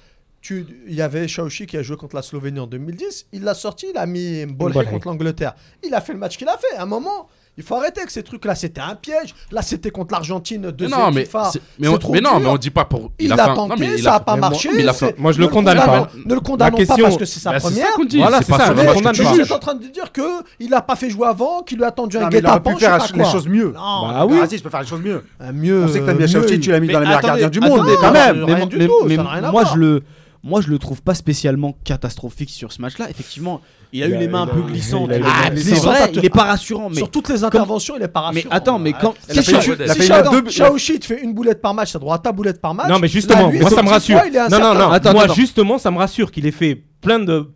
C: Tu, il y avait Shaochi qui a joué contre la Slovénie en 2010, il l'a sorti, il a mis Mbolhe
F: Mbolhe.
C: contre l'Angleterre. Il a fait le match qu'il a fait. À un moment, Il faut arrêter avec ces trucs-là. C'était un piège. Là, c'était contre l'Argentine de
E: Mais non, mais,
C: FIFA.
E: c'est- mais,
C: C'est
E: on,
C: trop
E: mais non,
C: dur.
E: mais on dit pas pour.
C: Il, a,
E: fait un- non,
C: tenté,
E: mais il
C: ça n'a
E: fait-
C: pas
F: mais moi-
C: marché.
E: mais il a
C: c'est-
F: fait- moi, je le
C: ne
F: condamne
E: pas.
C: condamnons- Ne le condamnons pas
F: question-
C: parce que c'est sa
E: Bah, c'est
C: première.
E: ça qu'on dit.
F: Voilà,
E: c'est
F: c'est
E: pas
F: ça,
E: sur le
F: mais
E: match
F: on
E: que
F: a
E: tu
F: pas.
C: Tu es
E: juges.
C: en train de dire qu'il n'a pas fait jouer avant, qu'il lui a tendu un
D: Non, mais il aurait pu
C: guet-apens. je sais
D: faire
C: pas
D: les
C: quoi.
D: choses mieux.
C: Non,
F: Bah oui.
D: Vas-y, je peux faire les choses mieux.
C: un mieux. Euh,
D: On sait que t'as mis
C: mieux,
D: Achaouti,
C: il-
D: tu l'as mis dans les meilleurs
B: attendez,
D: gardiens du monde.
B: attendez,
D: Quand
C: attendez.
D: même
C: Rien
B: moi-
C: du tout, ça n'a rien à
B: moi
C: voir.
B: je le moi je le trouve pas spécialement catastrophique sur ce match-là. Effectivement, il a
F: Il
B: eu
F: a-
B: les mains un
F: il a-
B: peu
F: il a-
B: glissantes.
F: il a eu les
B: Ah,
F: mains
B: c'est
C: glissantes.
B: vrai,
C: Sur-
B: il est pas rassurant mais
C: Sur toutes les interventions, il est pas
B: mais
C: rassurant.
B: attends, mais quand
C: Elle a
B: Qu'est-ce
D: fait
B: que-
D: une- elle a
B: si
D: fait
B: je-
D: une à
B: attends,
D: deux-
C: Chaouchi te fait une boulette par match, ça droit à ta boulette par match.
F: Non, mais
C: Là,
F: justement,
C: lui,
F: moi
C: son
F: ça me
C: petit
F: rassure.
C: poids, il est
F: Non, non,
C: incertain.
F: non.
B: Attends,
F: moi
B: attends.
F: justement, ça me rassure qu'il ait fait plein de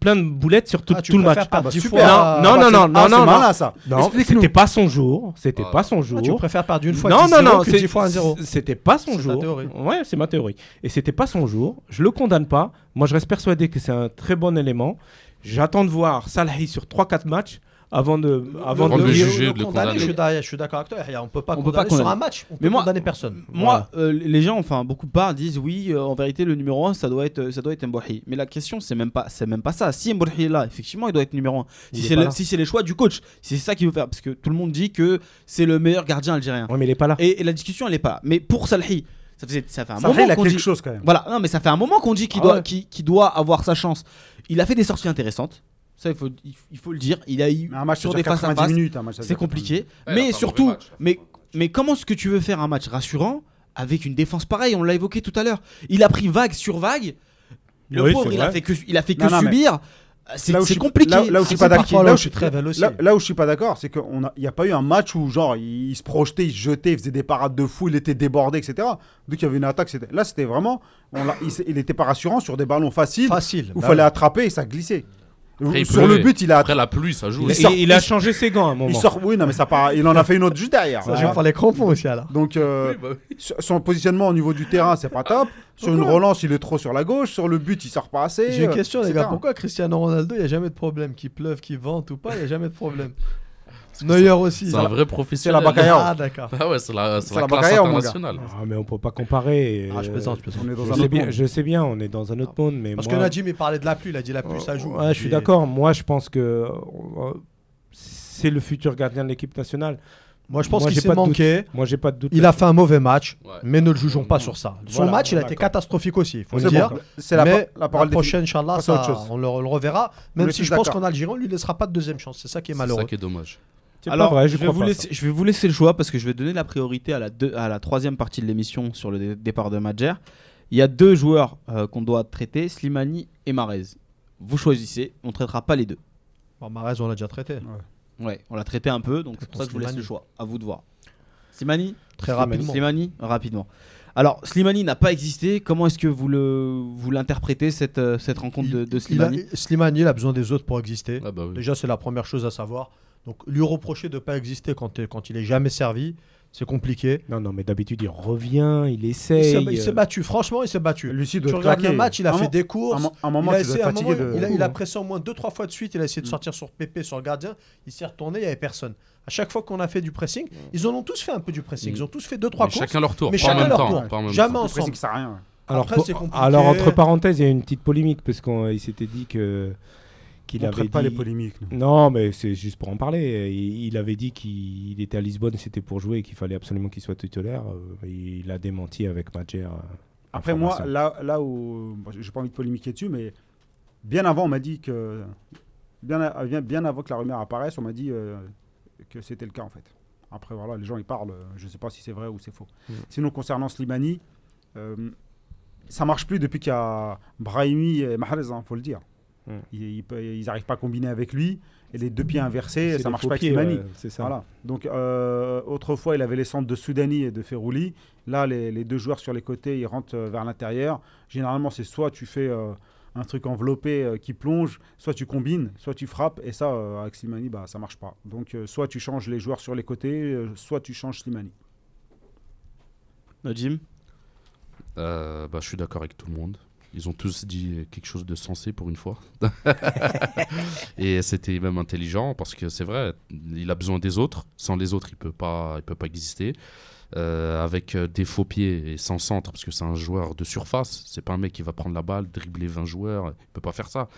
F: plein de boulettes sur tout,
C: Ah, tu
F: tout le
C: préfères
F: match.
C: perdre dix
F: Non,
C: fois à-
F: non, non, non,
D: Ah,
F: non,
D: c'est
F: non, non,
D: malin, ça.
F: non.
D: Explique-nous.
F: C'était pas son jour. C'était
E: Ah.
F: pas son
C: Ah, Tu
F: jour.
C: préfères perdre une fois
F: Non, non, non,
C: que 10 fois 1-0.
F: C'était pas son
C: C'est ta
F: jour.
C: théorie.
F: Ouais, c'est ma théorie. Et c'était pas son jour. Je le condamne pas. Moi, je reste persuadé que c'est un très bon élément. J'attends de voir Salahi sur 3-4 matchs avant de, avant
E: Avant
F: de
E: de
F: dire-
E: juger, de le condamner.
C: Je suis d'ac- je suis d'accord avec toi, Yahya, on peut pas
B: On peut pas
C: condamner sur
B: condamner.
C: un match. On
B: Mais
C: peut
B: moi-
C: condamner personne.
B: Moi, euh, les gens, enfin beaucoup de parts disent oui, euh, en vérité le numéro 1 ça doit être ça doit être Mbohi. Mais la question c'est même pas c'est même pas ça. Si Mbohi est là, effectivement, il doit être numéro 1. Si
F: Il est
B: c'est
F: pas
B: le-
F: là.
B: si c'est les choix du coach, si c'est ça qu'il veut faire parce que tout le monde dit que c'est le meilleur gardien algérien.
F: Ouais, mais il est pas là.
B: Et, et la discussion elle est pas là. Mais pour Salhi, ça faisait ça fait un
D: Ça,
B: moment
D: il a
B: qu'on
D: quelque
B: dit
D: chose quand même.
B: Voilà, non, mais ça fait un moment qu'on dit qu'il
F: Ah
B: doit,
F: ouais.
B: qu'il- qu'il doit avoir sa chance. Il a fait des sorties intéressantes, ça il faut, il, il faut le dire. Il a eu
D: Mais Un match
B: sur
D: sur
B: des face à face,
D: 90 minutes. un match, ça
B: c'est
D: dure
B: compliqué.
E: Ouais,
B: mais
E: enfin,
B: surtout,
E: mauvais match. hein.
B: mais, mais comment est-ce que tu veux faire un match rassurant avec une défense pareille On l'a évoqué tout à l'heure. Il a pris vague sur vague. Le
F: Oui,
B: pauvre,
F: c'est
B: il a
F: vrai.
B: fait que, il a fait que
D: Non, non, mais-
B: subir. C'est
D: Là où je
B: c'est
D: suis-
B: compliqué.
D: là- là où je suis
B: C'est
D: pas
B: compliqué.
D: d'accord. Là où je suis
C: Oh, très val aussi.
D: Là, là où je suis pas d'accord, c'est qu'il n'y a, pas eu un match où genre il, il se projetait, il se jetait, il faisait des parades de fou, il était débordé, etc. Donc il y avait une attaque. c'était- Là, c'était vraiment, on l'a- il s'est- il n'était pas rassurant sur des ballons faciles
C: Facile.
D: où il
C: bah
D: fallait
C: oui.
D: attraper et ça glissait.
E: Après, il
D: sur le
E: pleuvait.
D: but, il a,
E: Après la pluie, ça joue.
F: Il,
D: Il sort-
F: il- il a changé ses gants à un moment.
D: il sort. Oui, non, mais ça part. Il en a fait une autre juste derrière.
C: Ça joue pour les crampons aussi, alors.
D: Donc euh,
E: Oui, bah oui.
D: sur- son positionnement au niveau du terrain, c'est pas top. Sur une relance, il est trop sur la gauche. Sur le but, il sort pas assez.
C: J'ai une
D: euh,
C: question, les
D: etc.
C: gars. Pourquoi Cristiano Ronaldo, il n'y a jamais de problème Qu'il pleuve, qu'il vente ou pas, il n'y a jamais de problème. Neuer aussi.
E: C'est un vrai
D: C'est
E: professionnel.
D: la Bacaya.
C: Ah, d'accord.
E: Ah ouais, c'est la, c'est
D: C'est
E: la,
D: la
E: classe
D: Bacaya, mon gars.
E: internationale.
F: Ah, mais on peut pas comparer.
C: Ah, je
F: euh,
C: plaisante, je plaisante.
D: On est dans
F: Je
D: un
F: sais,
D: autre
F: bien,
D: monde.
F: je sais bien, on est dans un autre monde, mais
C: Parce que
F: moi...
C: Nadim, il parlait de la pluie, il a dit la pluie, ça joue.
F: Ouais, je suis
C: Et-
F: d'accord. Moi, je pense que euh, c'est le futur gardien de l'équipe nationale.
C: Moi, je pense
F: Moi,
C: qu'il
F: j'ai
C: s'est
F: pas de doute.
C: manqué.
F: Moi, j'ai pas de doute.
C: Il a fait un mauvais match,
E: Ouais.
C: mais ne le jugeons pas
E: Non.
C: sur ça. Son
F: Voilà,
C: match, il a été
F: d'accord.
C: catastrophique aussi, il faut le
D: C'est
C: dire.
D: bon. C'est la,
C: mais
D: pa- la parole des
C: prochaine, Inch'Allah,
D: Passons à
C: ça,
D: autre chose.
C: on le, on le reverra.
D: On
C: Même
D: est
C: si
D: tous
C: je pense
D: d'accord.
C: qu'en Algérie, on lui laissera pas de deuxième chance. C'est ça qui est
E: C'est ça
C: malheureux.
E: qui est dommage.
F: Alors, vrai, je,
B: je, vais
F: crois
B: vous
F: pas,
B: laisser, je vais vous laisser le choix parce que je vais donner la priorité à la, deux- à la troisième partie de l'émission sur le dé- départ de Madjer. Il y a deux joueurs euh, qu'on doit traiter, Slimani et Marez. Vous choisissez, on ne traitera pas les deux.
C: Bon, Mahrez, on l'a déjà traité.
B: Ouais, on l'a traité un peu, donc c'est pour
C: Pour
B: ça que je vous laisse le
C: Slimani.
B: choix. À vous de voir. Slimani
C: Très
F: Slimani.
C: rapidement.
B: Slimani Rapidement. Alors, Slimani n'a pas existé. Comment est-ce que vous le vous l'interprétez cette, euh, cette rencontre de, de
C: Il a-
B: Slimani
C: Slimani, il a besoin des autres pour exister.
E: Ah bah oui.
C: Déjà, c'est la première chose à savoir. Donc, lui reprocher de ne pas exister quand, t'es- quand il est jamais servi, c'est compliqué.
F: Non, non, mais d'habitude, il revient, il
C: Il
F: essaye.
C: s'est il s'est
F: euh,
C: battu, franchement, il s'est battu.
D: Lucie doit
C: Tu regardes
D: claquer.
C: le match, il a
D: Un
C: fait
D: mo-
C: des
D: un
C: courses.
D: mo- un
C: Il
D: moment,
C: a,
D: tu dois
C: essayé,
D: être
C: à un moment,
D: fatigué de.
C: il, a, il a pressé au moins 2-3 fois de suite, il a essayé de sortir sur Pépé, sur le gardien, il s'est retourné, il n'y avait personne. À chaque fois qu'on a fait du pressing, ils en ont tous fait un peu du
D: Mm.
C: pressing, ils ont tous fait 2-3
E: Mais
C: courses,
E: chacun leur tour.
C: mais
E: pas en
C: chacun
E: même
C: leur
E: temps.
C: tour.
E: pas en même
C: Jamais
E: temps.
D: Le pressing,
C: ensemble.
D: ça sert à rien. ouais.
F: alors,
C: Après,
F: pour-
C: c'est compliqué.
F: alors, entre parenthèses, il y a une petite polémique parce qu'il s'était dit que qu'il
D: On
F: avait
D: traite pas
F: dit-
D: les polémiques. nous.
F: Non, mais c'est juste pour en parler. Il, il avait dit qu'il il était à Lisbonne, c'était pour jouer et qu'il fallait absolument qu'il soit titulaire. Euh, Il a démenti avec Madjer. euh,
D: Après moi, là, là où bon, j'ai pas envie de polémiquer dessus, mais bien avant, on m'a dit que bien, a- bien, bien avant que la rumeur apparaisse, on m'a dit euh, que c'était le cas en fait. Après voilà, les gens ils parlent. euh, Je sais pas si c'est vrai ou c'est faux. Sinon concernant Slimani, euh, ça marche plus depuis qu'il y a Brahimi et Mahrez, hein, faut le dire.
F: Mm.
D: Ils, ils pe- ils arrivent pas à combiner avec lui et les deux pieds inversés, ça marche pas avec Slimani.
F: Mani. C'est ça.
D: Voilà. Donc euh, autrefois, il avait les centres de Soudani et de Ferrouli. Là, les, les deux joueurs sur les côtés, ils rentrent euh, vers l'intérieur. Généralement, c'est soit tu fais euh, un truc enveloppé euh, qui plonge, soit tu combines, soit tu frappes. Et ça, euh, avec Slimani, bah, ça marche pas. Donc euh, soit tu changes les joueurs sur les côtés, euh, soit tu changes Slimani.
B: Najim
E: Euh, bah, je suis d'accord avec tout le monde. Ils ont tous dit quelque chose de sensé pour une fois. et c'était même intelligent parce que c'est vrai, il a besoin des autres. Sans les autres, il peut pas, il peut pas exister. Euh, avec euh, des faux pieds et sans centre, parce que c'est un joueur de surface. C'est pas un mec qui va prendre la balle, dribbler 20 joueurs. Il peut pas faire ça.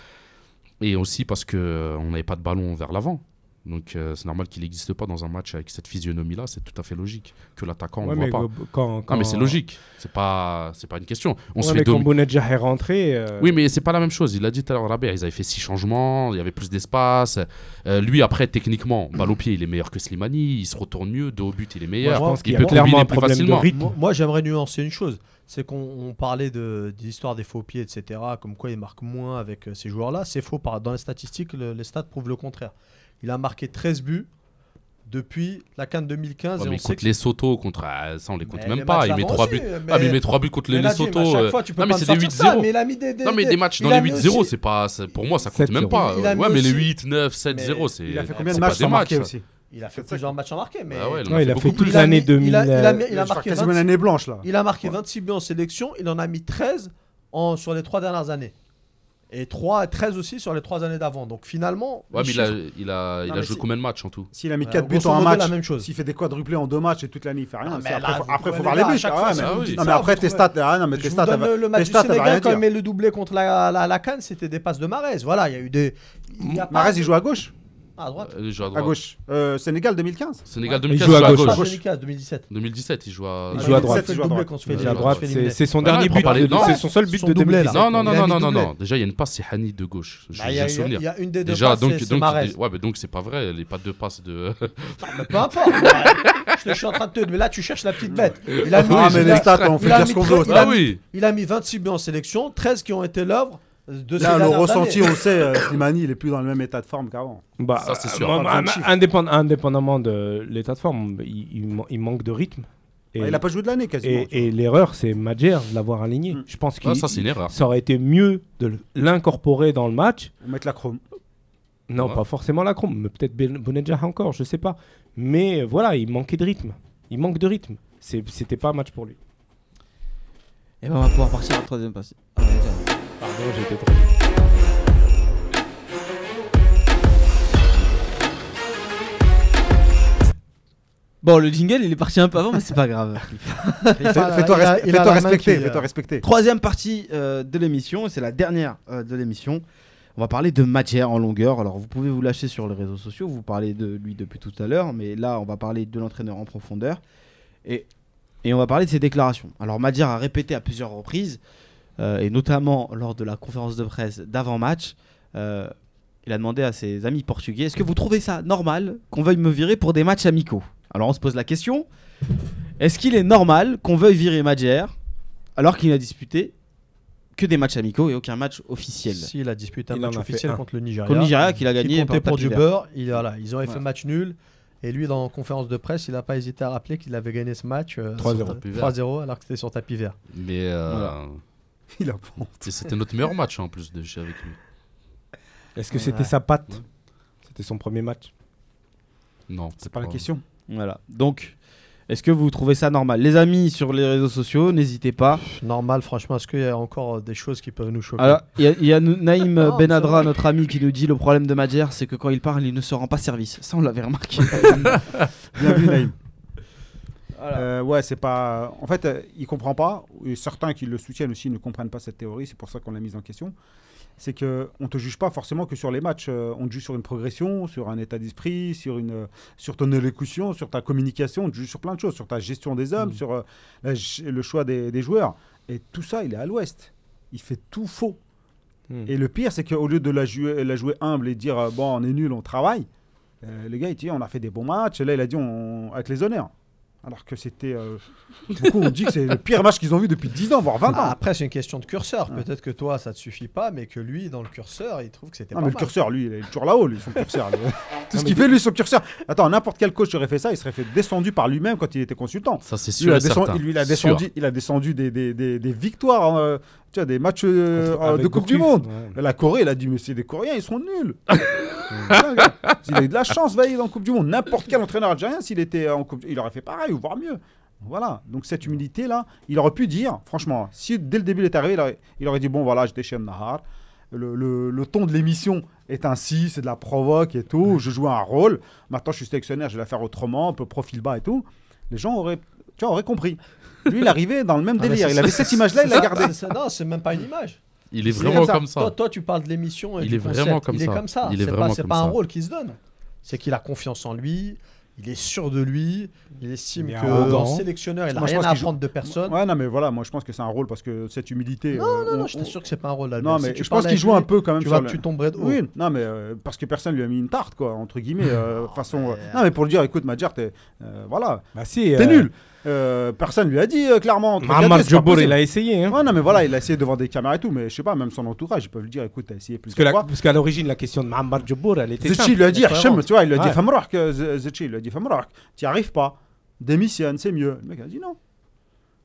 E: Et aussi parce que euh, on n'avait pas de ballon vers l'avant. Donc euh, c'est normal qu'il n'existe pas dans un match avec cette physionomie-là, c'est tout à fait logique que l'attaquant on
F: Ouais,
E: voit
F: mais
E: pas.
F: go- quand,
E: Ah mais c'est
F: quand-
E: logique, c'est pas c'est pas une question. On
F: Ouais,
E: se fait
F: mais quand
E: dom-
F: Bounedjah est rentré. euh,
E: Oui, mais c'est pas la même chose. Il l'a dit tout à l'heure, Rabia. Ils avaient fait six changements, il y avait plus d'espace. Euh, lui, après, techniquement, balle au pied, il est meilleur que Slimani. Il se retourne mieux. Deux au but, il est meilleur.
F: je pense qu'il y
E: peut
F: a
E: combiner
F: clairement un
E: plus
F: problème de
E: facilement.
F: rythme.
C: Moi, moi, j'aimerais nuancer une chose. C'est qu'on on parlait de, de l'histoire des faux pieds, etc. Comme quoi il marque moins avec euh, ces joueurs-là. C'est faux. par- Dans les statistiques, le- les stats prouvent le contraire. Il a marqué 13 buts depuis la Cannes 2015.
E: Ouais,
C: et
E: mais
C: on
E: il
C: sait
E: compte les Soto contre. ah, ça, on les compte
C: Mais
E: même
C: les
E: pas.
C: matchs
E: Il met
C: d'avant
E: trois
C: aussi,
E: buts.
C: mais-
E: Ah, mais il met trois buts contre les
C: Mais Nadim,
E: Soto.
C: à chaque
E: euh,
C: fois, tu peux
E: non, mais
C: pas me
E: c'est des
C: sortir ça,
E: 8-0.
C: mais il a mis des, des-
E: Non, mais des matchs dans
C: il a
E: les
C: mis
E: 8-0,
C: aussi-
E: c'est pas. c'est- Pour moi, ça compte même
F: 7-0.
E: pas.
C: Il a mis
E: Ouais, mais les
C: aussi-
E: 8, 9, 7-0,
C: Mais
E: c'est.
D: Il a fait combien de
E: c'est pas
D: matchs
E: des
D: sans marquer
E: ça.
D: aussi
C: Il a fait
D: ça
C: plusieurs matchs à marquer, mais
E: Bah ouais,
F: Ouais, il a
E: beaucoup
F: fait
E: plus.
F: toute
C: il a mis-
F: l'année
C: il
F: 2000.
C: a- il a mis-
F: euh,
C: il a
D: Je crois
C: marqué
D: quasiment
C: 26
D: l'année blanche là.
C: Il a marqué 26 buts en sélection, il en a mis 13 en, sur les trois dernières années. Et 3, 13 aussi sur les trois années d'avant. Donc finalement,
E: Ouais,
C: les
E: mais il a,
C: chiffres-
E: il a, il
D: Non,
E: a
D: mais
E: joué
D: si-
E: combien de matchs en tout
D: S'il a mis
C: Ouais,
D: 4 buts
C: grosso
D: en un
C: modo,
D: match,
C: la même chose.
D: s'il fait des quadruplés en deux matchs et toute l'année il fait rien.
C: Non, mais
D: hein. c'est
C: là,
D: après,
C: vous
D: faut- après,
C: pouvez
D: faut
C: aller
D: voir les
C: là, à
D: buts.
C: chaque
D: ah
C: fois,
D: ouais,
C: c'est
D: mais-
E: un petit
D: Non mais
C: ça,
D: après
C: vous
D: tes
C: pouvez-
D: stats, ah non mais
C: Je
D: tes
C: vous
D: stats,
C: donne
D: elles-
C: le, le
D: tes
C: match
D: stats,
C: du
D: elles veulent rien
C: Sénégal quand il
D: dire.
C: met le doublé contre la, la, la Cannes, c'était des passes de Marez. Voilà, il y a eu des. Il y a pas-
D: Mahrez il joue à gauche,
C: Ah, à droite.
E: Euh, il joue à
D: à
E: droite.
D: gauche. Euh, Sénégal 2015.
E: Sénégal
F: il
E: 2015,
F: joue à
E: il joue à
F: gauche.
E: gauche.
C: 2015, 2017.
E: 2017, il joue à.
F: Il joue à droite.
C: Il fait le
D: Il joue à
C: doublé
D: droite.
C: qu'on se fait
E: Ouais,
F: Il joue
C: éliminer.
F: à
C: On
F: droite.
C: se fait
F: C'est
C: éliminer.
F: c'est son
E: Bah, il
F: dernier
E: prend
F: but.
E: pas les-
F: de-
E: non.
F: C'est son seul but
C: Son
F: de
C: doublé, là.
F: 2017.
E: Non, non, non,
C: Il a
E: non,
C: mis
E: non, non,
C: doublé.
E: non. Déjà, il y a une passe, c'est Hani de gauche. Je-
C: Bah, il y
E: J'ai
C: a-
E: un souvenir.
C: Il y a une des deux
E: Déjà,
C: passes,
E: donc,
C: c'est- c'est
E: donc,
C: Mahrez.
E: ouais, mais donc c'est pas vrai, les pas de passe
C: (laughs)
E: de.
C: Mais peu
E: (laughs)
C: importe. ouais. je, te- je suis en train de te. Mais là, tu cherches la petite bête. Il a mis,
D: Ah mais
C: il,
D: les
C: a,
D: stats, on fait
C: il a
D: dire
C: mis
D: ce qu'on veut. aux
C: très-
D: stats.
E: ah oui
C: il a mis 26 buts en sélection, 13 qui ont été l'œuvre de ces
D: Là le
C: dernières
D: ressenti,
C: années.
D: on sait, euh, Slimani il est plus dans le même état de forme qu'avant.
F: Bah,
E: Ça, c'est
F: euh,
E: sûr.
F: moi,
D: Pas besoin
F: moi,
D: de chiffres.
F: indépend- indépendamment de l'état de forme, il, il man- il manque de rythme. Et,
D: Il a pas joué de l'année quasiment.
F: et- et l'erreur, c'est Madjer de l'avoir aligné.
D: Mm.
F: Je pense
E: Ah,
F: que
E: Ça, c'est une erreur.
F: ça aurait été mieux de le- l'incorporer dans le match.
D: On met la chrome.
F: Non,
E: Ouais.
F: pas forcément la Chrome, mais peut-être Ben- Bounedjah encore, je sais pas. Mais euh, voilà, il manquait de rythme. Il manque de rythme. C'est- C'était pas un match pour lui.
B: Et ben on va pouvoir partir à la troisième partie.
F: Pardon, j'étais trop.
B: Bon, le jingle il est parti un peu avant, mais Ah, c'est pas grave.
C: Il a- il a-
D: Fais-toi
C: il a-
D: res-
C: il
D: fais-toi
C: a la main
D: respecter,
C: qui,
D: fais-toi
C: euh,
D: respecter.
B: Troisième partie euh, de l'émission, et c'est la dernière euh, de l'émission. On va parler de matière en longueur. Alors, vous pouvez vous lâcher sur les réseaux sociaux. Vous parlez de lui depuis tout à l'heure, mais là, on va parler de l'entraîneur en profondeur. Et, et on va parler de ses déclarations. Alors, Madjer a répété à plusieurs reprises, euh, et notamment lors de la conférence de presse d'avant-match, euh, il a demandé à ses amis portugais Est-ce que vous trouvez ça normal qu'on veuille me virer pour des matchs amicaux Alors, on se pose la question Est-ce qu'il est normal qu'on veuille virer Madjer alors qu'il n'a disputé que des matchs amicaux et aucun match officiel
C: Si, il a disputé un
F: Il en
C: match
F: a fait
C: officiel
F: un.
C: contre le Nigeria.
B: Comme Nigeria qu'il a
C: Qui
B: gagné
C: comptait
B: par
C: pour
B: tapis
C: du
B: vert.
C: beurre. Il, voilà, ils ont fait
B: Voilà.
C: match nul. Et lui, dans la conférence de presse, il n'a pas hésité à rappeler qu'il avait gagné ce match euh,
F: 3-0.
C: sur ta-
E: Tapis vert.
C: 3-0 alors que c'était sur tapis vert.
E: Mais euh,
B: Voilà.
D: Il a pas honte.
E: et c'était notre meilleur match en plus de chez avec lui.
F: Est-ce que c'était sa patte C'était son premier match.
E: Non,
D: C'est pas la question.
B: Voilà. Donc, est-ce que vous trouvez ça normal Les amis sur les réseaux sociaux, n'hésitez pas.
C: Pff, Normal, franchement, est-ce qu'il y a encore des choses qui peuvent nous choquer
B: Alors, il y a, il y a nous- Naïm
C: Non,
B: Benadra, notre ami, qui nous dit le problème de Madjer, c'est que quand il parle, il ne se rend pas service. Ça, on l'avait remarqué.
D: Bien vu,
C: (laughs)
D: Naïm. Euh, ouais, c'est pas. En fait, euh, il comprend pas. Et certains qui le soutiennent aussi ne comprennent pas cette théorie. C'est pour ça qu'on l'a mise en question. C'est que on te juge pas forcément que sur les matchs. Euh, on te juge sur une progression, sur un état d'esprit, sur une, euh, sur ton élocution, sur ta communication. On te juge sur plein de choses, sur ta gestion des hommes, sur euh, la g- le choix des, des joueurs. Et tout ça, il est à l'Ouest. Il fait tout faux.
F: Mm.
D: Et le pire, c'est qu'au lieu de la jouer, la jouer humble et dire euh, bon, on est nul, on travaille. euh, le gars, il dit on a fait des bons matchs. Et là, il a dit on... avec les honneurs. Alors que c'était. euh, Beaucoup ont dit que c'est le pire match qu'ils ont vu depuis 10 ans, voire 20 ans.
C: Ah, après, c'est une question de curseur. Peut-être que toi, ça te suffit pas, mais que lui, dans le curseur, il trouve que c'était
D: non,
C: pas
D: mais le
C: mal.
D: curseur, lui, il est toujours là-haut, lui, son (laughs) curseur. lui. Tout ce qu'il fait, lui, son curseur. Attends, n'importe quel coach aurait fait ça, il serait fait descendu par lui-même quand il était consultant.
E: Ça, c'est
D: Lui, il,
E: sûr.
D: a
E: et
D: descend-
E: certain.
D: il- lui, il a
E: Sûr.
D: descendu, il a descendu des, des- des- des victoires, euh, tu vois, des matchs euh,
F: Contre-
D: euh,
F: avec
D: de Coupe du
F: Gourcuff.
D: Monde.
F: Ouais.
D: La Corée, il a dit, mais c'est des Coréens, ils sont nuls. (laughs) il a eu de la chance, Vaïd, en Coupe du Monde. N'importe quel entraîneur algérien, s'il était en Coupe, il aurait fait pareil, ou voire mieux. Voilà. Donc cette humilité-là, il aurait pu dire, franchement, si dès le début il est arrivé, il aurait, il aurait dit, bon voilà, j'étais chez Nahar. Le, le- le ton de l'émission est ainsi, c'est de la provoque et tout. Je joue un rôle. Maintenant, je suis sélectionnaire, je vais la faire autrement, un peu profil bas et tout. Les gens auraient, tu vois, auraient compris. Lui, il arrivait dans le même
C: Ah, mais
D: délire.
C: c'est-
D: Il avait cette image-là, il l'a gardée.
C: C'est ça, Non, c'est même pas une image.
E: Il est
C: C'est
E: vraiment comme ça.
C: Toi, toi, tu parles de l'émission. et
E: Il
C: du
E: est
C: concept.
E: vraiment comme
C: il Est
E: ça.
C: comme ça.
E: Il est
C: C'est pas-
E: vraiment
C: C'est
E: comme
C: pas un
E: ça.
C: rôle qui se donne. C'est qu'il a confiance en lui, il est sûr de lui, il estime
F: Il est
C: que
F: arrogant.
C: en sélectionneur, il n'a
D: Moi, je
C: rien
D: pense
C: à
D: qu'il joue-
C: apprendre de personne.
D: Ouais, non, mais voilà, moi je pense que c'est un rôle parce que cette humilité.
C: Non,
D: euh,
C: non,
D: on-
C: non, je
D: on-
C: t'assure que c'est pas un rôle. Albert.
D: Non,
C: Si
D: mais
C: tu
D: je pense
C: parles
D: qu'il
C: avec
D: joue un
C: lui,
D: peu quand même
C: Tu
D: sur
C: vois
D: le-
C: que tu tomberais de haut.
D: Oui, non, mais euh, parce que personne lui a mis une tarte, quoi, entre guillemets, euh, façon. euh,
C: mais-
D: non, mais pour lui dire, écoute, Madjar, t'es. euh, voilà,
F: Bah si.
D: t'es
F: euh,
D: nul Euh, Personne lui a dit, euh, clairement. entre gâtés,
F: Marc
D: c'est pas
F: Jobor,
D: possible.
F: il a essayé. hein.
D: Ouais, non, mais voilà, il a essayé devant des caméras et tout, mais je sais pas, même son entourage, ils peuvent lui dire, écoute, t'as essayé
F: Parce que
D: plusieurs
F: la-
D: fois.
F: parce qu'à l'origine, la question de Mohamed Jobbour, elle était
D: Zetchi
F: simple.
D: lui a dit,
C: la cohérente.
D: Hachem, tu vois, il lui a dit,
F: Ouais.
D: Famrock, Zetchi, il lui a dit, Famrock, t'y arrives pas, démissionne, c'est mieux. Le mec a dit non.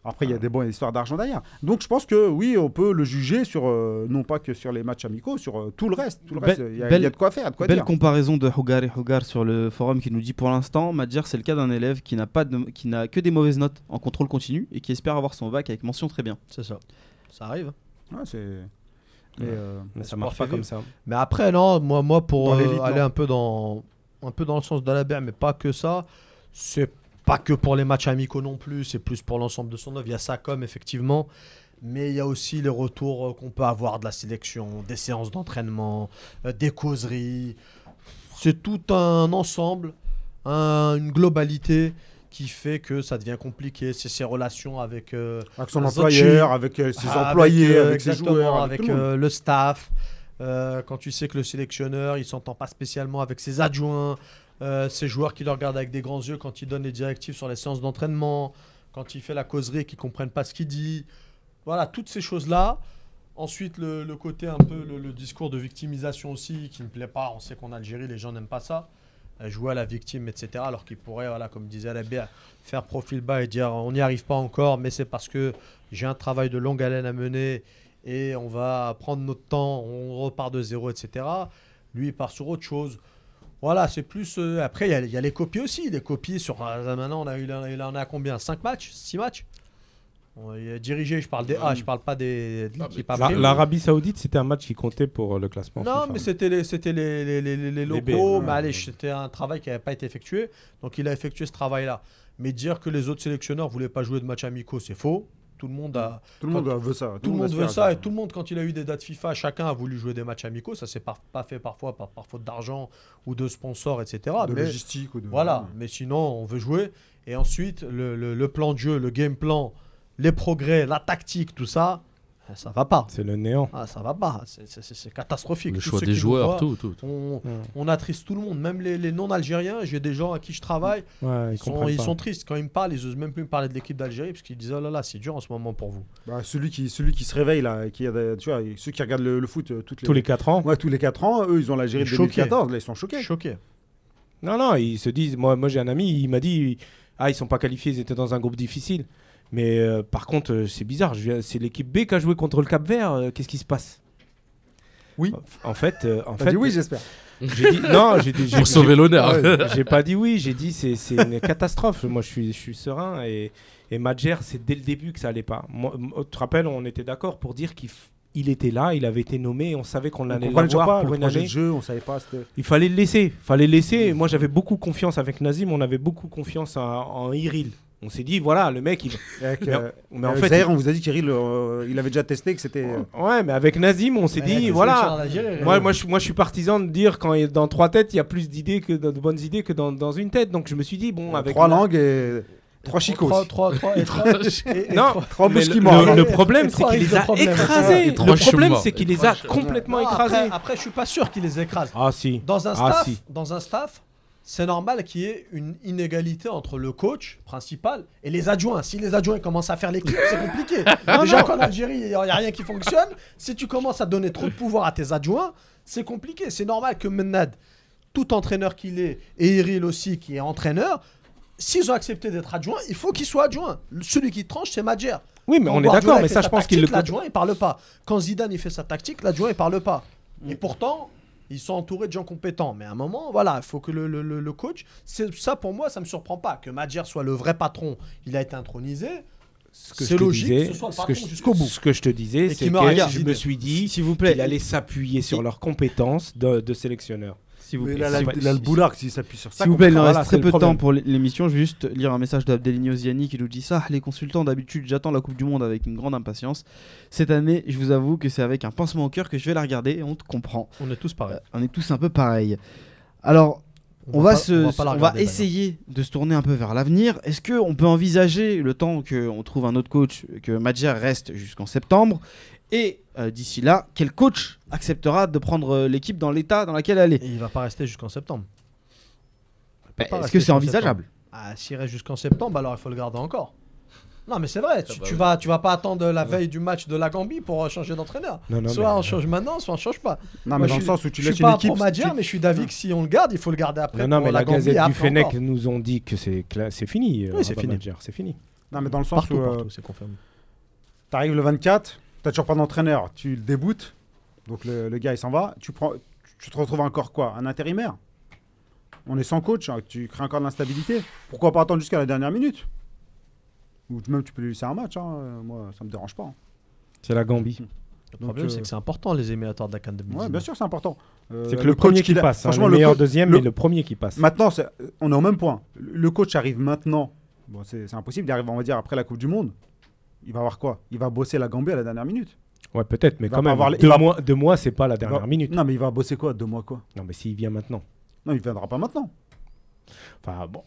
D: Après, il y a des bonnes histoires d'argent derrière. Donc, je pense que oui, on peut le juger sur, euh, non pas que sur les matchs amicaux, sur euh, tout le reste. Tout le
B: Belle-
D: reste, il y, a-
B: belle-
D: il y a de quoi faire, de quoi
B: Belle
D: dire.
B: comparaison de Hogar et Hogar sur le forum qui nous dit pour l'instant, Madjar, c'est le cas d'un élève qui n'a pas de- qui n'a que des mauvaises notes en contrôle continu et qui espère avoir son bac avec mention très bien.
C: C'est ça. Ça arrive.
D: Ouais, c'est- mais, euh,
F: Mais ça
C: Sport
F: marche pas
C: fait
F: comme
C: vivre.
F: ça.
C: Mais après, non, moi, moi pour
D: Dans
C: euh,
D: l'élite, non.
C: aller un peu dans un peu dans le sens d'Alabert, mais pas que ça. C'est pas que pour les matchs amicaux non plus. C'est plus pour l'ensemble de son œuvre. Il y a ça comme effectivement, mais il y a aussi les retours euh, qu'on peut avoir de la sélection, des séances d'entraînement, euh, des causeries. C'est tout un ensemble, un- une globalité qui fait que ça devient compliqué. C'est ses relations avec euh,
D: avec son
C: Zetchi.
D: employeur, avec euh, ses
C: ah,
D: employés,
C: euh,
D: avec ses
C: exactement,
D: joueurs,
C: avec,
D: tout le monde.
C: euh, le staff. Euh, quand tu sais que le sélectionneur, il s'entend pas spécialement avec ses adjoints, euh, ses joueurs qui le regardent avec des grands yeux quand il donne les directives sur les séances d'entraînement, quand il fait la causerie et qu'ils comprennent pas ce qu'il dit. Voilà, toutes ces choses-là. Ensuite, le, le côté un peu, le, le discours de victimisation aussi, qui ne plaît pas. On sait qu'en Algérie, les gens n'aiment pas ça. Euh, Jouer à la victime, etc. Alors qu'il pourrait, voilà, comme disait Alabia, faire profil bas et dire on n'y arrive pas encore, mais c'est parce que j'ai un travail de longue haleine à mener et on va prendre notre temps, on repart de zéro, etc. Lui, il part sur autre chose. Voilà, c'est plus. euh, après, il y a- il y, a les copies aussi. Les copies sur. euh, maintenant, on a, il, en, il en a combien 5 matchs 6 matchs On- il est Dirigé, je parle des A, je parle pas des. de
E: Ah,
C: l'équipe
E: mais
F: La-
C: après.
F: L'Arabie Saoudite, c'était un match qui comptait pour euh, le classement.
C: Non,
F: FIFA.
C: mais c'était les, c'était les, les, les- les- les locaux.
F: B, ouais.
C: mais allez, c'était un travail qui n'avait pas été effectué. Donc il a effectué ce travail-là. Mais dire que les autres sélectionneurs voulaient pas jouer de matchs amicaux, c'est faux. Tout le monde a,
D: Tout le monde euh, veut ça.
C: tout le monde veut
D: espère
C: ça et tout le monde quand il a eu des dates FIFA, chacun a voulu jouer des matchs amicaux. Ça s'est par- pas fait parfois par, par faute d'argent ou de sponsors, etc.
D: de
C: mais
D: logistique. ou de-
C: voilà. Mais sinon, on veut jouer. Et ensuite, le, le- le plan de jeu, le game plan, les progrès, la tactique, tout ça, eh, ça va pas.
F: C'est le néant.
C: Ah, ça va pas. C'est- C'est c'est- c'est catastrophique.
E: Le
C: Tous
E: choix
C: ceux
E: des
C: qui nous
E: joueurs,
C: voient,
E: tout,
C: (laughs)
E: tout. tout.
C: On,
F: Mm.
C: on attriste tout le monde, même les, les non-algériens. J'ai des gens à qui je travaille.
F: Ouais, ils
C: Ils, sont,
F: comprennent
C: ils
F: pas.
C: sont tristes. Quand ils me parlent, ils osent même plus me parler de l'équipe d'Algérie parce qu'ils disent Oh là là, c'est dur en ce moment pour vous.
D: Bah, celui, qui, celui qui se réveille, là, qui a, des- tu vois, ceux qui regardent le, le foot euh, toutes les,
F: Tous les 4 ans.
D: Ouais, tous les 4 ans, eux, ils ont l'Algérie de
C: Choqués.
D: 2014, là, ils sont choqués.
C: Choqué.
F: Non, non, ils se disent. Moi, moi j'ai un ami, il m'a dit Ah, ils sont pas qualifiés, ils étaient dans un groupe difficile. Mais euh, par contre, euh, c'est bizarre. je viens- C'est l'équipe B qui a joué contre le Cap Vert. euh, Qu'est-ce qui se passe
D: Oui.
F: En fait, euh, en
D: T'as
F: fait
D: dit oui, j'espère.
F: j'ai dit non. J'ai dit- j'ai-
E: Pour sauver l'honneur.
F: Ouais, j'ai pas dit oui, j'ai dit c'est c'est une catastrophe. Moi, je suis, je suis serein et, et Madjer, c'est dès le début que ça allait pas. Moi, m- tu te rappelles, on était d'accord pour dire qu'il f- il était là, il avait été nommé, on savait qu'on
D: On
F: allait
D: comprenait toujours
F: l'avoir
D: pas
F: pour
D: le
F: une
D: projet
F: année.
D: de jeu, on savait pas. c'était-
F: Il fallait le laisser, fallait le laisser. Et Moi, j'avais beaucoup confiance avec Nazim, on avait beaucoup confiance en, en Iril. On s'est dit voilà, le
D: (laughs)
F: mec, il...
D: Avec,
F: Mais-
D: euh,
F: mais en
D: euh,
F: fait,
D: Zahir, on vous a dit qu'Iril, euh, il avait déjà testé que c'était. euh,
F: ouais, mais avec Nazim, on
C: Eh,
F: s'est dit voilà. Moi, moi, je, moi, je suis partisan de dire quand il- dans trois têtes, il y a plus d'idées que de, de bonnes idées que dans, dans une tête. Donc, je me suis dit bon, avec
D: Euh, trois
F: Na-
D: langues et trois chicots.
C: Trois,
D: aussi.
C: trois, trois, et trois- et- et
F: Non,
C: trois-
D: Trois
F: Mais
D: bouches
F: le,
D: qui
F: le-
D: mordent.
F: le problème,
C: Et
F: c'est
C: trois-
F: qu'il
C: et
F: les
C: trois
F: a
C: problèmes, c'est ça.
F: écrasés.
E: Et trois
F: Le problème,
E: chemins.
F: c'est qu'il
E: Et
F: les a
E: trois
F: complètement
C: Non,
F: écrasés.
C: Après, après, je suis pas sûr qu'il les écrase.
F: Ah si.
C: Dans un
F: Ah,
C: staff,
F: si.
C: dans un staff, c'est normal qu'il y ait une inégalité entre le coach principal et les adjoints. Si les adjoints commencent à faire l'équipe, c'est
F: (laughs)
C: compliqué. Déjà qu'en Algérie, il n'y a rien qui fonctionne. Si tu commences à donner trop de pouvoir à tes adjoints, c'est compliqué. C'est normal que Menad, tout entraîneur qu'il est, et Iril aussi, qui est entraîneur, s'ils ont accepté d'être adjoints, il faut qu'ils soient adjoints. Celui qui tranche, c'est Madjer.
F: Oui, mais
C: Quand
F: on est
C: Guardiola,
F: d'accord,
C: il
F: mais
C: fait
F: ça,
C: sa
F: je pense qu'il le
C: tactique, L'adjoint, il parle pas. Quand Zidane, il fait sa tactique, l'adjoint, il parle pas.
F: Mm.
C: Et pourtant, ils sont entourés de gens compétents. Mais à un moment, voilà, il faut que le, le- le- le coach. c'est- Ça, pour moi, ça me surprend pas. Que Madjer soit le vrai patron, il a été intronisé.
F: Ce que
C: C'est
F: je te
C: logique que
F: disais,
C: ce soit le
F: ce que
C: patron
F: je-
C: jusqu'au bout.
F: Ce que je te disais,
C: qui
F: c'est que
C: meurt à
F: je
C: Zidane.
F: me suis dit
B: S'il vous plaît,
F: qu'il allait s'appuyer sur leurs compétences de, de sélectionneur.
B: s'il vous
D: Mais
B: plaît.
D: Il a la-
F: Si-
D: il a le
F: si-
D: boulard s'il s'appuie sur ça.
B: S'il vous plaît, il en
F: comprend,
B: reste
F: voilà,
B: très
F: c'est
B: peu de
F: le
B: temps
F: problème.
B: pour l'é- l'émission. Je vais juste lire un message d'Abdelino Ziani qui nous dit ça. Les consultants, d'habitude, j'attends la Coupe du Monde avec une grande impatience. Cette année, je vous avoue que c'est avec un pincement au cœur que je vais la regarder et on te comprend.
C: On est tous pareils.
B: Euh, on est tous un peu pareils. Alors, On, va,
C: pas-
B: se,
C: on
B: on
C: va
B: va,
C: pas la regarder,
B: essayer de se tourner un peu vers l'avenir. Est-ce que on peut envisager le temps qu'on trouve un autre coach, que Madjer reste jusqu'en septembre, et euh, d'ici là, quel coach acceptera de prendre euh, l'équipe dans l'état dans lequel elle est
C: Et il va pas rester jusqu'en septembre.
B: Bah,
C: pas
B: Est-ce
C: rester
B: que c'est
C: sur
B: envisageable
C: Ah, s'il reste jusqu'en septembre, alors il faut le garder encore. Non, mais c'est vrai, tu,
E: bah
C: tu
E: oui.
C: vas, tu vas pas attendre la veille du match de la Gambie pour euh, changer d'entraîneur.
F: Non, non,
C: Soit
F: mais- euh,
C: on change maintenant, soit on change pas.
D: Non,
C: Moi,
D: mais
C: je
D: dans le
C: suis-
D: sens où tu
C: je
D: lâches
C: suis
D: une
C: pas
D: équipe.
C: pour Madjer,
D: tu-
C: mais je suis d'avis que si on le garde, il faut le garder après.
F: Non, non,
C: pour
F: mais la,
C: Gambie,
F: Gazette
C: et
F: du
C: après
F: Fennec
C: encore.
F: nous ont dit que c'est cla- c'est fini. euh,
C: Oui, c'est
F: Rabat
C: fini.
F: Madjer, C'est fini.
D: Non, mais dans le sens
C: Partout,
D: où euh,
C: partout, c'est confirmé.
D: t'arrives le 24, t'as toujours pas d'entraîneur, tu le débutes, donc le, le gars il s'en va, tu, prends, tu- tu te retrouves encore quoi Un intérimaire On est sans coach, hein, tu crées encore de l'instabilité. Pourquoi pas attendre jusqu'à la dernière minute Ou même tu peux lui laisser un match, hein, euh, moi ça me dérange pas. hein.
F: C'est la Gambie.
C: Le
D: Donc,
C: problème,
D: euh,
C: c'est que c'est important, les émulatoires de la Cannes
D: Ouais, bien sûr, c'est important. Euh,
F: C'est que
D: le
F: le,
D: coach
F: premier qui
D: qu'il a-
F: passe. hein,
D: franchement,
F: le
D: le
F: meilleur
D: coach-
F: deuxième,
D: le-
F: mais le premier qui passe.
D: Maintenant, c'est- on est au même point. Le coach arrive maintenant. Bon, c'est c'est impossible. Il arrive, on va dire, après la Coupe du Monde. Il va avoir quoi Il va bosser la Gambie à la dernière minute.
F: Ouais, peut-être, mais
D: Il va
F: quand
D: pas
F: même.
D: avoir les-
F: Deux,
D: il va-
F: mois, deux mois, c'est pas la
D: Il va-
F: dernière minute.
D: Non, mais il va bosser quoi Deux mois quoi
F: Non, mais s'il vient maintenant.
D: Non, il viendra pas maintenant.
F: Enfin, bon.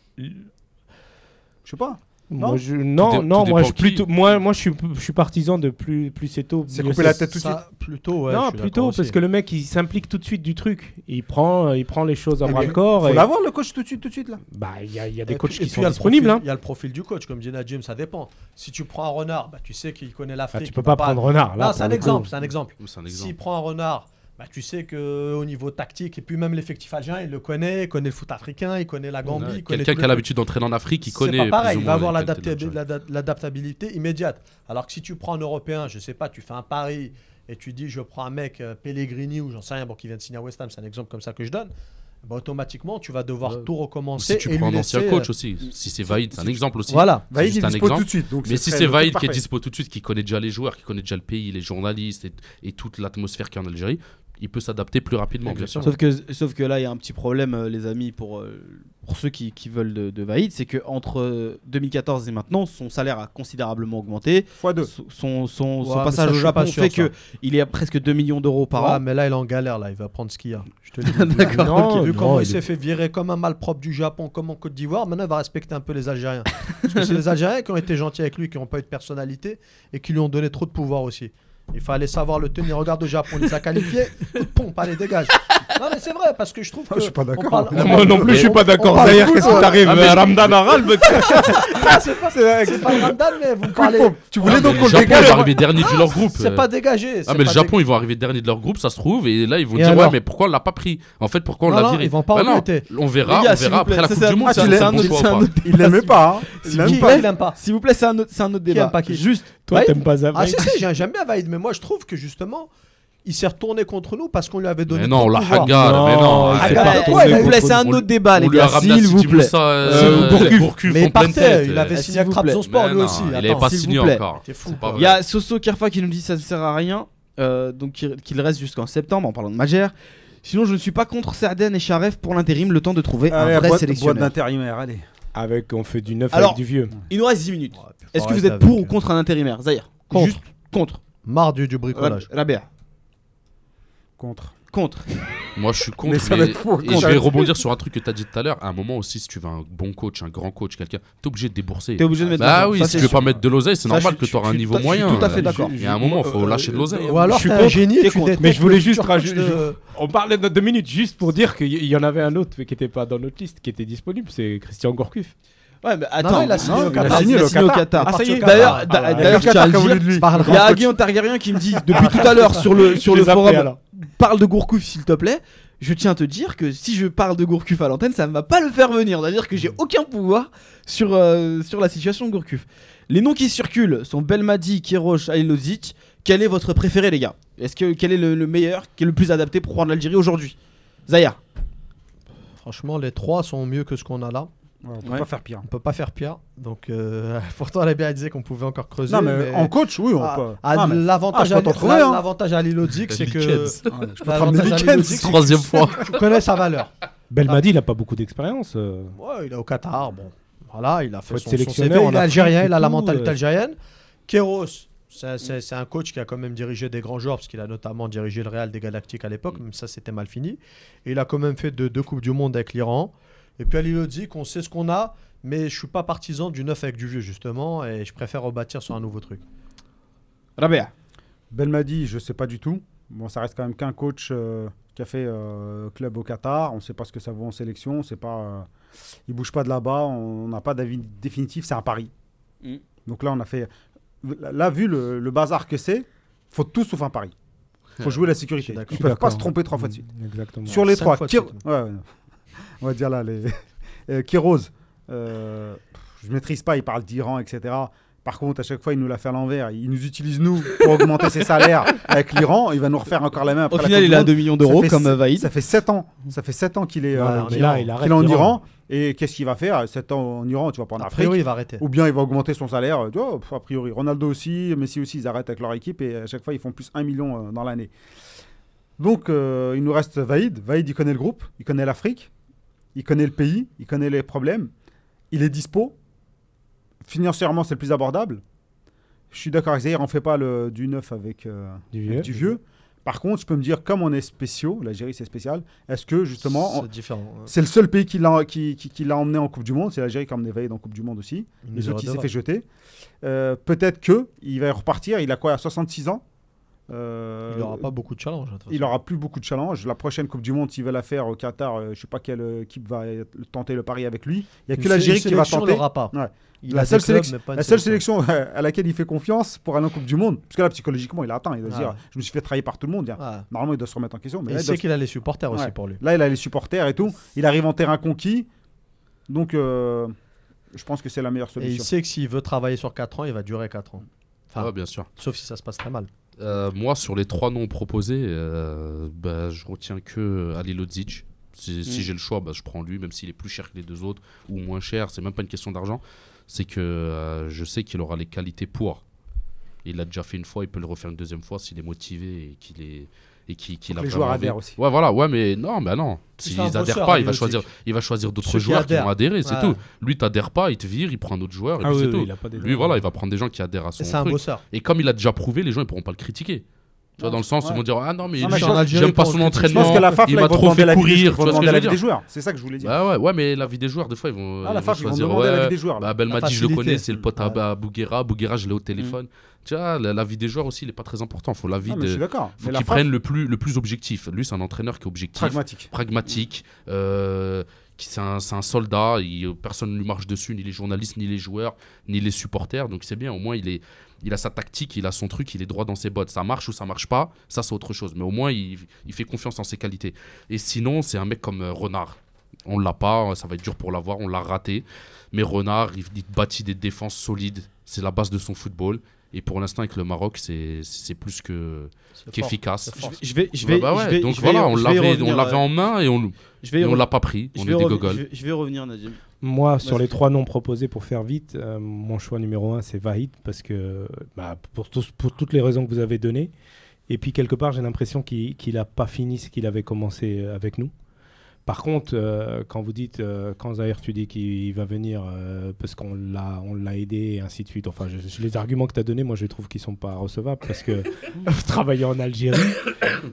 D: Je sais pas. Non.
F: Moi, je, non,
E: dé-
F: non,
E: tout
F: moi,
E: dépend
F: je,
E: qui.
F: plutôt, moi, moi je, suis, je suis partisan de plus, plus c'est tôt.
D: C'est
F: mieux
D: couper la tête tout de suite.
C: Ça, plutôt, ouais. je
F: non,
C: suis
F: plutôt,
C: d'accord
F: parce
C: aussi.
F: que le mec, il s'implique tout de suite du truc. Il prend, il prend les choses à
D: Eh
F: bras
D: bien,
F: le corps.
D: Faut
F: et-
D: l'avoir le coach tout de suite, tout de suite là.
F: Bah, il y a, il y a des
C: Et
F: coachs
C: puis- et
F: qui
C: puis,
F: sont
C: il y a le
F: disponibles.
C: profil-
F: hein.
C: Il y a le profil du coach, comme disait Nadim, ça dépend. Si tu prends un renard, bah, tu sais qu'il connaît
F: Ah,
C: l'Afrique.
F: tu
C: il
F: peux
C: va
F: pas prendre renard. Là,
C: Non,
F: pour
C: c'est un
F: le coup.
C: exemple, c'est un exemple.
E: C'est un exemple.
C: S'il prend un renard, bah, tu sais que au niveau tactique et puis même l'effectif algérien, il le connaît, il connaît le foot africain, il connaît la Gambie.
E: Ouais,
C: il connaît
E: Quelqu'un
C: tout
E: qui a
C: le-
E: l'habitude d'entraîner en Afrique, il connaît.
C: C'est pas pareil,
E: plus ou
C: il va
E: moins
C: avoir
E: les qualités
C: l'adaptabi-
E: de l'Algérie.
C: l'ada- l'adaptabilité immédiate. Alors que si tu prends un Européen, je sais pas, tu fais un pari et tu dis je prends un mec euh, Pellegrini ou j'en sais rien, bon, qui vient de signer à West Ham, c'est un exemple comme ça que je donne, bah, automatiquement tu vas devoir tout
E: Ou
C: recommencer.
E: Si tu
C: et
E: prends
C: lui
E: un ancien
C: laisser,
E: coach
C: euh,
E: aussi, si c'est Vaïd, c'est un exemple aussi.
C: Voilà.
E: C'est
D: Vaïd,
E: juste
D: il est
E: un
D: dispo
E: exemple.
D: tout de suite. Donc
E: Mais
D: ce
E: si
D: serait
E: c'est
D: le
E: Vaïd
D: truc
E: qui est
D: parfait.
E: dispo tout de suite, qui connaît déjà les joueurs, qui connaît déjà le pays, les journalistes et, et toute l'atmosphère qu'il y a en Algérie, il peut s'adapter plus rapidement, bien sûr.
C: Exactement.
B: Sauf que, sauf que là, il y a un petit problème, euh, les amis, pour, euh, pour ceux qui, qui veulent de, de Vaïd, c'est euh, qu'entre 2014 et maintenant, son salaire a considérablement augmenté.
D: Fois deux.
B: Son, son, son-
C: Ouais,
B: son
C: mais ça,
B: passage
C: je
B: au
C: suis pas
B: Japon
C: sûr,
B: fait
C: ça.
B: qu'il est à presque 2 millions d'euros par
C: Ouais,
B: an.
C: mais là, il est en galère, là. Il va prendre ce qu'il y a. Je te le dis.
B: D'accord.
F: Non,
C: Vu
F: non,
C: comment il
F: il
C: s'est
F: est-
C: fait virer comme un malpropre du Japon, comme en Côte d'Ivoire, maintenant il va respecter un peu les Algériens. Parce que c'est les Algériens qui ont été gentils avec lui, qui n'ont pas eu de personnalité et qui lui ont donné trop de pouvoir aussi. Il fallait savoir le tenir. Regarde au Japon, il les a qualifiés. Pompe, allez, dégage. Non, mais c'est vrai, parce que je trouve
F: Ah,
C: que.
D: je suis pas
C: on
D: d'accord.
C: parle- on
F: Non,
C: parle-
F: moi non plus, je suis
C: on- on
F: pas d'accord.
C: parle-
F: D'ailleurs, qu'est-ce qui t'arrive euh, Ramdan Aral mec
C: Ah, C'est pas, c'est pas Ramadan, mais vous parlez.
D: Tu
E: Ah,
D: voulais
E: mais
D: donc
E: le
D: qu'on le
E: Japon
D: dégage
E: va arriver dernier de leur groupe.
C: C'est
E: euh.
C: pas dégagé. c'est
E: Ah mais le
C: pas
E: Japon ils vont arriver dernier de leur groupe ça se trouve et là ils vont
C: Et
E: dire
C: alors
E: ouais mais pourquoi on l'a pas pris en fait pourquoi on
C: Non,
E: l'a
C: non,
E: viré
C: ils vont pas
E: Bah non,
C: recruter.
E: on verra
B: Les gars,
E: on
B: s'il vous
E: verra
B: plaît,
E: après la
B: ça,
E: coupe
B: c'est
E: du
B: un-
E: monde
B: ah,
E: c'est
B: tu
E: un-
B: l'aimes,
E: c'est un bon
B: tu-
E: choix
B: c'est
E: ou
B: un
E: pas
B: autre-
D: Il l'aimait pas. hein. Il
C: Qui-
D: l'aime
C: qui
D: pas.
C: l'aime pas
B: S'il vous plaît, c'est un autre, c'est un autre
C: Qui
B: débat.
C: aime pas qui
B: Juste,
F: Toi,
C: Ouais.
F: t'aimes pas ça
C: Ah
F: mec
C: si, si, j'ai- j'aime bien Vaïd, mais moi je trouve que justement, il s'est retourné contre nous parce qu'on lui avait donné.
E: mais non
C: trop
E: la
C: de pouvoir.
E: haga
F: Non,
E: mais non
F: il
E: ah,
F: s'est
E: bah,
F: pas
C: ouais,
F: retourné
B: s'il vous
F: contre
B: plaît, c'est un
F: nous.
B: autre débat,
E: on
B: les
E: lui
B: gars,
E: a ramené un
B: s'il vous
E: Sidi
B: plaît.
E: Moussa
F: Euh, Bourcuff.
E: Bourcuff
C: Mais
E: en pleine
C: il partait,
E: tête
C: il avait
E: euh.
C: signé
B: s'il
C: avec
B: vous plaît.
E: Mais
C: Trabzonspor lui
E: non,
C: aussi.
E: il
C: Attends.
E: avait pas
B: s'il vous
E: signé
B: plaît.
E: encore
C: T'es fou,
E: C'est pas
C: quoi.
B: Il y
E: vrai.
B: a Soso Kerfa qui nous dit ça ne sert à rien, euh, donc qu'il qu'il reste jusqu'en septembre en parlant de Majer. Sinon, je ne suis pas contre Serden et Charef pour l'intérim, le temps de trouver
D: Allez,
B: un vrai
D: boîte- boîte
B: sélectionneur.
D: d'intérimaire, allez.
F: Avec, on fait du neuf
B: Alors-
F: avec du vieux.
B: Il nous reste 10 minutes.
C: Oh, Ouais, puis faut
B: Est-ce que vous
C: arrêter
B: êtes pour
C: avec,
B: ou contre un intérimaire Zahir
C: Contre.
B: Juste contre.
C: euh, Mardi du
B: Rab-
C: bricolage.
B: Rabea.
D: Contre.
B: Contre.
E: moi je suis
D: Mais
E: contre
D: ça va
E: mais-
D: être pour,
E: et
D: contre.
E: je vais rebondir sur un truc que t'as dit tout à l'heure à un moment aussi si tu veux un bon coach un grand coach quelqu'un t'es obligé de débourser
B: T'es obligé de mettre.
E: bah
B: l'argent,
E: oui
B: ça,
E: si
B: c'est
E: tu veux
B: sûr.
E: pas mettre de l'oseille c'est
B: Ça,
E: normal
B: je-
E: que
B: je-
E: t'auras un
B: je-
E: niveau
B: je suis
E: moyen
B: tout à fait
E: là.
B: d'accord. Euh,
E: il y a un moment faut lâcher de l'oseille hein.
C: Ou alors
F: Je suis
C: t'es un
F: contre.
C: génie,
B: T'es
C: tu
B: contre.
C: détectes
F: Mais je voulais
C: le
F: juste
C: futur coach
F: raj-
C: de-
F: On parlait de deux minutes juste pour dire qu'il y il y en avait un autre qui n'était pas dans notre liste, qui était disponible, c'est Christian Gourcuff.
B: Ouais, mais
C: Non,
B: attends,
C: il a signé au
B: il a
C: Qatar.
B: signé
F: Il a
B: au
F: signé au
B: Qatar.
F: Ah, ça y est.
B: D'ailleurs,
C: Ah,
B: d'a-
C: ouais.
B: d'ailleurs, je tiens à le dire,
C: C'est pas grave.
B: Il y a Aguillon Targaryen qui me dit
C: Ah,
B: depuis tout à l'heure sur le, sur
F: Je
B: le
F: les appelais,
B: forum
F: alors.
B: parle de Gourcuff s'il te plaît. Je tiens à te dire que si je parle de Gourcuff à l'antenne, ça ne va pas le faire venir. C'est-à-dire que j'ai aucun pouvoir sur, euh, sur la situation de Gourcuff. Les noms qui circulent sont Belmadi, Kiroche, Ailozic. Quel est votre préféré, les gars Est-ce que quel est le, le meilleur, qui est le plus adapté pour prendre l'Algérie aujourd'hui Zaya.
C: Franchement, les trois sont mieux que ce qu'on a là.
D: Ouais, On peut
B: Ouais.
D: pas faire pire.
C: On peut pas faire pire. Donc euh, (laughs) pourtant, elle a bien dit qu'on pouvait encore creuser.
D: Non, mais en coach, oui, on
C: Ah,
D: peut.
C: ah,
D: Non, mais- Ah,
C: L'avantage
D: je peux
C: à
D: t'en
C: l'île-
D: trouver,
C: la-
D: hein.
C: l'avantage à l'île Odic, c'est (laughs) que.
D: Je
E: Dickens.
D: peux prendre des
C: L'avantage à
D: week-ends.
C: Ludovic, c'est que
B: (laughs)
E: troisième fois
C: Tu connais sa valeur.
F: Belmadi, il n'a pas beaucoup d'expérience. euh.
C: Ouais, il est au Qatar, bon. Voilà, il a
F: Faut
C: fait
F: être
C: son, son CV,
F: sélectionneur en
C: il est
F: Afrique
C: algérien,
F: et
C: il a la
F: tout,
C: mentalité
F: euh.
C: algérienne. Kéros, C'est- C'est c'est un coach qui a quand même dirigé des grands joueurs, parce qu'il a notamment dirigé le Real des Galactiques à l'époque,
D: Mm.
C: mais ça c'était mal fini. Et il a quand même fait deux, deux Coupes du Monde avec l'Iran. Et puis à l'Ilodzic, on sait ce qu'on a, mais je suis pas partisan du neuf avec du vieux, justement, et je préfère rebâtir sur un nouveau truc.
B: Rabea.
D: Belmadi, je ne sais pas du tout. Bon, ça reste quand même qu'un coach euh, qui a fait euh, club au Qatar. On ne sait pas ce que ça vaut en sélection. C'est pas, euh, il ne bouge pas de là-bas. On n'a pas d'avis définitif. C'est un pari.
I: Mm.
D: Donc là, on a fait. Là, vu le, le bazar que c'est, faut tout sauf un pari. faut jouer la sécurité.
C: Je suis d'accord.
D: Ils ne
F: suis
D: peuvent pas
F: d'accord. Mm.
D: se tromper trois fois de suite.
F: Exactement.
D: Sur les
C: Cinq
D: trois,
C: fois de
D: qui-
C: suite.
D: ouais, ouais, non. on va dire là, les... (laughs) euh, Kéros, euh, pff, je ne maîtrise pas, il parle d'Iran, etc. Par contre, à chaque fois, il nous l'a fait à l'envers. Il nous utilise, nous, pour augmenter ses salaires avec l'Iran. Il va nous refaire encore la même après
B: Au
D: la
B: final,
D: Coupe
B: il
D: du
B: a
D: Monde.
B: 2 millions
D: Ça
B: d'euros
D: fait
B: comme
D: sept-
B: euh, Vaïd.
D: Ça fait 7 ans. Ça fait 7 ans qu'il est, euh,
C: Voilà,
D: qu'il
C: il
D: est
C: a-
D: en-
F: il arrête
D: qu'il est en
F: l'Iran.
D: Iran. Et qu'est-ce qu'il va faire 7 ans en Iran, tu vas pas en
C: A
D: Afrique.
C: priori, il va arrêter.
D: Ou bien il va augmenter son salaire. Oh, pff, a priori, Ronaldo aussi, Messi aussi, ils arrêtent avec leur équipe et à chaque fois ils font plus 1 million euh, dans l'année. Donc euh, il nous reste Vaïd. Vaïd, il connaît le groupe, il connaît l'Afrique, il connaît le pays, il connaît les problèmes, il est dispo. Financièrement, c'est le plus abordable. Je suis d'accord avec Zahir, on fait pas le, du neuf avec, euh,
F: Du
D: avec
F: vieux.
D: du vieux. Par contre, je peux me dire, comme on est spéciaux, l'Algérie c'est spécial, est-ce que justement, on-
C: C'est différent.
D: c'est le seul pays qui l'a qui, qui- qui l'a emmené en Coupe du Monde, c'est l'Algérie qui a emmené Vaïd en Coupe du Monde aussi.
C: Une
D: Les
C: erreur
D: autres, il
C: de
D: s'est
C: base.
D: fait jeter. Euh, Peut-être que il va repartir. Il a quoi à 66 ans. Euh,
C: Il n'aura pas beaucoup de challenge. de toute
D: il
C: façon.
D: aura plus beaucoup de challenges. La prochaine Coupe du Monde, s'il veut la faire au Qatar, euh, je sais pas quelle euh, équipe va euh, tenter le pari avec lui. Il y a
C: Une
D: que
C: sé-
D: l'Algérie
C: une
D: qui va
C: sélection,
D: tenter.
C: Il l'aura pas.
D: Ouais.
C: Il
D: La
C: a
D: seule
C: des clubs,
D: sélection-
C: mais pas une
D: La seule sélection (laughs) euh, à laquelle il fait confiance pour aller en Coupe du Monde, parce que là psychologiquement, il a atteint. Il doit se
C: Ah
D: dire,
C: ouais.
D: je me suis fait trahir par tout le monde. Il y a-
C: Ouais.
D: Normalement, il doit se remettre en question. Mais
C: Et
D: là,
C: il
D: il doit
C: sait qu'il a les supporters aussi
D: Ouais.
C: pour lui.
D: Là, il a les supporters et tout. Il arrive en terrain conquis. Donc, euh, je pense que c'est la meilleure
C: Et il
D: solution.
C: sait que s'il veut travailler sur 4 ans, il va durer 4 ans. Enfin,
E: Ouais, Ah, bien sûr.
C: Sauf si ça se passe très mal.
E: Euh, moi, sur les trois noms proposés, euh, bah, je retiens que Ali Lodzic. Si, si j'ai le choix, bah, je prends lui, même s'il est plus cher que les deux autres ou moins cher. C'est même pas une question d'argent. C'est que euh, je sais qu'il aura les qualités pour. Il l'a déjà fait une fois, il peut le refaire une deuxième fois s'il est motivé et qu'il est et qu'il qu'il
D: Faut
E: a
D: que les
E: vraiment
D: joueurs
E: envie.
D: adhèrent aussi.
E: Ouais, voilà, ouais, mais non, bah non.
C: C'est
E: S'ils
C: un bosseur,
E: adhèrent pas,
C: Ali
E: il va
C: Lodzic.
E: choisir, il va choisir
C: Ceux
E: d'autres
C: qui
E: joueurs qui,
C: adhèrent.
E: vont adhérer, c'est
C: Ouais.
E: tout. Lui, t'adhères pas, il te vire, il prend d'autres joueurs et
F: Ah
E: puis
F: oui,
E: c'est
F: oui,
E: tout.
F: il a pas des-
E: Lui, voilà, il va prendre des gens qui adhèrent à son
C: C'est un
E: truc.
C: bosseur.
E: Et comme il a déjà prouvé, les gens ils pourront pas le critiquer. Tu vois, dans le sens où ils vont dire Ah non, mais
D: Non,
E: lui,
D: mais je pense-
E: j'aime pas son
D: Je
E: entraînement,
D: pense que la FAF,
E: il
D: là,
E: m'a
D: ils vont
E: trop
D: demander
E: fait
D: la vie des- ils
E: courir. Tu
D: vont
E: vois ce que
D: demander
E: je
D: la
E: veux
D: vie des
E: dire
D: joueurs. C'est ça que je voulais dire.
E: bah ouais, ouais, mais la vie des joueurs, des fois, ils vont.
D: Ah, la
E: ils vont
D: FAF, ils vont
E: choisir,
D: demander la vie
E: ouais,
D: des joueurs, là.
E: Bah, Belmadi, je le
C: facilité.
E: connais, c'est le pote à,
C: Ouais.
E: à Bouguera. Bouguera, je l'ai au téléphone. Tu vois, la, la vie des joueurs aussi, il est pas très important. Faut la vie
D: Mm. Non, mais je suis
E: de.
D: d'accord.
E: Faut
D: Mais la
E: qu'il
D: FAF,
E: prenne le plus, le plus objectif. Lui, c'est un entraîneur qui est objectif,
D: pragmatique.
E: pragmatique, euh, qui c'est un, c'est un soldat. il- personne ne lui marche dessus, ni les journalistes, ni les joueurs, ni les supporters. Donc c'est bien. Au moins, il est, il a sa tactique, il a son truc, il est droit dans ses bottes. Ça marche ou ça marche pas, ça c'est autre chose. Mais au moins, il, il fait confiance en ses qualités. Et sinon, c'est un mec comme euh, Renard. On l'a pas, ça va être dur pour l'avoir, on l'a raté. Mais Renard, il, il bâtit des défenses solides. C'est la base de son football. Et pour l'instant, avec le Maroc, c'est c'est plus que
C: C'est fort.
E: qu'efficace.
C: C'est fort.
B: Je vais, je
E: Bah,
B: vais,
E: bah
B: je
E: ouais,
B: vais-
E: donc
B: je vais-
E: voilà, on
B: je vais y
E: l'avait, on
B: revenir,
E: l'avait
B: euh,
E: en main et on,
B: Je vais, y
E: et on
B: revenir.
E: l'a pas pris.
B: Je
E: On
B: vais
E: est des
B: revenir-
E: gogoles.
B: je vais- je vais revenir, Nadim.
F: Moi, sur
B: Vas-y.
F: les trois noms proposés pour faire vite, euh, mon choix numéro un, c'est Vahid, parce que bah, pour, tous- pour toutes les raisons que vous avez données. Et puis, quelque part, j'ai l'impression qu'il n'a pas fini ce qu'il avait commencé euh, avec nous. Par contre, euh, quand vous dites, euh, quand Zahir, tu dis qu'il va venir euh, parce qu'on l'a on l'a aidé et ainsi de suite, enfin, je- je- les arguments que tu as donnés, moi, je trouve qu'ils sont pas recevables parce que (laughs) travailler en Algérie,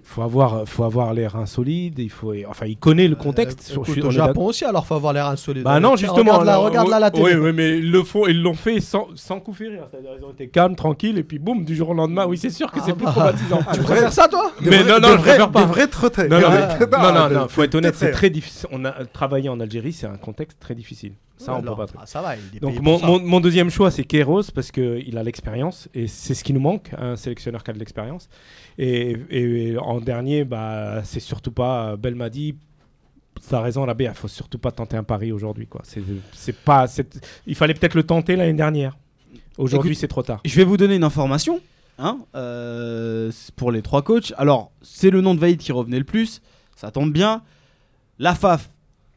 F: faut avoir, faut avoir les reins solides, il faut, et- enfin, il connaît le contexte.
C: Euh,
F: Je suis-
C: écoute,
F: on
C: au
F: est d'accord.
C: Japon aussi, alors faut avoir l'air insolite.
F: Bah non, justement.
C: Regarde là,
F: alors,
C: regarde là la
F: Oui,
C: télé.
F: oui, mais ils le font, ils l'ont fait sans, sans coup férir. C'est-à-dire, ils ont été calmes, tranquilles, et puis boum, du jour au lendemain. Oui, c'est sûr que c'est plus traumatisant.
D: Tu
C: Faut faire ça, toi
F: mais non, non, je préfère pas.
D: vrai Ah, trotté.
F: Non, non,
D: Ouais.
F: mais- non, non,
D: mais-
F: non, faut être honnête, c'est
D: frère.
F: très difficile. On a travaillé en Algérie, c'est un contexte très difficile. Ça, on peut
C: Alors,
F: pas.
C: ah, ça va, il est
F: Donc
C: payé
F: mon,
C: pour ça.
F: mon- mon deuxième choix c'est Kéros parce qu'il a l'expérience et c'est ce qui nous manque, un sélectionneur qui a de l'expérience. Et, et en dernier, bah, c'est surtout pas euh, Belmadi. T'as raison, la B, il faut surtout pas tenter un pari aujourd'hui. quoi. C'est, c'est pas, c'est- il fallait peut-être le tenter l'année dernière. Aujourd'hui,
B: Écoute-
F: c'est trop (laughs) tard.
B: Je vais vous donner une information hein, euh, c'est pour les trois coachs. Alors, c'est le nom de Vaïd qui revenait le plus. Ça tombe bien. La FAF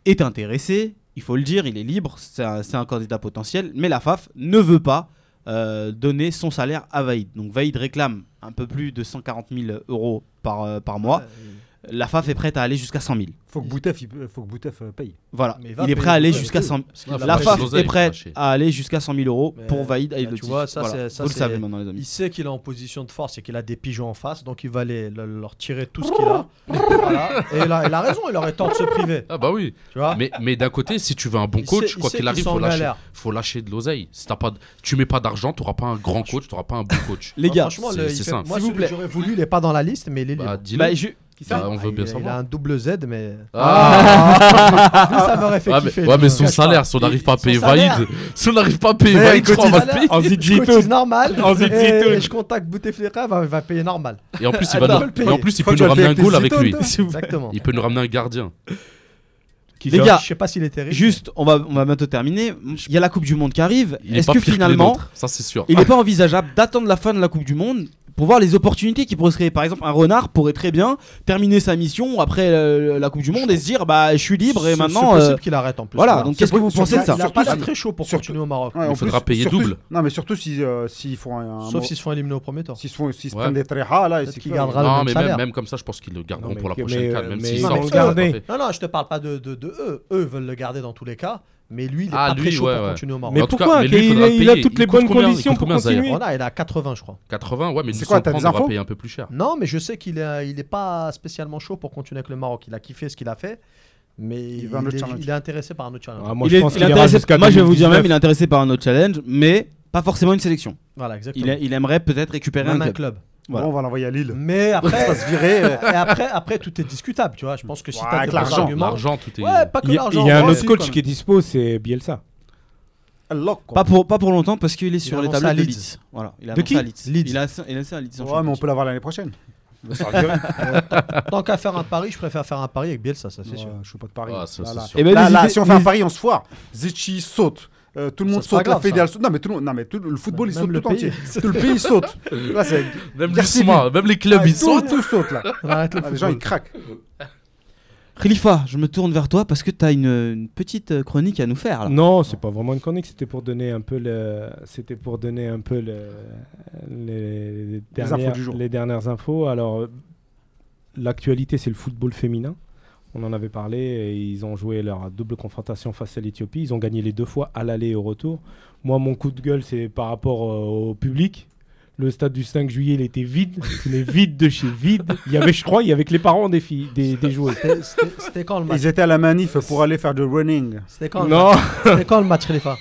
B: est intéressée. Il faut le dire, il est libre. C'est un, c'est un candidat potentiel. Mais la FAF ne veut pas euh, donner son
C: Ah,
B: salaire à Vaïd. Donc, Vaïd réclame un peu plus de 140 000 euros par, euh, par mois. la FAF est prête à aller jusqu'à 100 000.
H: Faut que Boutef, il peut- faut que Boutef euh, paye.
B: Voilà.
C: Mais
B: Il,
C: il va
B: est
C: payer,
B: prêt à aller
C: il va
B: jusqu'à
C: payer.
B: 100 000.
C: Parce qu'il
B: La
C: a pas-
E: fait
B: FAF
E: de
B: est
E: l'oseille,
B: prête
E: lâché.
B: à aller jusqu'à 100 000 euros
C: Mais bah,
B: pour Vaïd Aïe
C: tu vois, ça, c'est- ça,
B: Vous le
C: c'est-
B: savez maintenant, les amis.
C: Il sait qu'il est en position de force et qu'il a des pigeons en face, donc il va les, le- leur tirer tout ce qu'il a. Voilà. Et il a, il a raison, il aurait tort de se priver.
E: Ah bah oui.
C: Tu vois
E: Mais, mais d'un côté, si tu veux un bon
C: Il
E: coach,
C: sait- il
E: quoi
C: sait
E: qu'il
C: qu'ils
E: arrive,
C: sont en
E: faut lâcher,
C: galère.
E: faut lâcher de l'oseille. Si t'as pas, de- tu mets pas d'argent, tu pas un grand coach, tu pas un bon coach.
B: Les
C: Non,
B: gars,
C: Bah, franchement,
E: c'est-
C: le- il
E: c'est
C: fait-
E: simple.
C: moi,
B: S'il vous
C: celui
B: plaît.
C: que j'aurais voulu, il est pas dans la liste, mais il est libre.
E: Bah, dis-le.
B: bah, je-
E: Bah, on
C: Ah,
E: veut
C: il,
E: bien
C: il
E: savoir.
C: a un double Z, mais.
E: Ah,
B: (laughs)
C: ça m'aurait fait
E: Ouais, mais,
C: kiffer.
E: ouais, mais
C: je me
E: son
C: cache pas.
E: salaire, si on n'arrive pas à
C: Son
E: payer
C: salaire.
E: Vaïd, si on n'arrive pas à payer
C: Mais il
E: Vaïd, je crois, on va
C: cotise-
E: le payer.
F: En
C: Je
F: zizito.
C: cotise normal.
F: En zit
C: et
F: zitoun.
C: je contacte Bouteflika, va, va payer normal.
E: Et en plus, il va
C: Attends,
E: nous-
C: le payer.
E: et en plus, il
H: Faut
E: peut
H: que
E: nous
H: tu
E: ramener
H: le
E: un
H: payes
E: goal
H: avec tes
E: avec lui.
H: zitones, toi.
C: Exactement.
E: Il peut nous ramener un gardien.
B: Les gars,
C: je sais pas s'il est terrible.
B: juste, on va, on va bientôt terminer. Il y a la Coupe du Monde qui arrive.
E: Il est
B: Est-ce
E: pas
B: que
E: pire les
B: finalement,
E: nôtres, ça c'est sûr.
B: il n'est pas envisageable d'attendre la fin de la Coupe du Monde pour voir les opportunités qui pourraient se créer Par exemple, un renard pourrait très bien terminer sa mission après euh, la Coupe du Monde et se dire Bah, je suis libre et
C: C'est-
B: maintenant.
C: C'est
B: euh,
C: possible qu'il arrête en plus.
B: voilà,
C: Voilà.
B: donc qu'est-ce que vous
H: surtout-
B: pensez de ça
C: Il a
H: surtout
C: pas l'air
H: si-
C: très chaud pour
H: surtout-
C: continuer au Maroc.
H: Ouais,
E: Il
H: en
E: faudra payer
H: surtout-
E: double.
H: Non, mais surtout s'ils si, euh, s'ils font un. un
C: Sauf
H: mo-
C: s'ils se font éliminer au premier tour.
H: s'ils se font- s'ils se
E: Ouais.
H: prennent des tréhas, là,
C: Peut-être
H: c'est
C: qu'il
H: clair.
C: gardera le
E: Non,
C: même
E: mais même,
C: salaire.
E: même comme ça, je pense qu'ils le garderont
F: Non, mais-
E: pour la
F: mais-
E: prochaine CAN,
F: euh,
E: même
F: mais
E: s'ils
F: ils
E: sortent.
F: vont le
E: ça sera
F: garder.
E: parfait.
C: Non, non, je te parle pas de, de, de eux. Eux veulent le garder dans tous les cas. Mais lui, il est
E: Ah,
C: pas
E: lui,
C: très chaud
E: ouais,
C: pour
E: ouais.
C: continuer au Maroc.
E: Mais
F: Mais
E: en tout
F: pourquoi
E: cas, mais lui,
F: qu'il-
E: il
F: il,
E: faudra le
F: a
E: payer.
F: toutes
E: Il
F: les
E: coûte
F: bonnes
E: combien Il
F: conditions
E: coûte
F: pour
E: combien, Zaire
F: continuer.
C: Voilà, il a 80, je crois.
E: 80, ouais, mais
H: C'est
E: nous,
H: quoi,
E: sans
H: t'as
E: prendre,
H: des
E: on va
H: infos
E: payer un peu plus cher.
C: Non, mais je sais qu'il est, il est pas spécialement chaud pour continuer avec le Maroc. Il a kiffé ce qu'il a fait. Mais il,
H: veut un autre
C: est,
H: challenge.
C: il est intéressé par un autre challenge.
F: Ah, moi,
B: il
F: je
B: est-
F: pense
B: il
F: qu'il
B: est
F: ira
B: intéressé-
F: jusqu'à
B: moi, je vais vous dire même,
F: 2019.
B: il est intéressé par un autre challenge, mais pas forcément une sélection.
C: Voilà,
B: Il,
C: exactement.
B: a- il aimerait peut-être récupérer
C: Même
B: un
C: un
B: club.
C: club.
B: Voilà.
H: Bon, on va l'envoyer à Lille.
C: Mais après,
H: Ça se virer. euh,
C: et après, après, tout est discutable, tu vois. Je pense que si
H: Ouais,
C: t'as
H: avec
C: des bons
H: l'argent,
C: arguments,
E: L'argent, tout est.
C: ouais, pas que
F: Il y a-
C: l'argent.
F: il y a un
C: moi,
F: autre
H: quand
F: coach
H: même.
F: qui est dispo, c'est Bielsa.
H: lock, quoi.
B: Pas pour, pas pour longtemps parce qu'il est sur
C: a
B: les
C: annoncé
B: tableaux
C: à
B: de
C: Leeds.
B: Leeds. Voilà, il a
C: De
B: annoncé
C: qui
B: à Leeds. Il
C: Leeds.
B: a il a annoncé à Leeds. en
H: Ouais, mais
B: Champions
H: on peut l'avoir l'année prochaine.
C: Tant qu'à faire un pari, je préfère faire un pari avec Bielsa, ça c'est
H: Ouais,
C: sûr.
H: (laughs) Je suis pas de Paris.
E: Ah, ça,
H: Là,
E: c'est
H: là.
E: sûr.
B: Eh ben,
H: Là,
B: les
H: là,
B: idées-
H: si on fait un
B: les-
H: pari, on se foire. Zichi saute. Euh, tout le
C: Ça,
H: monde
C: c'est pas
H: saute, la
C: grave,
H: fédérale
C: ça.
H: saute. Non, mais tout le, monde- non, mais tout le football, il
C: Même
H: saute
C: le
H: tout
C: pays.
H: entier. tout le pays saute. Là, c'est.
E: Même
H: Guerre
E: doucement, même les clubs,
H: Ah,
E: ils
H: tout-
E: sortent.
H: Tout saute, là.
C: On arrête le
H: Ah, Les gens,
C: football.
H: ils craquent.
B: Khalifa, je me tourne vers toi parce que tu as une, une petite euh, chronique à nous faire. là.
F: Non, c'est pas vraiment une chronique, c'était pour donner un peu le c'était pour donner un peu le les, dernières
H: infos du jour.
F: les dernières infos. Alors euh, l'actualité c'est le football féminin. On en avait parlé et ils ont joué leur double confrontation face à l'Éthiopie, ils ont gagné les deux fois à l'aller et au retour. Moi mon coup de gueule c'est par rapport euh, au public. Le stade du 5 juillet, il était vide, mais vide de chez vide. Il y avait, je crois, il y avait que les parents des filles, des,
H: (laughs)
F: des joueuses.
C: C'était- C'était c'était quand le match
H: Ils étaient à la manif pour aller faire du running.
C: C'était quand, le
F: Non,
C: match C'était quand le match, Khalifa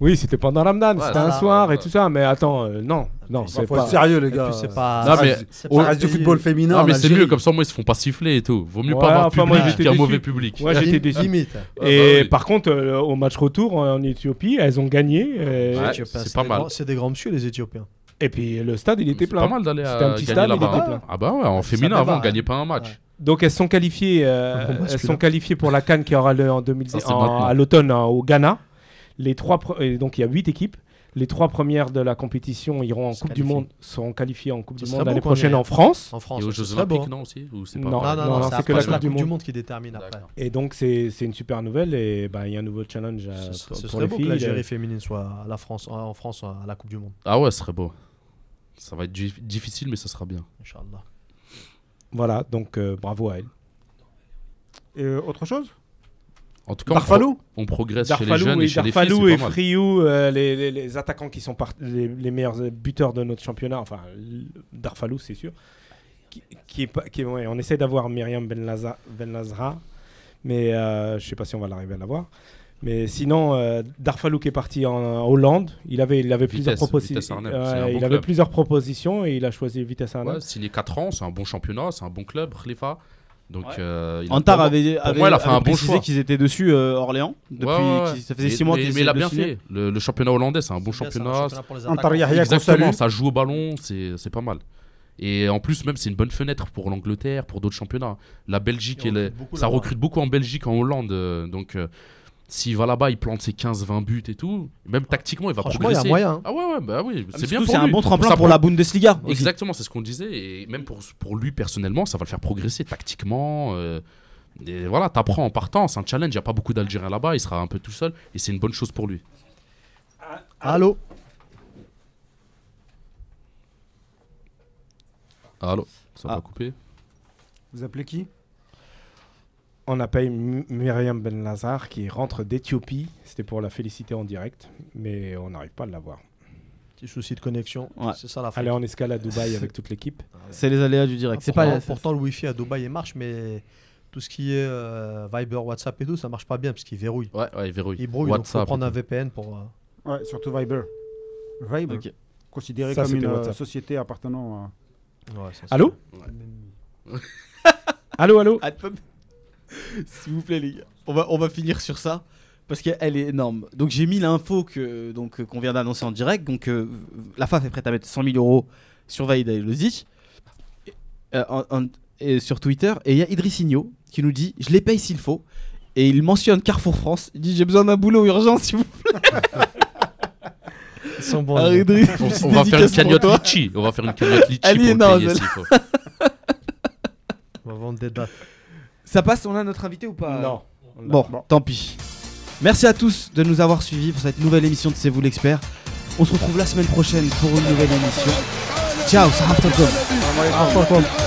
F: oui, c'était pendant Ramadan,
E: Ouais,
F: c'était
C: ça
F: un
C: va,
F: soir
E: ouais.
F: et tout ça, mais attends, euh, non,
C: Ah,
F: non,
H: Il
F: c'est
H: faut
F: pas.
H: être sérieux, les
C: Et
H: gars.
C: puis c'est pas.
E: Non, mais-
C: c'est-
H: Ça
C: c'est pas
H: reste du
C: payé.
H: football féminin.
E: Non,
H: en
E: mais c'est
H: Algérie.
E: mieux, comme ça, au moins, ils se font pas siffler et tout. Vaut mieux
F: Ouais,
E: pas avoir
F: enfin, moi,
E: public
F: j'étais
E: qu'un
F: déçu.
E: mauvais public.
F: Ouais, j'étais déçu.
C: Limite.
F: Et
E: Ah bah oui.
F: par contre, euh, au match retour en Éthiopie, elles ont gagné. euh,
E: Ouais,
C: Les Éthiopiens,
E: c'est
C: des
E: pas mal.
C: grands- C'est des grands monsieur, les Éthiopiens.
F: Et puis le stade, il était
E: C'est pas
F: plein.
E: mal d'aller à
F: C'était un petit
E: gagner
F: stade, il
E: là-bas.
F: était plein.
E: Ah bah ouais, en
C: Ça
E: féminin,
C: débat,
E: avant, on
C: hein.
E: gagnait pas un match.
C: Ouais.
F: Donc elles sont qualifiées, euh,
C: Bon match,
F: elles
C: celui-là.
F: sont qualifiées pour la Cannes qui aura lieu en 2010
E: Ça, Ah, c'est
F: en-
E: maintenant.
F: à l'automne hein, au Ghana. Les trois pre- et donc il y a huit équipes. Les trois premières de la compétition iront en
C: Se
F: Coupe du
C: qualifient.
F: Monde, seront qualifiées en Coupe
C: Ce
F: du
C: serait
F: Monde
C: beau
F: l'année
C: qu'on
F: prochaine
C: ait-
F: en France.
C: En France,
E: Et aux
C: ce
E: Jeux
C: serait beau,
E: Olympiques,
C: hein.
E: non aussi Ou c'est pas
C: Ah,
F: Non,
C: Non,
E: pareil
C: non, non,
F: non,
C: c'est
F: c'est que
C: après
F: la
C: c'est la
F: Coupe du
C: Coupe du
F: Monde.
C: Monde qui détermine après.
E: D'accord.
F: Et donc c'est c'est une super nouvelle et bah, il y a un nouveau challenge euh,
C: Ce serait-
F: pour,
C: ce
F: pour
C: serait
F: les
C: beau
F: filles. euh,
C: que l'Algérie féminine soit à la France, en France euh, à la Coupe du Monde.
E: Ah ouais, ce serait beau. Ça va être dif- difficile, mais ça sera bien.
C: Inch'Allah.
F: Voilà, donc euh, bravo à elles.
H: Et euh, autre chose
E: En tout cas, on, pro-
H: Darfalou
E: on progresse chez les
F: Darfalou
E: jeunes
F: et,
E: et chez
F: Darfalou
E: les filles.
F: et
E: c'est pas mal.
F: Friou, euh, les, les- les attaquants qui sont par- les, les meilleurs euh, buteurs de notre championnat, enfin l- Darfalou c'est sûr, qui, qui est pas- qui est- ouais, on essaie d'avoir Myriam Benlaza- Benlazra, mais euh, je sais pas si on va l'arriver à l'avoir. Mais sinon, euh, Darfalou qui est parti en, en Hollande, il avait, il avait, plusieurs, proposi-
E: Vitesse Arnhem,
F: euh,
E: c'est un bon
F: il avait
E: club.
F: plusieurs propositions et il a choisi Vitesse Arnhem.
E: Ouais, signé 4 ans, c'est un bon championnat, c'est un bon club, Khalifa. Donc,
B: Ouais.
E: euh, il a
B: Antar
E: vraiment-
B: avait, avait,
E: moi, elle a fait un
B: avait
E: bon
B: précisé
E: choix.
B: qu'ils étaient dessus euh, Orléans depuis
E: Ouais, ouais, ouais.
B: qu'ils- ça faisait
E: Mais-
B: 6 mois
E: mais-
B: qu'ils
E: Mais il a
B: étaient
E: bien
B: dessinés.
E: fait. Le, le championnat hollandais, c'est un bon
C: C'est bien, c'est
E: championnat.
C: pour
F: Ah,
C: les
H: Antar
C: attaquants.
H: Yahya qu'on
E: Exactement,
H: salue.
E: ça joue au ballon, c'est c'est pas mal. Et en plus, même, c'est une bonne fenêtre pour l'Angleterre, pour d'autres championnats. La Belgique,
C: Et on
E: elle est-
C: recrute beaucoup
E: ça
C: là-bas.
E: recrute beaucoup en Belgique, en Hollande. euh, donc, euh, s'il va là-bas, il plante ses 15-20 buts et tout. Même tactiquement, il va
C: Franchement, il y
E: progresser.
C: a moyen. hein.
E: Ah ouais, ouais, bah
B: Ah,
E: oui,
B: mais
E: c'est bien
B: surtout,
E: pour
B: C'est un
E: lui.
B: bon tremplin
E: Ça
B: pour la Bundesliga. aussi.
E: Exactement, c'est ce qu'on disait. Et même pour, pour lui personnellement, ça va le faire progresser tactiquement. euh, et voilà, t'apprends en partant, c'est un challenge. Il n'y a pas beaucoup d'Algériens là-bas, il sera un peu tout seul. Et c'est une bonne chose pour lui.
C: hein. Allô
E: Allô Ça va
B: Ah.
E: couper
D: Vous appelez qui
F: On appelle M- Myriam Ben Lazar qui rentre d'Éthiopie. C'était pour la féliciter en direct, mais on n'arrive pas à l'avoir.
C: Petit souci de connexion.
B: Ouais.
C: C'est ça la faute.
F: Elle est en escale à Dubaï avec toute l'équipe.
B: C'est les aléas du direct. C'est
C: pourtant,
B: pas.
C: pourtant, le Wi-Fi à Dubaï, il marche, mais tout ce qui est euh, Viber, WhatsApp et tout, ça marche pas bien parce qu'il verrouille.
E: Ouais, ouais, verrouille.
C: Il brouille, donc faut
E: WhatsApp.
C: prendre un VPN pour. euh,
D: Ouais, surtout Viber. Viber,
B: Ok.
D: considéré
F: Ça,
D: comme
F: c'était
D: une euh,
F: WhatsApp.
D: société appartenant à.
C: ouais, ça, c'est-
F: Allô Allô, allô
B: S'il vous plaît, les gars. On va, on va finir sur ça. Parce qu'elle est énorme. Donc j'ai mis l'info que donc euh, qu'on vient d'annoncer en direct. Donc euh, la FAF est prête à mettre 100 000 euros sur Vaïda et Lozic. Et, euh, en- en- et sur Twitter. Et il y a Idrissigno qui nous dit Je les paye s'il faut. Et il mentionne Carrefour France. Il dit J'ai besoin d'un boulot urgent si vous
C: Ils sont bons.
B: Alors,
C: les gars.
B: Idriss,
E: On,
B: petite
E: on va faire une
B: dédicace pour
E: cagnotte
B: toi.
E: litchi. On va faire une cagnotte litchi
B: Elle est
E: pour le
B: énorme,
E: payer
B: elle.
E: s'il faut.
C: On va vendre des dates.
B: Ça passe, on a notre invité ou pas
F: Non.
B: Bon, tant pis. Merci à tous de nous avoir suivis pour cette nouvelle émission de C'est vous l'expert. On se retrouve la semaine prochaine pour une nouvelle émission. Ciao, ça raconte comme.
D: Ah,
B: Raconte comme.